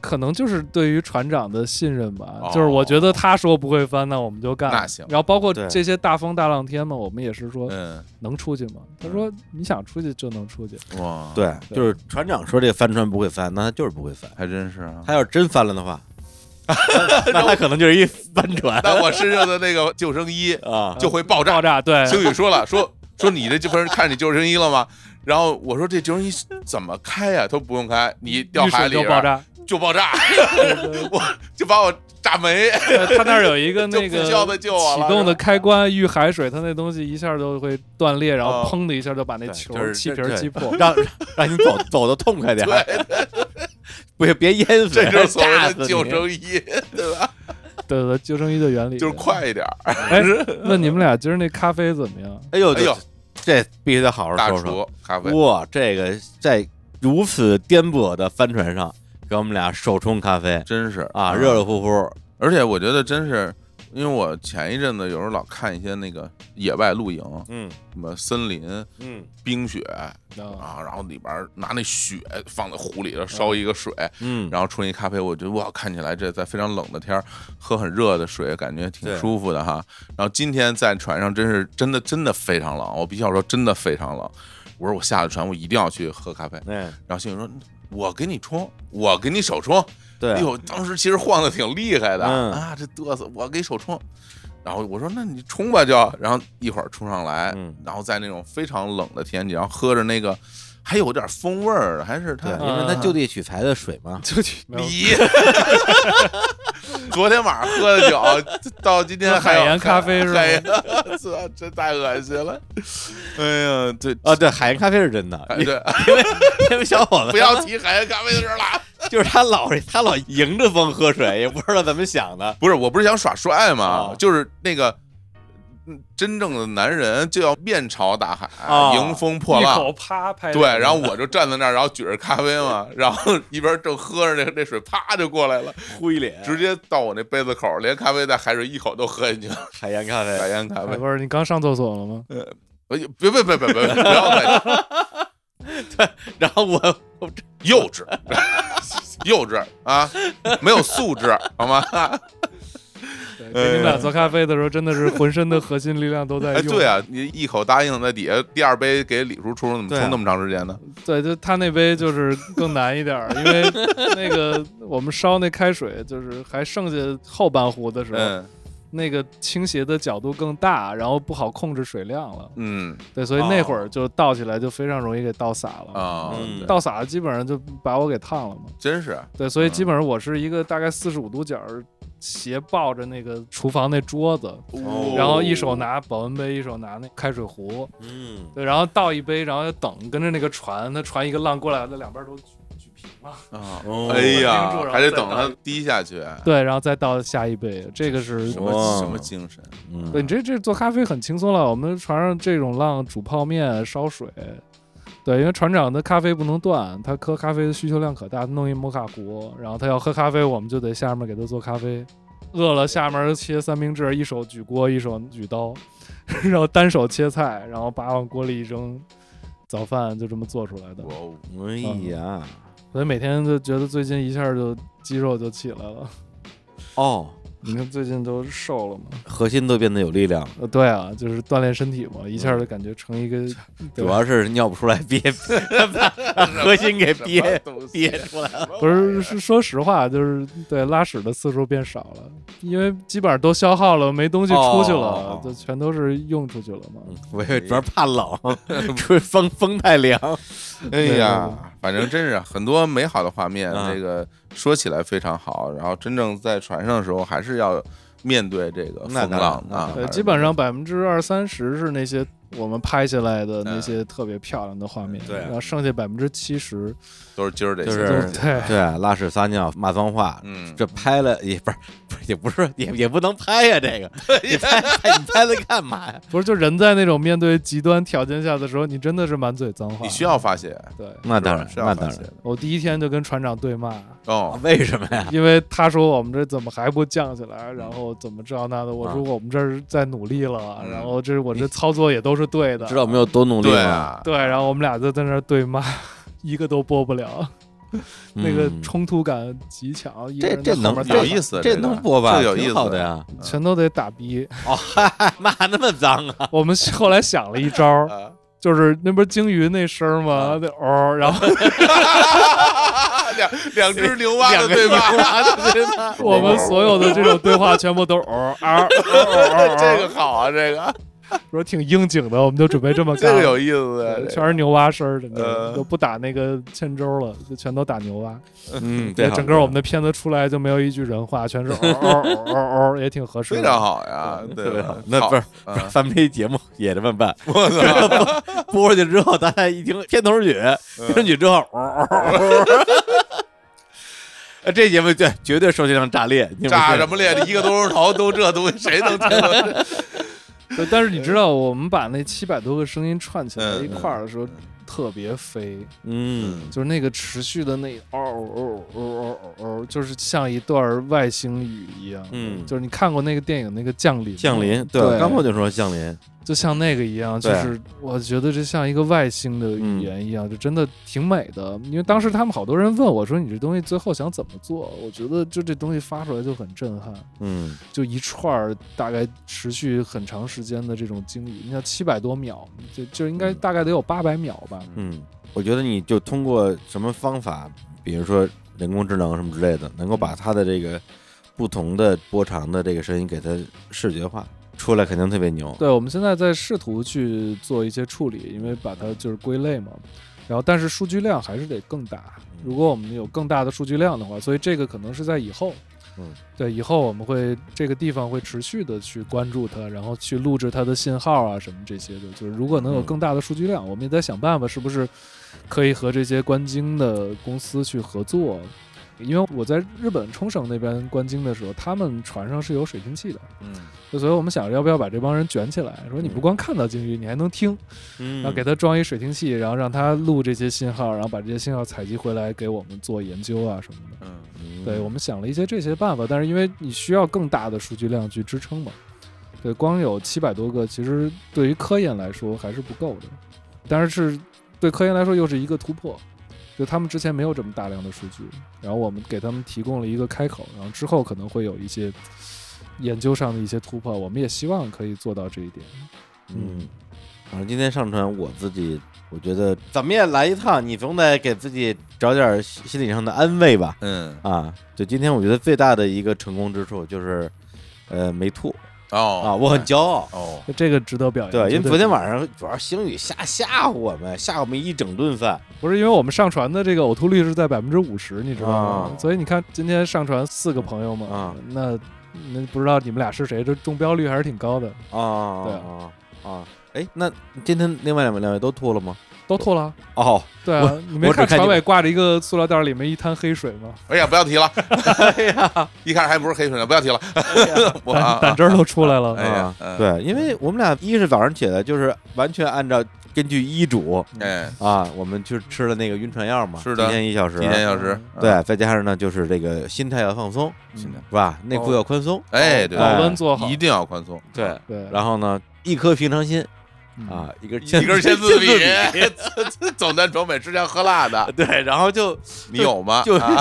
Speaker 3: 可能就是对于船长的信任吧，
Speaker 2: 哦
Speaker 3: 就是我觉得他说不会翻，那我们就干。
Speaker 2: 那行
Speaker 3: 然后包括
Speaker 1: 对
Speaker 3: 这些大风大浪天嘛，我们也是说
Speaker 2: 嗯，
Speaker 3: 能出去吗？他说你想出去就能出去。
Speaker 2: 哇，，
Speaker 1: 对，就是船长说这个帆船不会翻，那他就是不会翻。
Speaker 2: 还真是啊。
Speaker 1: 他要是真翻了的话，那他可能就是一帆 船
Speaker 2: 但我身上的那个救生衣
Speaker 1: 啊。
Speaker 2: 就会爆炸
Speaker 3: 爆，炸，对，
Speaker 2: 星宇说了，说说你这就不是看你救生衣了吗？然后我说这救生衣怎么开呀、都不用开，你掉
Speaker 3: 遇
Speaker 2: 海
Speaker 3: 水
Speaker 2: 里边
Speaker 3: 就爆炸。
Speaker 2: 就爆炸，
Speaker 3: 对对
Speaker 2: 我就把我炸 没，
Speaker 3: 对他那儿有一个那
Speaker 2: 就
Speaker 3: 个
Speaker 2: 不需要再救我了
Speaker 3: 启动的开关，遇海水，他那东西一下就会断裂，然
Speaker 2: 哦
Speaker 3: 后砰的一下就把那
Speaker 1: 对
Speaker 3: 球
Speaker 1: 就是
Speaker 3: 气瓶
Speaker 1: 对
Speaker 3: 击破。
Speaker 1: 让让你走走的痛快点儿， 别别淹死，
Speaker 2: 这就是所
Speaker 1: 炸
Speaker 2: 谓
Speaker 1: 死
Speaker 2: 的
Speaker 1: 你
Speaker 2: 救生衣，对吧？
Speaker 3: 对对，救生衣的原理
Speaker 2: 就是。快一点儿，
Speaker 3: 哎，问你们俩今儿那咖啡怎么样？
Speaker 1: 哎呦，
Speaker 2: 哎呦
Speaker 1: 这，这必须得好好
Speaker 2: 大
Speaker 1: 说说。
Speaker 2: 厨咖啡，
Speaker 1: 哇，这个在如此颠簸的帆船上，给我们俩手冲咖啡
Speaker 2: 真是嗯
Speaker 1: 啊，热热乎乎。
Speaker 2: 而且我觉得真是。因为我前一阵子有时候老看一些那个野外露营，
Speaker 1: 嗯
Speaker 2: 什么森林、
Speaker 1: 嗯
Speaker 2: 冰雪
Speaker 3: 啊，
Speaker 2: 啊，然后里边儿拿那雪放在壶里头烧一个水，
Speaker 1: 嗯，
Speaker 2: 然后冲一咖啡，我觉得哇，看起来这在非常冷的天儿喝很热的水，感觉挺
Speaker 1: 对
Speaker 2: 舒服的哈。然后今天在船上真是真的真的非常冷，我必须要说真的非常冷。我说我下了船，我一定要去喝咖啡。
Speaker 1: 哎，
Speaker 2: 然后星宇说，我给你冲，我给你手冲。
Speaker 1: 对
Speaker 2: 哎，呦，当时其实晃的挺厉害的、
Speaker 1: 嗯
Speaker 2: 啊，这嘚瑟，我给手冲。然后我说那你冲吧就，然后一会儿冲上来，
Speaker 1: 嗯
Speaker 2: 然后在那种非常冷的天气，然后喝着那个还有点风味儿，还是它
Speaker 1: 对，
Speaker 3: 啊
Speaker 1: 因为它就地取材的水嘛。
Speaker 3: 就去没有
Speaker 2: 你 昨天晚上喝的酒，到今天还有
Speaker 3: 海盐咖啡是吧
Speaker 2: 海盐，这这太恶心了。哎呀，对
Speaker 1: 啊，对，海盐咖啡是真的，
Speaker 2: 哎
Speaker 1: 因
Speaker 2: 对，
Speaker 1: 因为小伙
Speaker 2: 不
Speaker 1: 子
Speaker 2: 要提海盐咖啡的事儿了。
Speaker 1: 就是他老他老迎着风喝水，也不知道怎么想的。
Speaker 2: 不是，我不是想耍帅嘛，
Speaker 1: 哦
Speaker 2: 就是那个嗯真正的男人就要面朝大海，
Speaker 1: 哦
Speaker 2: 迎风破
Speaker 3: 一
Speaker 2: 浪。
Speaker 3: 口啪拍
Speaker 2: 对，然后我就站在那儿，然后举着咖啡嘛， 然后一边正喝着那那水，啪就过来了，
Speaker 1: 灰脸，
Speaker 2: 直接到我那杯子口，连咖啡带海水一口都喝进去了，
Speaker 1: 海洋咖
Speaker 2: 海
Speaker 1: 啡，
Speaker 2: 盐咖
Speaker 3: 哎
Speaker 2: 啡。
Speaker 3: 不是你刚上厕所了吗？
Speaker 2: 哎呦别别别别别，不要再
Speaker 1: 然后我我
Speaker 2: 幼稚， 幼稚啊，没有素质好吗？
Speaker 3: 对给你们俩做咖啡的时候，真的是浑身的核心力量都在
Speaker 2: 哎，
Speaker 3: 用。
Speaker 2: 对啊，你一口答应在底下，第二杯给李叔冲，怎么
Speaker 1: 对啊
Speaker 2: 冲那么长时间呢？
Speaker 3: 对，就他那杯就是更难一点儿，因为那个我们烧那开水，就是还剩下后半壶的时候，
Speaker 2: 嗯
Speaker 3: 那个倾斜的角度更大，然后不好控制水量了。
Speaker 2: 嗯
Speaker 3: 对，所以那会儿就倒起来就非常容易给倒洒了。
Speaker 2: 啊，
Speaker 1: 嗯
Speaker 2: 对
Speaker 3: 倒洒基本上就把我给烫了嘛。
Speaker 2: 真是啊
Speaker 3: 对，所以基本上我是一个大概四十五度角儿斜抱着那个厨房那桌子，
Speaker 1: 哦
Speaker 3: 然后一手拿保温杯，一手拿那开水壶，
Speaker 1: 嗯，
Speaker 3: 对，然后倒一杯，然后等跟着那个船，那船一个浪过来，那两边都举举平嘛，
Speaker 2: 啊
Speaker 1: 哦
Speaker 2: 哎呀
Speaker 3: 盯住然，后
Speaker 2: 还得
Speaker 3: 再
Speaker 2: 等它
Speaker 3: 倒
Speaker 2: 滴下去，
Speaker 3: 对，然后再倒下一杯，这个是
Speaker 2: 什。么
Speaker 1: 哇
Speaker 2: 什么精神？
Speaker 1: 嗯
Speaker 3: 对你这这做咖啡很轻松了，我们船上这种浪煮泡面、烧水，对，因为船长的咖啡不能断，他喝咖啡的需求量可大，弄一摩卡壶，然后他要喝咖啡，我们就得下面给他做咖啡。饿了，下面切三明治，一手举锅，一手举刀， 然后单手切菜，然后把往锅里一扔，早饭就这么做出来的。
Speaker 2: 我
Speaker 1: 哎呀，
Speaker 3: 所以每天就觉得最近一下就肌肉就起来了，
Speaker 1: 哦，
Speaker 3: 你看最近都瘦了嘛。
Speaker 1: 核心都变得有力量了，
Speaker 3: 呃，对啊，就是锻炼身体嘛，一下就感觉成一个，对
Speaker 1: 主要是尿不出来憋，把核心给憋憋出来了。
Speaker 3: 不是是说实话，就是对拉屎的次数变少了，因为基本上都消耗了，没东西出去了
Speaker 1: 哦，
Speaker 3: 就全都是用出去了嘛。
Speaker 2: 嗯
Speaker 1: 我以为主要怕冷， 吹风风太凉。
Speaker 2: 哎
Speaker 3: 对
Speaker 2: 呀，反正真是很多美好的画面，
Speaker 1: 啊
Speaker 2: 这个说起来非常好，然后真正在船上的时候，还是要面对这个
Speaker 1: 那当
Speaker 2: 风
Speaker 1: 然
Speaker 2: 浪
Speaker 1: 那当
Speaker 2: 啊
Speaker 1: 然。
Speaker 3: 对，
Speaker 2: 还是
Speaker 3: 基本上百分之二三十是那些我们拍下来的
Speaker 2: 嗯
Speaker 3: 那些特别漂亮的画面，
Speaker 1: 对
Speaker 3: 然后剩下百分之七十
Speaker 2: 都嗯是今嗯儿这
Speaker 1: 就
Speaker 2: 些
Speaker 1: 是
Speaker 2: 东西，
Speaker 3: 对。
Speaker 1: 对，啊拉屎撒尿骂脏话，
Speaker 2: 哎嗯，
Speaker 1: 这拍了也不是，不是也不是也也不能拍呀、这
Speaker 2: 哎
Speaker 1: 个你拍你拍它干嘛呀？
Speaker 3: 不是，就人在那种面对极端条件下的时候，你真的是满嘴脏话。
Speaker 2: 你需要 发泄，
Speaker 3: 对
Speaker 1: 那
Speaker 2: 是吧
Speaker 1: 当然，
Speaker 2: 需要
Speaker 1: 那
Speaker 2: 发
Speaker 1: 当
Speaker 2: 泄
Speaker 1: 然
Speaker 2: 的，
Speaker 3: 我第一天就跟船长对骂，
Speaker 2: 哦，
Speaker 1: 为什么 呀？
Speaker 3: 因为他说我们这怎么还不降下
Speaker 2: 嗯
Speaker 3: 来，然后怎么这样那的，我说我们这儿在努力了，
Speaker 2: 啊嗯
Speaker 3: 然后这我这操作也都是对的，
Speaker 1: 知道我们有多努力
Speaker 2: 对
Speaker 1: 吗？
Speaker 2: 啊，
Speaker 3: 对，然后我们俩就在那儿对骂， 一个都播不了，那个
Speaker 1: 嗯
Speaker 3: 冲突感极强，一个
Speaker 1: 这
Speaker 3: 人
Speaker 1: 这
Speaker 3: 在
Speaker 1: 能
Speaker 3: 后面
Speaker 2: 有
Speaker 3: 打
Speaker 2: 意思
Speaker 1: 啊这
Speaker 2: 这个
Speaker 1: 能播吧？
Speaker 2: 这有意
Speaker 1: 挺
Speaker 2: 思
Speaker 1: 好的呀。
Speaker 3: 全都得打逼。
Speaker 1: 哦，嗨，骂那么脏
Speaker 2: 嗯
Speaker 1: 啊！
Speaker 3: 我们后来想了一 招儿，
Speaker 2: 啊
Speaker 3: 就是那不是鲸鱼那声儿吗？
Speaker 2: 嗯
Speaker 3: 那哦，然 后
Speaker 2: 啊 两两只牛蛙的
Speaker 1: 两个
Speaker 2: 对吧？
Speaker 1: 吧？对吧？
Speaker 3: 我们所有的这种对话全部都哦啊，哦哦
Speaker 2: 这
Speaker 3: 哦
Speaker 2: 个好啊，这个
Speaker 3: 说挺应景的，我们就准备这么干。
Speaker 2: 这个有意思啊
Speaker 3: 对，
Speaker 2: 这
Speaker 3: 全是牛蛙声儿，真
Speaker 2: 呃
Speaker 3: 的都不打那个欠周了，就全都打牛蛙。
Speaker 1: 嗯，
Speaker 3: 对，
Speaker 1: 对，
Speaker 3: 整个我们的片子出来就没有一句人话，全是嗷嗷嗷嗷嗷，也挺合适
Speaker 2: 非
Speaker 3: 的。
Speaker 2: 常好呀，
Speaker 1: 特别
Speaker 2: 吧
Speaker 1: 好？啊那不是
Speaker 2: 好
Speaker 1: 不是
Speaker 2: 啊
Speaker 1: 翻拍节目也这么办？
Speaker 2: 我操， 嗯
Speaker 1: 播出去之后，大家一听片头曲，片头曲之后， 嗷嗷嗷呃这节目对绝对收听量炸裂，你们
Speaker 2: 炸
Speaker 1: 是
Speaker 2: 什么裂？ 一个多钟头都这东西，谁能听得懂？
Speaker 3: 对，但是你知道，我们把那七百多个声音串起来
Speaker 2: 嗯
Speaker 3: 一块儿的时候，特别飞，
Speaker 1: 嗯，
Speaker 3: 就是那个持续的那嗷嗷嗷嗷嗷嗷，就是像一段外星语一样。
Speaker 1: 嗯
Speaker 3: 就是你看过那个电影那个降临吗，
Speaker 1: 降临，
Speaker 2: 嗯
Speaker 1: 对，啊
Speaker 3: 对
Speaker 1: 刚我就说降临，
Speaker 3: 就像那个一样，就
Speaker 1: 对
Speaker 3: 是我觉得这像一个外星的语言一样，就真的挺美的。因为当时他们好多人问我说：“你这东西最后想怎么做？”我觉得就这东西发出来就很震撼，
Speaker 1: 嗯
Speaker 3: 就一串儿大概持续很长时间的这种经历，你像七百多秒，就就应该大概得有八百秒吧。
Speaker 1: 嗯，我觉得你就通过什么方法，比如说人工智能什么之类的，能够把它的这个不同的波长的这个声音给它视觉化出来，肯定特别牛。
Speaker 3: 对，我们现在在试图去做一些处理，因为把它就是归类嘛。然后，但是数据量还是得更大。
Speaker 1: 嗯
Speaker 3: 如果我们有更大的数据量的话，所以这个可能是在以后。
Speaker 1: 嗯，
Speaker 3: 对，以后我们会这个地方会持续的去关注它，然后去录制它的信号啊什么这些的。就是如果能有
Speaker 1: 嗯
Speaker 3: 更大的数据量，我们也在想办法是不是可以和这些观鲸的公司去合作，因为我在日本冲绳那边观鲸的时候，他们船上是有水听器的，
Speaker 2: 嗯，
Speaker 3: 就所以我们想要不要把这帮人卷起来，说你不光看到鲸鱼，你还能听，
Speaker 1: 嗯，
Speaker 3: 然后给他装一水听器，然后让他录这些信号，然后把这些信号采集回来给我们做研究啊什么的。
Speaker 2: 嗯，
Speaker 1: 嗯
Speaker 3: 对，我们想了一些这些办法，但是因为你需要更大的数据量去支撑嘛，对，光有七百多个，其实对于科研来说还是不够的，但是是对科研来说又是一个突破，就他们之前没有这么大量的数据，然后我们给他们提供了一个开口，然后之后可能会有一些研究上的一些突破，我们也希望可以做到这一点。
Speaker 1: 嗯，反正今天上传我自己，我觉得怎么也来一趟，你总得给自己找点心理上的安慰吧。
Speaker 2: 嗯，
Speaker 1: 啊，对，今天我觉得最大的一个成功之处就是，呃，没吐
Speaker 2: 哦
Speaker 1: 啊，我很骄傲。
Speaker 2: 哦，
Speaker 3: 这个值得表扬。
Speaker 1: 对，因为
Speaker 3: 绝
Speaker 1: 昨天
Speaker 3: 值
Speaker 1: 晚上主要是星宇吓吓唬我们，吓唬我们一整顿饭。
Speaker 3: 不是因为我们上传的这个呕吐率是在百分之五十，你知道吗？
Speaker 1: 啊
Speaker 3: 所以你看今天上传四个朋友嘛，
Speaker 1: 啊
Speaker 3: 那那不知道你们俩是谁，这中标率还是挺高的，
Speaker 1: 啊，
Speaker 3: 对
Speaker 1: 啊啊！哎，那今天另外两位两位都吐了吗？
Speaker 3: 都吐了。
Speaker 1: 哦，
Speaker 3: 对啊，你没
Speaker 1: 我只
Speaker 3: 看
Speaker 1: 看
Speaker 3: 船
Speaker 1: 你
Speaker 3: 尾挂着一个塑料袋，里面一滩黑水吗？
Speaker 2: 哎呀，不要提了，
Speaker 3: 哎
Speaker 2: 一开始还不是黑水呢，不要提了，我啊
Speaker 3: 胆
Speaker 2: 啊
Speaker 3: 胆汁儿都出来了。
Speaker 2: 哎呀
Speaker 1: 啊
Speaker 2: 嗯
Speaker 1: 对，因为我们俩一是早上起来就是完全按照根据医嘱
Speaker 2: 哎，
Speaker 1: 啊，我们去吃了那个晕船药嘛，
Speaker 2: 是的
Speaker 1: 提前一小时，
Speaker 2: 提前一小时，
Speaker 1: 对，再加上呢，就是这个心态要放松，
Speaker 2: 是的
Speaker 1: 是吧？内裤要宽松，
Speaker 2: 嗯哎，对，
Speaker 3: 嗯保温做好
Speaker 2: 一。定要宽松，
Speaker 1: 对，
Speaker 3: 对，
Speaker 1: 然后呢，一颗平常心
Speaker 3: 嗯，
Speaker 1: 啊，一根
Speaker 2: 一根
Speaker 1: 签
Speaker 2: 签
Speaker 1: 字
Speaker 2: 字笔，走南闯北吃香喝辣 的，
Speaker 1: 对，然后就
Speaker 2: 你有吗？
Speaker 1: 就
Speaker 2: 啊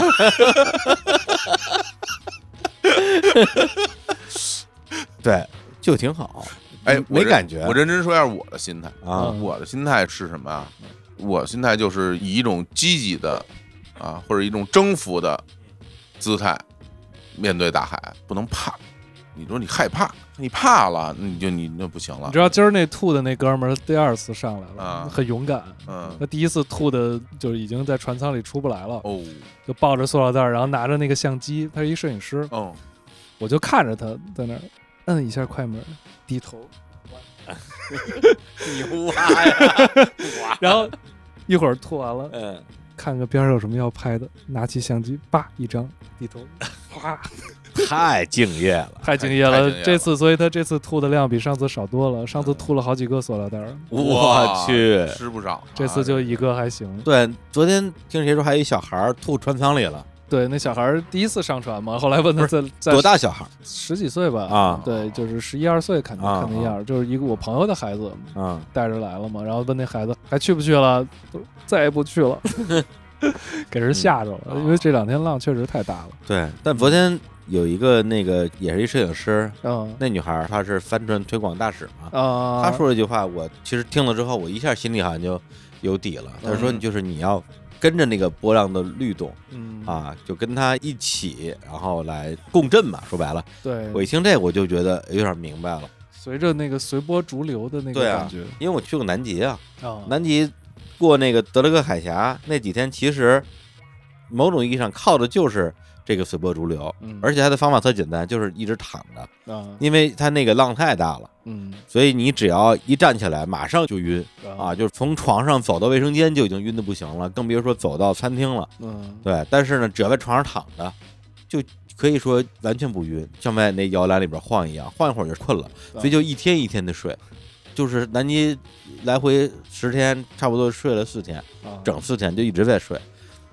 Speaker 1: 对，就挺好，
Speaker 2: 哎，我
Speaker 1: 没
Speaker 2: 认
Speaker 1: 感觉
Speaker 2: 我认真说一下我的心态，
Speaker 1: 啊，
Speaker 3: 嗯
Speaker 2: 我的心态是什么啊？我心态就是以一种积极的啊，或者一种征服的姿态面对大海，不能怕。你说你害怕，你怕了，你就你那不行了
Speaker 3: 你知。道今儿那吐的那哥们儿第二次上来了，
Speaker 2: 啊
Speaker 3: 很勇敢。
Speaker 2: 嗯，
Speaker 3: 他第一次吐的就已经在船舱里出不来了，
Speaker 2: 哦
Speaker 3: 就抱着塑料袋，然后拿着那个相机，他是一摄影师，
Speaker 2: 哦，
Speaker 3: 我就看着他在那儿摁一下快门，低头，
Speaker 1: 牛啊呀，哇，
Speaker 3: 然后一会儿吐完了，
Speaker 1: 嗯，
Speaker 3: 看看边上有什么要拍的，拿起相机，叭一张，低 头，哗，
Speaker 1: 太敬业了，
Speaker 3: 太敬业
Speaker 2: 太
Speaker 3: 了
Speaker 2: 敬业。了
Speaker 3: 这次，所以他这次吐的量比上次少多了，上次吐了好几个塑料袋儿，
Speaker 1: 我去，
Speaker 2: 吃不少啊。
Speaker 3: 这次就一个还行。
Speaker 1: 对，昨天听谁说还有一小孩儿吐船舱里了，
Speaker 3: 对，那小孩儿第一次上船嘛，后来问他在在
Speaker 1: 多大小孩儿
Speaker 3: 十几岁吧？
Speaker 1: 啊
Speaker 3: 对，就是十一二岁，看
Speaker 1: 啊
Speaker 3: 看那样儿，就是一个我朋友的孩子，
Speaker 1: 啊？
Speaker 3: 带着来了嘛，然后问那孩子还去不去了， 都再也不去了，给人吓着了，
Speaker 2: 嗯
Speaker 3: 因为这两天浪确实太大了。
Speaker 1: 对，但昨天有一个那个也是一摄影师，
Speaker 3: 嗯
Speaker 1: 那女孩儿她是帆船推广大使嘛，
Speaker 3: 啊，
Speaker 1: 她说了一句话，我其实听了之后，我一下心里好像就有底了。她说，
Speaker 2: 嗯
Speaker 1: 你就是你要跟着那个波浪的律动
Speaker 3: 嗯，
Speaker 1: 啊，就跟它一起，然后来共振嘛。说白了，
Speaker 3: 对，
Speaker 1: 我一听这我就觉得有点明白了，
Speaker 3: 随着那个随波逐流的那个
Speaker 1: 对啊
Speaker 3: 感觉
Speaker 1: 因为我去过南极啊，
Speaker 3: 啊，
Speaker 1: 南极过那个德雷克海峡那几天，其实某种意义上靠的就是这个随波逐流，
Speaker 3: 嗯
Speaker 1: 而且它的方法特简单，就是一直躺着，
Speaker 3: 啊，
Speaker 1: 因为它那个浪太大了。
Speaker 3: 嗯
Speaker 1: 所以你只要一站起来，马上就晕啊！
Speaker 3: 啊，
Speaker 1: 就是从床上走到卫生间就已经晕的不行了，更别说走到餐厅了。
Speaker 3: 嗯，
Speaker 1: 对，但是呢，只要在床上躺着，就可以说完全不晕，像在那摇篮里边晃一样，晃一会儿就困了。所以就一天一天的睡，就是南极来回十天，差不多睡了四天，
Speaker 3: 啊
Speaker 1: 整四天就一直在睡。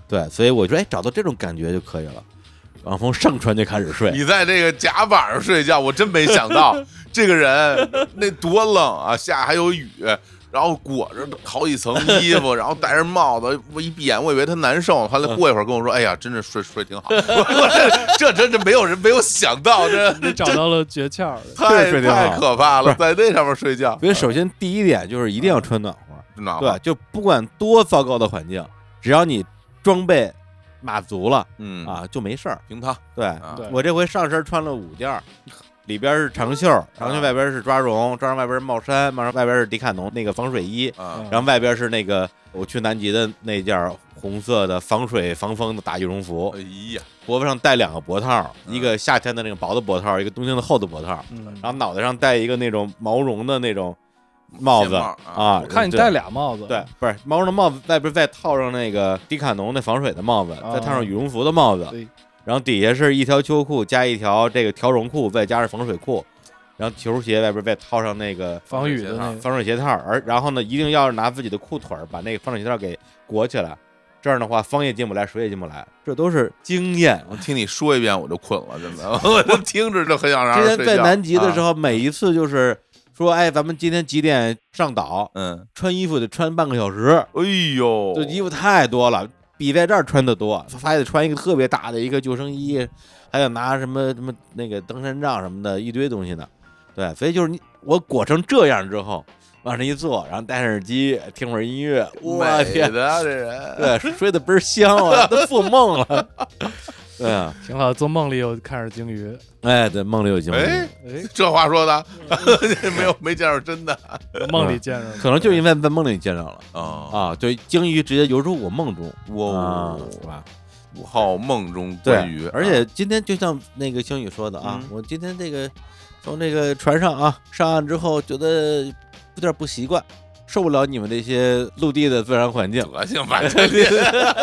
Speaker 1: 对，所以我觉得哎，找到这种感觉就可以了。然后从上船就开始 睡，
Speaker 2: 你在这个甲板上睡觉，我真没想 到这个人那多冷啊，下还有雨，然后裹着好几层衣 服，然后戴着帽子，我一闭眼我以为他难受，后来过一会儿跟我说，哎呀，真是睡睡 挺好，我这这真是没有人没有想到，这
Speaker 3: 你找到了诀窍儿，
Speaker 1: 确实
Speaker 2: 太
Speaker 1: 睡挺好
Speaker 2: 太可怕了，在那上面睡觉，
Speaker 1: 所以首先第一点就是一定要穿暖和。
Speaker 2: 暖
Speaker 1: 对
Speaker 2: 和，，
Speaker 1: 就不管多糟糕的环境，只要你装备码足了
Speaker 2: 嗯，
Speaker 1: 啊，就没事儿。
Speaker 2: 平汤
Speaker 1: 对
Speaker 2: 啊，
Speaker 3: 对
Speaker 1: 我这回上身穿了五件儿，里边是长袖，长
Speaker 2: 啊
Speaker 1: 袖外边是抓绒，抓绒外边是帽衫，帽衫外边是迪卡侬那个防水衣，
Speaker 2: 啊，
Speaker 1: 然后外边是那个我去南极的那件儿红色的防水防风的大羽绒服
Speaker 2: 哎，呀，
Speaker 1: 脖子上戴两个脖套，
Speaker 2: 嗯
Speaker 1: 一个夏天的那个薄的脖套，一个冬天的厚的脖套，
Speaker 3: 嗯
Speaker 1: 然后脑袋上戴一个那种毛绒的那种帽子
Speaker 2: 鞋帽啊
Speaker 1: 啊，
Speaker 3: 我看你
Speaker 1: 对
Speaker 3: 戴俩帽子，
Speaker 1: 对，不是毛绒的帽子外边再套上那个迪卡侬那防水的帽子，
Speaker 2: 啊
Speaker 1: 再套上羽绒服的帽子，
Speaker 3: 对
Speaker 1: 然后底下是一条秋裤加一条这个条绒裤，再加上防水裤，然后球鞋外边再套上那个
Speaker 3: 防雨的那个，
Speaker 1: 防水鞋套，而然后呢，一定要拿自己的裤腿儿把那个防水鞋套给裹起来，这样的话风也进不来，水也进不来，这都是经验。
Speaker 2: 我听你说一遍我就困了，真的， 我都听着就很想让
Speaker 1: 之
Speaker 2: 人
Speaker 1: 前
Speaker 2: 啊
Speaker 1: 在
Speaker 2: 睡觉
Speaker 1: 南极的时，
Speaker 2: 啊
Speaker 1: 候，每一次就是说，哎，咱们今天几点上岛？
Speaker 2: 嗯，
Speaker 1: 穿衣服得穿半个小时，
Speaker 2: 哎呦，
Speaker 1: 就衣服太多了，比在这儿穿的多。他还得穿一个特别大的一个救生衣，还要拿什么什么那个登山杖什么的，一堆东西呢。对，所以就是你我裹成这样之后，往上一坐，然后戴上耳机听会儿音乐，我
Speaker 2: 美
Speaker 1: 天，
Speaker 2: 的啊这人，
Speaker 1: 对，睡得倍儿香啊，都做梦了。 对啊，
Speaker 3: 挺好。做梦里有看着鲸鱼，
Speaker 1: 哎，对，梦里有鲸
Speaker 2: 哎
Speaker 1: 鱼，，
Speaker 3: 哎，
Speaker 2: 这话说的， 没有没见着真的
Speaker 3: 梦里见着了，
Speaker 1: 可能就是因为在梦里见着了
Speaker 2: 啊，
Speaker 1: 啊。对，鲸鱼直接游入我梦中，
Speaker 2: 哇
Speaker 1: 啊
Speaker 2: 哦，
Speaker 1: 是吧？
Speaker 2: 五号梦中
Speaker 1: 对啊
Speaker 2: 关于，，啊
Speaker 1: 而且今天就像那个星宇说的啊，
Speaker 2: 嗯
Speaker 1: 我今天这个从这个船上啊上岸之后，觉得有点不习惯，受不了你们这些陆地的自然环境。
Speaker 2: 恶心吧，这里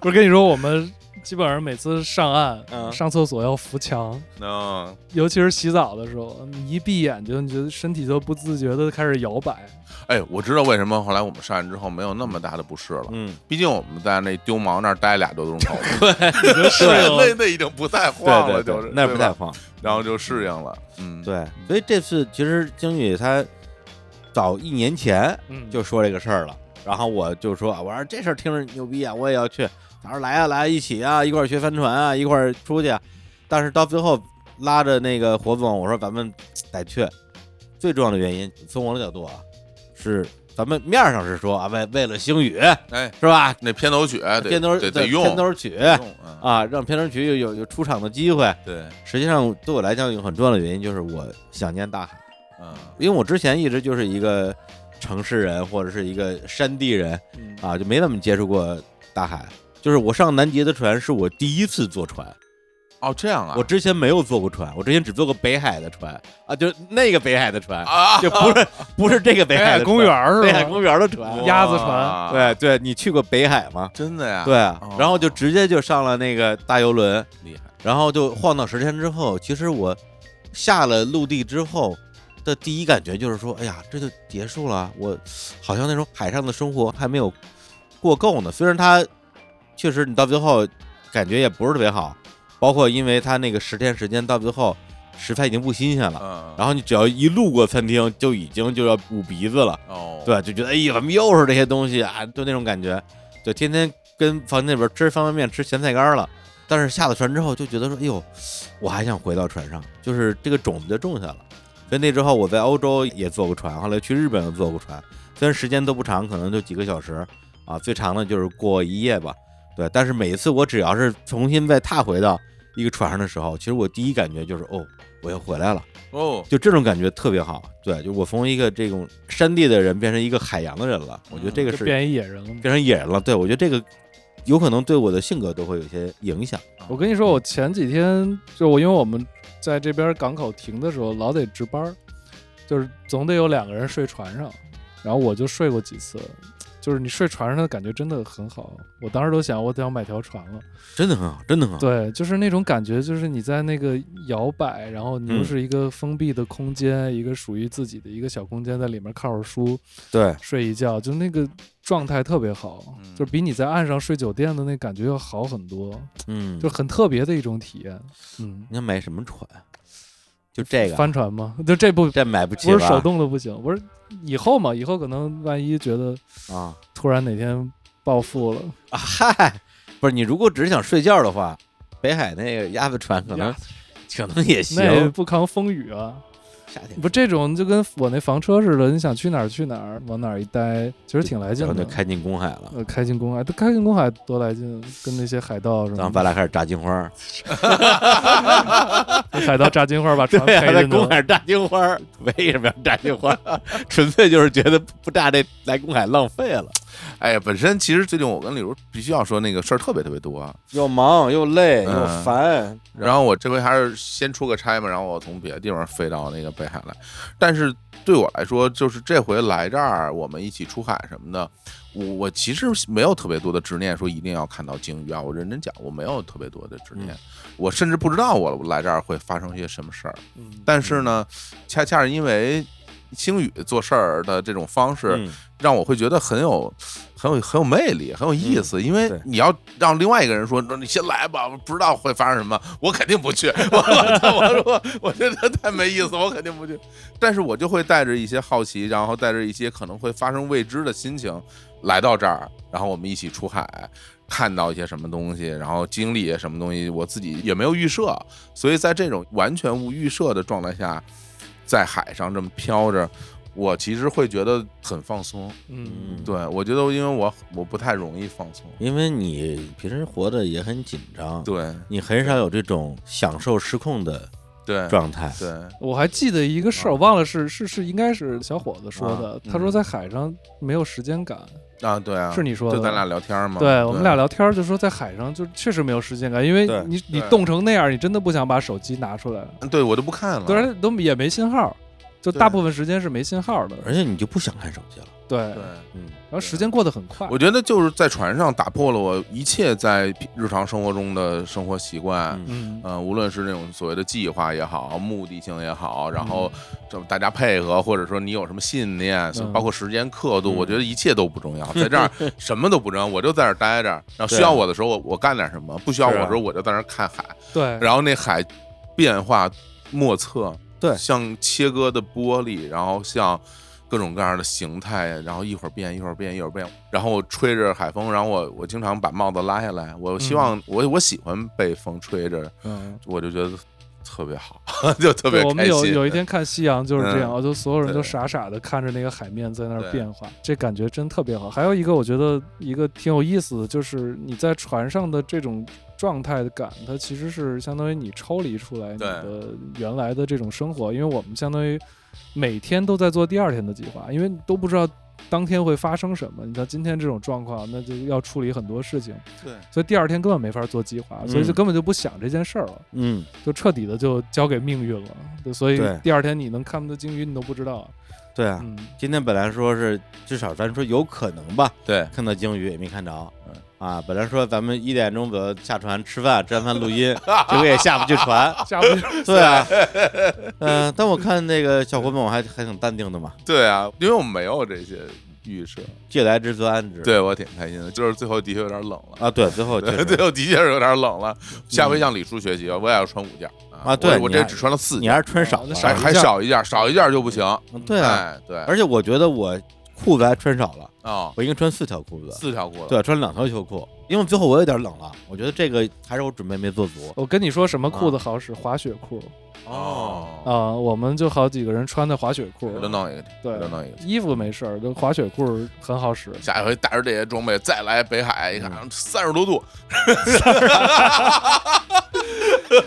Speaker 3: 不是跟你说，我们基本上每次上岸、
Speaker 1: 嗯
Speaker 3: 上厕所要扶墙，
Speaker 2: 嗯，
Speaker 3: 尤其是洗澡的时候，你一闭眼睛，你觉得身体就不自觉的开始摇摆。
Speaker 2: 哎，我知道为什么后来我们上岸之后没有那么大的不适了，
Speaker 1: 嗯，
Speaker 2: 毕竟我们在那丢毛那儿待俩多钟 头，
Speaker 3: 你就适 应
Speaker 2: 那
Speaker 3: 了
Speaker 2: 那已经不太
Speaker 1: 对
Speaker 2: 晃
Speaker 1: 啊对
Speaker 2: 了，
Speaker 1: 对，
Speaker 2: 就是
Speaker 1: 那
Speaker 2: 对
Speaker 1: 不太
Speaker 2: 吧
Speaker 1: 放。嗯
Speaker 2: 然后就适应了，嗯，
Speaker 1: 对，所以这次其实星宇他早一年前
Speaker 3: 嗯，
Speaker 1: 就说这个事儿了，然后我就说，我说这事儿听着牛逼啊，我也要去。他说来啊来啊，一起啊，一块儿学帆船啊，一块儿出去啊、但是到最后拉着那个活总，我说咱们得去。最重要的原因，从我的角度啊，是咱们面儿上是说啊，为为了星宇
Speaker 2: 哎，
Speaker 1: 是吧？
Speaker 2: 那片头曲得
Speaker 1: 片头
Speaker 2: 得
Speaker 1: 对
Speaker 2: 得用，
Speaker 1: 片头曲
Speaker 2: 得用，嗯
Speaker 1: 啊，让片头曲有有有出场的机会。
Speaker 2: 对，
Speaker 1: 实际上对我来讲有很重要的原因就是我想念大海。
Speaker 2: 嗯，
Speaker 1: 因为我之前一直就是一个城市人或者是一个山地人
Speaker 3: 嗯
Speaker 1: 啊，就没怎么接触过大海。就是我上南极的船是我第一次坐船，
Speaker 2: 哦，这样啊，
Speaker 1: 我之前没有坐过船，我之前只坐过北海的船啊，就是那个北海的船，
Speaker 2: 啊，
Speaker 1: 就不是不是这个北
Speaker 3: 北
Speaker 1: 海
Speaker 3: 海
Speaker 1: 的船
Speaker 3: 公，园是吧？
Speaker 1: 北海公园的船
Speaker 2: 哇。
Speaker 3: 鸭子船，
Speaker 1: 对对，你去过北海吗？
Speaker 2: 真的呀，
Speaker 1: 对，啊
Speaker 2: 哦
Speaker 1: 然后就直接就上了那个大游轮，
Speaker 2: 厉害，
Speaker 1: 然后就晃荡十天之后，其实我下了陆地之后的第一感觉就是说，哎呀，这就结束了，我好像那种海上的生活还没有过够呢。虽然它确实你到最后感觉也不是特别好，包括因为它那个十天时间到最后食材已经不新鲜了，
Speaker 2: 嗯，
Speaker 1: 然后你只要一路过餐厅就已经就要捂鼻子了。
Speaker 2: 哦，，
Speaker 1: 对，就觉得哎呀，怎么又是这些东西啊？就那种感觉，就天天跟房间里边吃方便面、吃咸菜干儿了。但是下了船之后，就觉得说，哎呦，我还想回到船上，就是这个种子就种下了。所以那之后，我在欧洲也坐过船，后来去日本也坐过船，虽然时间都不长，可能就几个小时啊，最长的就是过一夜吧。对，但是每一次我只要是重新再踏回到一个船上的时候，其实我第一感觉就是，哦，我又回来了。
Speaker 2: 哦，
Speaker 1: 就这种感觉特别好。对，就我从一个这种山地的人变成一个海洋的人了，我觉得这个
Speaker 3: 嗯就是变一野人了嘛。
Speaker 1: 变成野人了。对我觉得这个有可能对我的性格都会有些影响。
Speaker 3: 我跟你说，我前几天就我因为我们在这边港口停的时候，老得值班儿，就是总得有两个人睡船上，然后我就睡过几次，就是你睡船上的感觉真的很好。我当时都想，我得要买条船了。
Speaker 1: 真的很好，真的很好。
Speaker 3: 对，就是那种感觉，就是你在那个摇摆，然后你又
Speaker 1: 嗯
Speaker 3: 是一个封闭的空间，一个属于自己的一个小空间，在里面靠着书
Speaker 1: 对
Speaker 3: 睡一觉，就那个状态特别好，
Speaker 2: 嗯
Speaker 3: 就是比你在岸上睡酒店的那感觉要好很多，
Speaker 1: 嗯，
Speaker 3: 就很特别的一种体验。嗯，
Speaker 1: 你想买什么船？就这个，
Speaker 3: 帆船吗？ 就这不
Speaker 1: 这买不起
Speaker 3: 不是手
Speaker 1: 吧
Speaker 3: 动的不行，不是以后嘛？以后可能万一觉得
Speaker 1: 啊
Speaker 3: 突然哪天暴富了，
Speaker 1: 啊嗨，不是你如果只是想睡觉的话，北海那个鸭子船可能
Speaker 3: 呀
Speaker 1: 可能也
Speaker 3: 那也
Speaker 1: 行。
Speaker 3: 不扛风雨啊。
Speaker 1: 夏天
Speaker 3: 不，这种就跟我那房车似的，你想去哪儿去哪儿，往哪儿一待，其实挺来劲
Speaker 1: 然后
Speaker 3: 的。
Speaker 1: 就开进公海了，
Speaker 3: 呃，开进公海，都开进公海多来劲，跟那些海盗什
Speaker 1: 然后
Speaker 3: 么
Speaker 1: 咱
Speaker 3: 的，
Speaker 1: 俩开始炸金花儿，
Speaker 3: 海盗炸金花 把船
Speaker 1: 对啊，
Speaker 3: 开
Speaker 1: 在
Speaker 3: 进去
Speaker 1: 公
Speaker 3: 了。
Speaker 1: 海炸金 花儿，为什么要炸金花儿？纯粹就是觉得不炸这来公海浪费了。
Speaker 2: 哎呀，本身其实最近我跟李如必须要说那个事儿特别特别多，啊
Speaker 1: 又忙又累又
Speaker 2: 嗯
Speaker 1: 烦，
Speaker 2: 然后我这回还是先出个差嘛，然后我从别的地方飞到那个北海来。但是对我来说，就是这回来这儿，我们一起出海什么的，我我其实没有特别多的执念，说一定要看到鲸鱼啊。我认真讲，我没有特别多的执念，我甚至不知道我来这儿会发生些什么事儿。
Speaker 3: 嗯
Speaker 2: 但是呢，恰恰是因为星宇做事儿的这种方式，
Speaker 1: 嗯
Speaker 2: 让我会觉得很有、很有、很有魅力，很有意思。因为
Speaker 1: 对
Speaker 2: 你要让另外一个人说：“说你先来吧，我不知道会发生什么，我肯定不去。 我”我我我我觉得太没意思，我肯定不去。但是我就会带着一些好奇，然后带着一些可能会发生未知的心情来到这儿，然后我们一起出海。看到一些什么东西，然后经历一些什么东西，我自己也没有预设，所以在这种完全无预设的状态下，在海上这么飘着，我其实会觉得很放松。
Speaker 3: 嗯
Speaker 1: 嗯，
Speaker 2: 对，我觉得因为我我不太容易放松。
Speaker 1: 因为你平时活得也很紧张，
Speaker 2: 对
Speaker 1: 你很少有这种享受失控的
Speaker 2: 对
Speaker 1: 状态。
Speaker 2: 对，
Speaker 3: 我还记得一个
Speaker 1: 啊
Speaker 3: 事儿，我忘了是是是应该是小伙子说的，他
Speaker 2: 嗯
Speaker 3: 说在海上没有时间感，
Speaker 2: 啊对啊，
Speaker 3: 是你说的
Speaker 2: 就
Speaker 3: 吧，
Speaker 2: 咱俩聊天嘛。
Speaker 3: 对我们俩聊天儿就说在海上就确实没有时间感，因为
Speaker 1: 对嗯
Speaker 3: 你你
Speaker 2: 对
Speaker 3: 冻成那样，你真的不想把手机拿出来，
Speaker 2: 嗯对，对我都不看了。
Speaker 3: 当然都也没信号，就
Speaker 2: 对
Speaker 3: 大部分时间是没信号的，
Speaker 1: 而且你就不想看手机了，
Speaker 3: 对，
Speaker 2: 对，
Speaker 3: 然
Speaker 1: 嗯，
Speaker 3: 后时间过得很快，
Speaker 2: 我觉得就是在船上打破了我一切在日常生活中的生活习惯。
Speaker 1: 嗯
Speaker 3: 嗯
Speaker 2: 嗯，无论是那种所谓的计划也好，目的性也好，然后这大家配合，或者说你有什么信念，
Speaker 3: 嗯
Speaker 2: 包括时间刻度，
Speaker 1: 嗯
Speaker 2: 我觉得一切都不重要，在这 儿什么都不重要，我就在这儿待着，然后需
Speaker 1: 对
Speaker 2: 要我的时候我我干点什么，不需要我
Speaker 1: 是啊
Speaker 2: 的时候我就在那儿看海，
Speaker 3: 对，
Speaker 2: 然后那海变化莫测，
Speaker 1: 对
Speaker 2: 像切割的玻璃，然后像各种各样的形态，然后一会儿变，一会儿变，一会儿变，然后吹着海风，然后我我经常把帽子拉下来，我希望、我我喜欢被风吹着，
Speaker 3: 嗯。
Speaker 2: 我就觉得特别好， 就特别
Speaker 3: 对，
Speaker 2: 开心。嗯
Speaker 3: 我们有有一天看夕阳就是这样，就所有人
Speaker 2: 对
Speaker 3: 都傻傻的看着那个海面在那儿
Speaker 2: 对
Speaker 3: 变化，这感觉真特别好。还有一个我觉得一个挺有意思的，就是你在船上的这种状态的感，它其实是相当于你抽离出来你
Speaker 2: 对
Speaker 3: 的原来的这种生活，因为我们相当于每天都在做第二天的计划，因为你都不知道。当天会发生什么？你像今天这种状况，那就要处理很多事情，
Speaker 2: 对
Speaker 3: 所以第二天根本没法做计划，所以就
Speaker 1: 嗯
Speaker 3: 根本就不想这件事儿了。
Speaker 1: 嗯，
Speaker 3: 就彻底的就交给命运了。对，所以
Speaker 1: 对
Speaker 3: 第二天你能看不到鲸鱼，你都不知道。
Speaker 1: 对啊。
Speaker 3: 嗯，
Speaker 1: 今天本来说是至少咱说有可能吧，
Speaker 2: 对
Speaker 1: 看到鲸鱼也没看着
Speaker 2: 嗯。
Speaker 1: 啊，本来说咱们一点钟左右下船吃饭，吃完饭录 音，结果也下不去船。
Speaker 3: 下不去。
Speaker 1: 对啊，嗯、但我看那个小伙伴，我还还挺淡定的嘛，
Speaker 2: 对啊，因为我没有这些预设，
Speaker 1: 既来之则安之。
Speaker 2: 对我挺开心的，就是最后的确有点冷了。
Speaker 1: 啊，对，最后确
Speaker 2: 对，
Speaker 1: 实
Speaker 2: 最后的确是有点冷了，下回向李叔学习，我也要穿五件
Speaker 1: 啊对
Speaker 2: 我我
Speaker 1: 你
Speaker 2: 这
Speaker 1: 还
Speaker 2: 只穿了四
Speaker 1: 你
Speaker 2: 件，
Speaker 1: 还是穿少了
Speaker 3: 那，
Speaker 2: 还
Speaker 3: 少
Speaker 2: 还
Speaker 3: 一件
Speaker 2: 少一件，少一件就不行。
Speaker 1: 对啊，
Speaker 2: 哎，对，
Speaker 1: 而且我觉得我裤子还穿少了，
Speaker 2: 啊，
Speaker 1: 我应该穿四条裤子，
Speaker 2: 四条裤子，
Speaker 1: 对，啊穿两条秋裤，因为最后我有点冷了，我觉得这个还是我准备没做足。
Speaker 3: 我跟你说什么裤子好使？滑雪裤啊、
Speaker 2: 哦，
Speaker 3: 我们就好几个人穿的滑雪裤
Speaker 2: 我。就弄一个，
Speaker 3: 对
Speaker 2: 我就弄一个。
Speaker 3: 衣服没事儿，就滑雪裤很好使。
Speaker 2: 下一回带着这些装备再来北海，一
Speaker 1: 嗯
Speaker 2: 看三十多度，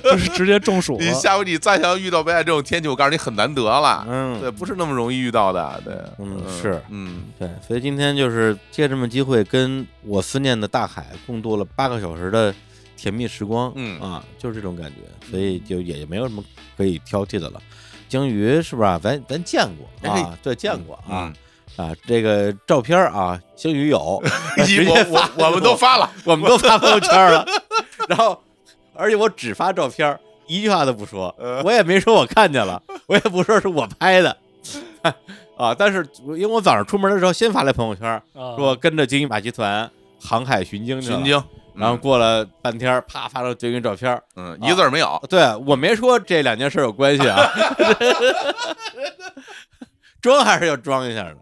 Speaker 3: 就是直接中暑
Speaker 2: 你
Speaker 3: 了。
Speaker 2: 下回你再想遇到北海这种天气，我告诉你很难得了，
Speaker 1: 嗯，
Speaker 2: 对，不是那么容易遇到的，对，
Speaker 1: 嗯是
Speaker 2: 嗯，
Speaker 1: 对，所以今天就是借这么机会，跟我思念的大海共度了八个小时的甜蜜时光，
Speaker 2: 嗯
Speaker 1: 啊，就是这种感觉，所以就也没有什么可以挑剔的了。鲸鱼是吧？咱咱见过
Speaker 2: 哎
Speaker 1: 啊，对，见过啊、
Speaker 2: 嗯，，
Speaker 1: 啊，这个照片啊，鲸鱼有
Speaker 2: 一
Speaker 1: 直
Speaker 2: 我
Speaker 1: 接发
Speaker 2: 我我们都发了，
Speaker 1: 我们都发朋友圈了， 然后而且我只发照片儿，一句话都不说
Speaker 2: 呃，
Speaker 1: 我也没说我看 见了，我也不说是我拍的。 啊！但是因为我早上出门的时候先发来朋友圈，
Speaker 3: 啊
Speaker 1: 说跟着鲸鱼马戏团航海巡经去了
Speaker 2: 巡，经，
Speaker 1: 然后
Speaker 2: 嗯
Speaker 1: 过了半天儿，啪发张鲸鱼照片儿。
Speaker 2: 嗯，一个字儿没有，
Speaker 1: 对我没说这两件事有关系啊， 装还是要装一下的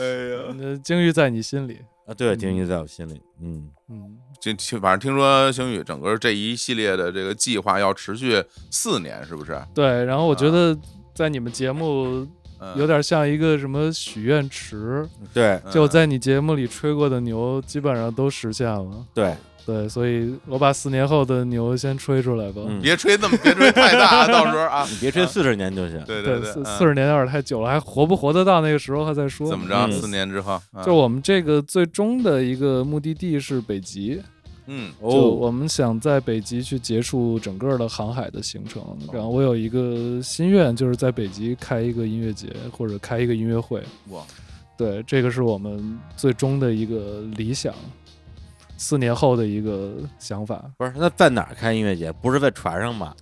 Speaker 2: 哎呀，
Speaker 3: 那鲸鱼在你心里，
Speaker 1: 啊。对，
Speaker 3: 嗯
Speaker 1: 鲸鱼在我心里，嗯，
Speaker 3: 嗯，
Speaker 2: 就就反正听说星宇整个这一系列的这个计划要持续四年，是不是？
Speaker 3: 对。然后我觉得在你们节目
Speaker 2: 嗯，
Speaker 3: 有点像一个什么许愿池，
Speaker 1: 对
Speaker 2: 嗯
Speaker 3: 就在你节目里吹过的牛基本上都实现了。
Speaker 1: 对，
Speaker 3: 对，所以我把四年后的牛先吹出来吧。
Speaker 1: 嗯
Speaker 2: 别吹那么，别吹太 大，到时候啊，
Speaker 1: 你别吹四十年就行。
Speaker 2: 对
Speaker 3: 对，
Speaker 2: 对，
Speaker 3: 四
Speaker 2: 嗯
Speaker 3: 四十年有点太久了，还活不活得到那个时候还再说。
Speaker 2: 怎么
Speaker 1: 嗯
Speaker 2: 着？四年之后，啊
Speaker 3: 就我们这个最终的一个目的地是北极，
Speaker 2: 嗯
Speaker 3: 就
Speaker 1: 哦，
Speaker 3: 我们想在北极去结束整个的航海的行程。
Speaker 2: 哦
Speaker 3: 然后我有一个心愿，就是在北极开一个音乐节或者开一个音乐会。
Speaker 2: 哇，
Speaker 3: 对，这个是我们最终的一个理想，四年后的一个想法。
Speaker 1: 不是，那在哪儿开音乐节？不是在船上吧？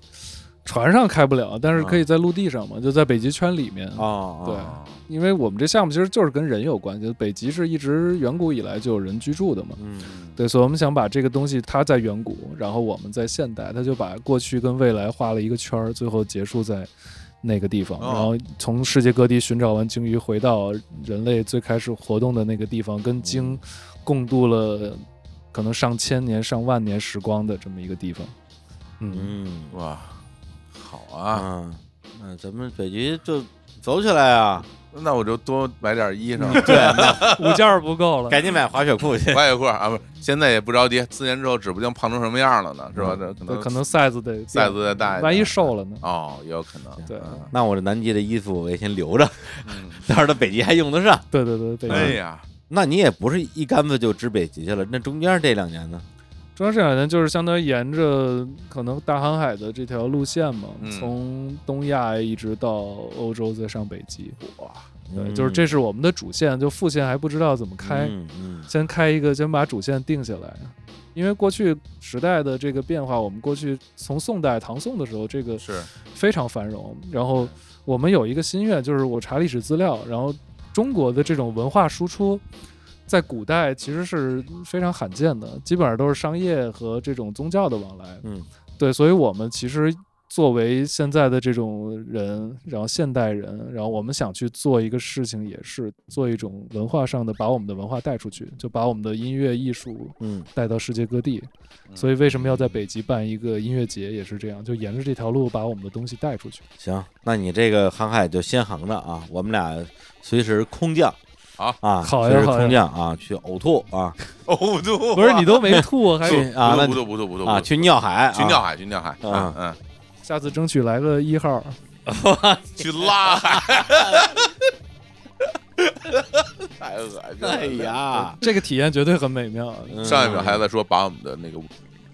Speaker 3: 船上开不了，但是可以
Speaker 2: 嗯
Speaker 3: 在陆地上嘛，就在北极圈里面。
Speaker 1: 哦，
Speaker 3: 嗯对
Speaker 1: 哦，
Speaker 3: 因为我们这项目其实就是跟人有关系，北极是一直远古以来就有人居住的嘛。
Speaker 1: 嗯，
Speaker 3: 对，所以我们想把这个东西，它在远古，然后我们在现代，它就把过去跟未来画了一个圈儿，最后结束在那个地方，
Speaker 2: 哦
Speaker 3: 然后从世界各地寻找完鲸鱼，回到人类最开始活动的那个地方，跟
Speaker 2: 嗯
Speaker 3: 鲸共度了可能上千年、上万年时光的这么一个地方。嗯，
Speaker 1: 嗯
Speaker 2: 哇，好啊，
Speaker 1: 啊，那咱们北极就走起来啊！
Speaker 2: 那我就多买点衣裳，
Speaker 1: 对， 那
Speaker 3: 五件儿不够了，
Speaker 1: 赶紧买滑雪裤 去。
Speaker 2: 买一会儿啊，不是，现在也不着急，四年之后指不定胖成什么样了呢，是
Speaker 1: 嗯
Speaker 2: 吧？这可
Speaker 3: 对
Speaker 2: 能
Speaker 3: 可能 size 得
Speaker 2: size 再大一点
Speaker 3: 万一瘦了呢？
Speaker 2: 哦，也有可能，
Speaker 3: 对
Speaker 2: 嗯
Speaker 1: 那我这南极的衣服我也先留着，
Speaker 2: 嗯
Speaker 1: 到时候北极还用得上。
Speaker 3: 对对对，北
Speaker 2: 哎
Speaker 3: 京。
Speaker 2: 呀，
Speaker 1: 那你也不是一竿子就指北极去了，那中间这两年呢？
Speaker 3: 中央这两年就是相当于沿着可能大航海的这条路线嘛，
Speaker 2: 嗯
Speaker 3: 从东亚一直到欧洲，再上北极。
Speaker 2: 哇，
Speaker 3: 对，
Speaker 1: 嗯
Speaker 3: 就是这是我们的主线，就副线还不知道怎么开，
Speaker 1: 嗯嗯
Speaker 3: 先开一个，先把主线定下来。因为过去时代的这个变化，我们过去从宋代、唐宋的时候，这个
Speaker 2: 是
Speaker 3: 非常繁荣。然后我们有一个心愿，就是我查历史资料，然后中国的这种文化输出，在古代其实是非常罕见的，基本上都是商业和这种宗教的往来。
Speaker 1: 嗯，
Speaker 3: 对，所以我们其实作为现在的这种人，然后现代人，然后我们想去做一个事情，也是做一种文化上的，把我们的文化带出去，就把我们的音乐艺术
Speaker 1: 嗯，
Speaker 3: 带到世界各地。
Speaker 2: 嗯
Speaker 3: 所以为什么要在北极办一个音乐节，也是这样，就沿着这条路把我们的东西带出去。
Speaker 1: 行，那你这个航海就先航着啊，我们俩随时空降。
Speaker 2: 好
Speaker 1: 啊，
Speaker 3: 好呀
Speaker 1: 随时
Speaker 3: 好呀
Speaker 1: 空降啊，去呕吐啊，
Speaker 2: 哦，都
Speaker 3: 不是你都没 吐，还
Speaker 1: 去啊，
Speaker 2: 不
Speaker 1: 那
Speaker 2: 对不对不对
Speaker 1: 啊，去尿海啊，
Speaker 2: 去尿海，去尿海，
Speaker 1: 啊
Speaker 2: 嗯嗯，
Speaker 3: 下次争取来个一号。
Speaker 2: 去拉海， 太恶 心了。
Speaker 1: 哎呀，
Speaker 3: 这个体验绝对很美妙。
Speaker 1: 嗯
Speaker 2: 上一秒还在说把我们的那个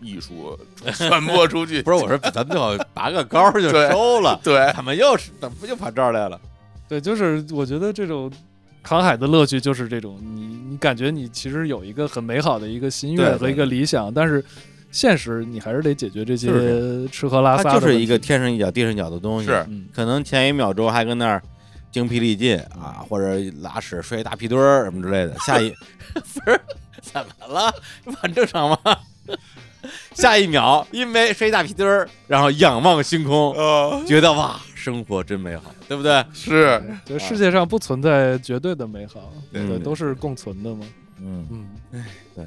Speaker 2: 艺术传播出 去，
Speaker 1: 不是我说，咱们 就拔个高就
Speaker 2: 对
Speaker 1: 收了，
Speaker 2: 对，
Speaker 1: 怎么又是怎么又跑这儿来了？
Speaker 3: 对，就是我觉得这种航海的乐趣就是这种，你你感觉你其实有一个很美好的一个心
Speaker 1: 对
Speaker 3: 愿
Speaker 1: 对
Speaker 3: 和一个理想，但是现实你还是得解决这
Speaker 1: 就是这
Speaker 3: 些吃喝拉
Speaker 1: 它
Speaker 3: 撒
Speaker 1: 就
Speaker 3: 的
Speaker 1: 是
Speaker 3: 问
Speaker 1: 一个
Speaker 3: 题
Speaker 1: 天上一脚地上一脚的东西，
Speaker 2: 是
Speaker 3: 嗯，
Speaker 1: 可能前一秒钟还跟那儿精疲力尽啊，或者拉屎摔一大屁墩儿什么之类的， 下一不是怎么了？这不很正常吗？ 下一秒因为摔一大屁墩儿，然后仰望星空，
Speaker 2: 呃，
Speaker 1: 觉得哇，生活真美好，对不对？
Speaker 2: 是
Speaker 3: 就世界上不存在绝对的美好，
Speaker 1: 嗯对
Speaker 3: 对，
Speaker 1: 嗯
Speaker 3: 都是共存的嘛。
Speaker 1: 嗯，
Speaker 3: 嗯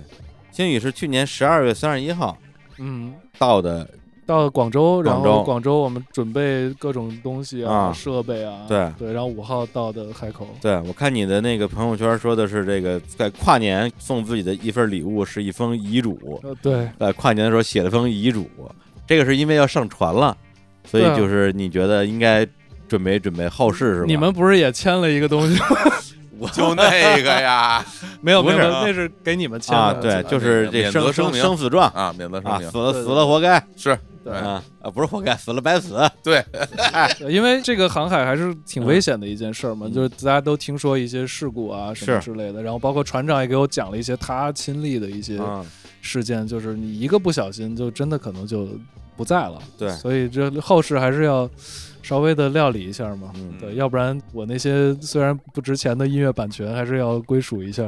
Speaker 1: 星宇是去年十二月三十一号
Speaker 3: 嗯，
Speaker 1: 到的，
Speaker 3: 到广州，然
Speaker 1: 广
Speaker 3: 后
Speaker 1: 州
Speaker 3: 广州我们准备各种东西啊、
Speaker 1: 啊
Speaker 3: 设备啊，
Speaker 1: 对
Speaker 3: 对，然后五号到的海口。
Speaker 1: 对我看你的那个朋友圈说的是这个，在跨年送自己的一份礼物是一封遗嘱，
Speaker 3: 呃，对，
Speaker 1: 在跨年的时候写了封遗嘱，这个是因为要上船了，所以
Speaker 3: 对啊
Speaker 1: 就是你觉得应该准备准备后事是吧？
Speaker 3: 你们不是也签了一 个东西 吗？
Speaker 1: 我
Speaker 2: 就那个呀，
Speaker 3: 没有，
Speaker 1: 不
Speaker 3: 没
Speaker 1: 是
Speaker 3: 有，
Speaker 2: 啊
Speaker 3: 那是给你们签的。
Speaker 1: 啊，
Speaker 2: 那
Speaker 1: 对，
Speaker 2: 个
Speaker 1: 就是这
Speaker 2: 免责
Speaker 1: 生
Speaker 2: 声
Speaker 1: 生
Speaker 2: 明
Speaker 1: 生死状
Speaker 2: 啊，免责声
Speaker 1: 啊，
Speaker 2: 明
Speaker 1: 死了
Speaker 3: 对
Speaker 1: 死
Speaker 3: 对
Speaker 1: 了活该
Speaker 2: 是，
Speaker 3: 对
Speaker 1: 啊啊，不是活该，死了白死，
Speaker 3: 对因为这个航海还是挺危险的一件事儿嘛，
Speaker 1: 嗯
Speaker 3: 就是大家都听说一些事故啊什么
Speaker 1: 是
Speaker 3: 之类的，然后包括船长也给我讲了一些他亲历的一些
Speaker 1: 嗯，
Speaker 3: 事件，就是你一个不小心就真的可能就不在了。
Speaker 1: 对
Speaker 3: 所以这后事还是要稍微的料理一下嘛。
Speaker 1: 嗯
Speaker 3: 对，要不然我那些虽然不值钱的音乐版权，还是要归属一下。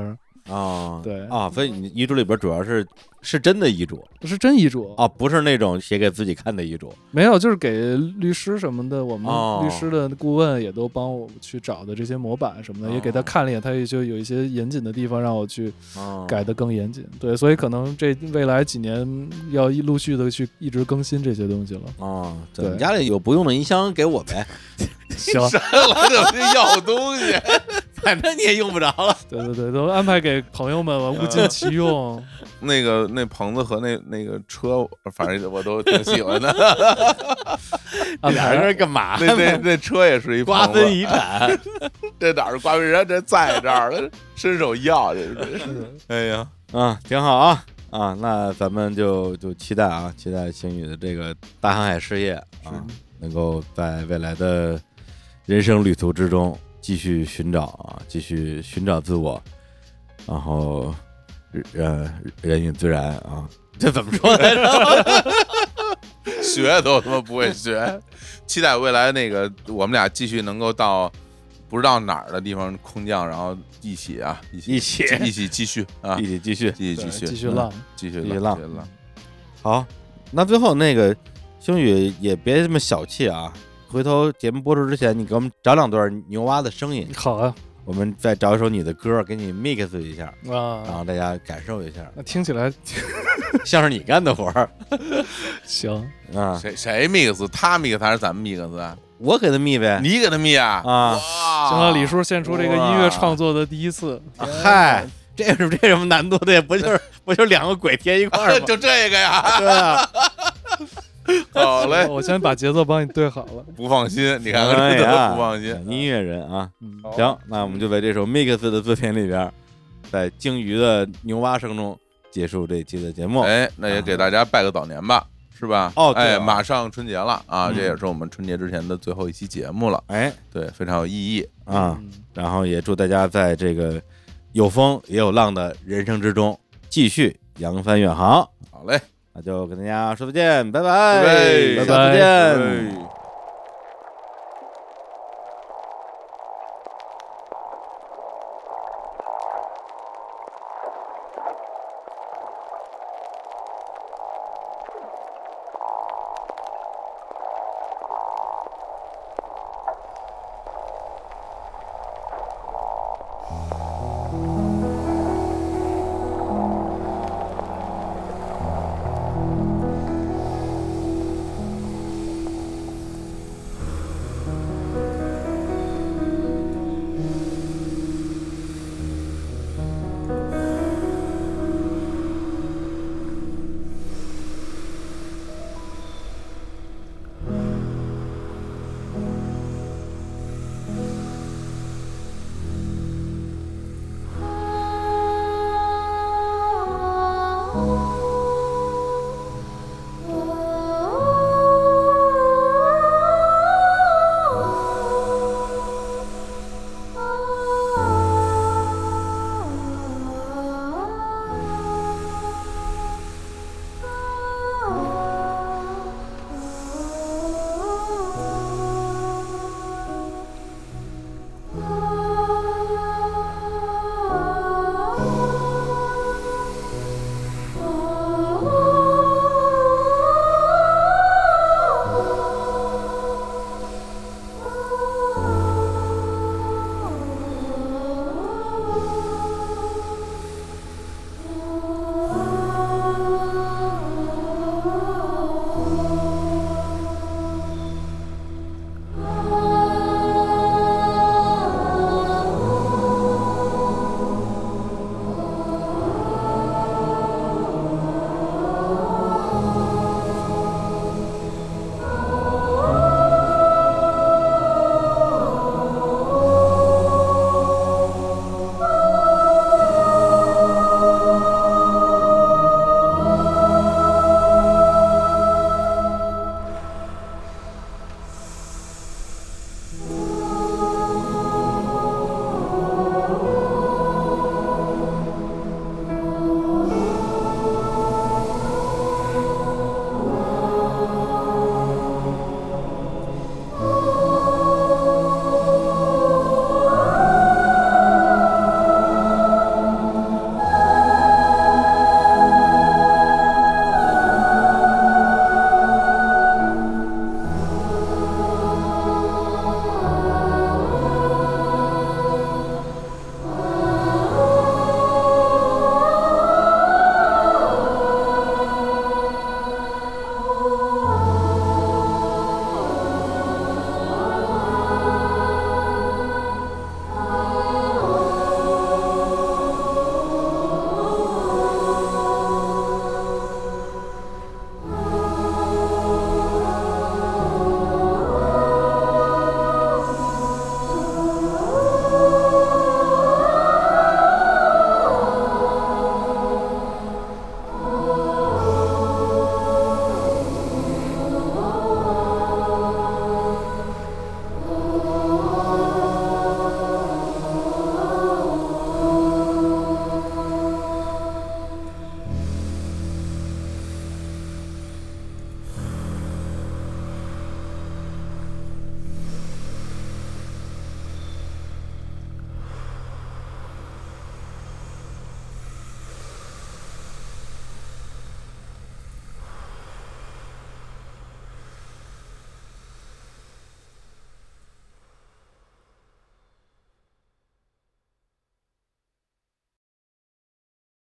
Speaker 1: 啊，
Speaker 3: 对
Speaker 1: 啊，所以你遗嘱里边主要是是真的遗嘱
Speaker 3: 这是真遗嘱
Speaker 1: 啊，不是那种写给自己看的遗嘱
Speaker 3: 没有，就是给律师什么的，我们
Speaker 1: 哦
Speaker 3: 律师的顾问也都帮我去找的这些模板什么的，
Speaker 1: 哦
Speaker 3: 也给他看了一眼，他也就有一些严谨的地方让我去
Speaker 1: 啊，
Speaker 3: 改得更严谨。对，所以可能这未来几年要一陆续的去一直更新这些东西 了。
Speaker 1: 啊，对，
Speaker 3: 对
Speaker 1: 你家里有不用的音箱给我呗，
Speaker 3: 行，
Speaker 2: 删了怎么就要东西？
Speaker 1: 反正你也用不着 了。
Speaker 3: 对对对，都安排给朋友们了，物尽其用。
Speaker 2: 那个那棚子和那那个车，反正我都挺喜欢的。
Speaker 1: 你
Speaker 3: 安
Speaker 1: 俩人
Speaker 3: 排
Speaker 1: 在这干嘛
Speaker 2: 那
Speaker 1: 呢？
Speaker 2: 那那车也是一
Speaker 1: 瓜
Speaker 2: 棚
Speaker 1: 分
Speaker 2: 子，
Speaker 1: 遗产，
Speaker 2: 这哪儿是瓜分人家这在这儿了，伸手要这是。哎呀，
Speaker 1: 啊，挺好啊啊，那咱们就就期待啊，期待星宇的这个大航海事业啊，能够在未来的人生旅途之中继续寻找啊，继续寻找自我，然后呃人与自然啊， 这怎么说来着？
Speaker 2: 学都他妈不会 学。期待未来那个我们俩继续能够到不知道哪儿的地方空降，然后一起啊，一起
Speaker 1: 一起
Speaker 2: 一起继续啊
Speaker 1: 一，起继续嗯
Speaker 2: 继续
Speaker 3: 对
Speaker 2: 继续
Speaker 3: 继续浪，
Speaker 2: 继续
Speaker 1: 继续
Speaker 2: 浪
Speaker 1: 浪好，那最后那个星宇也别这么小气啊。回头节目播出之前，你给我们找两段牛蛙的声音，
Speaker 3: 好啊
Speaker 1: 我们再找一首你的歌，给你 mix 一下，然
Speaker 3: 啊，
Speaker 1: 后大家感受一下，
Speaker 3: 那听起来
Speaker 1: 像是你干的活 儿
Speaker 3: 行，
Speaker 1: 啊。
Speaker 2: 谁谁 mix 他 mix 还是咱们 mix 啊？
Speaker 1: 我给他 mix 呗，
Speaker 2: 你给他 mix 啊？
Speaker 1: 哎啊
Speaker 2: 哇，
Speaker 3: 行了，李叔献出这个音
Speaker 2: 哇
Speaker 3: 乐创作的第一次，
Speaker 1: 嗨，这有什么这有什么难度的呀？不就是 不就是两个鬼贴一块儿吗？
Speaker 2: 就 这 个呀？
Speaker 1: 对啊，
Speaker 2: 好嘞，
Speaker 3: 我先把节奏帮你对好了。
Speaker 2: 不放心，你看
Speaker 1: 哎
Speaker 2: 看这
Speaker 1: 呀
Speaker 2: 都不放心。
Speaker 1: 音乐人啊，
Speaker 3: 嗯，
Speaker 1: 行，那我们就在这首 mix 的作品里边儿，在鲸鱼的牛蛙声中结束这期的节目。
Speaker 2: 哎，那也给大家拜个早年吧，是吧？
Speaker 1: 哦对
Speaker 2: 哎，
Speaker 1: 啊
Speaker 2: 马上春节了啊，
Speaker 1: 嗯
Speaker 2: 这也是我们春节之前的最后一期节目了，
Speaker 1: 哎
Speaker 2: 对，非常有意义。
Speaker 1: 啊。
Speaker 3: 嗯
Speaker 1: 然后也祝大家在这个有风也有浪的人生之中继续扬帆远航。
Speaker 2: 好嘞，
Speaker 1: 那就跟大家说再见，拜拜，
Speaker 2: 拜拜
Speaker 1: 下次
Speaker 3: 拜
Speaker 1: 见。
Speaker 2: 哎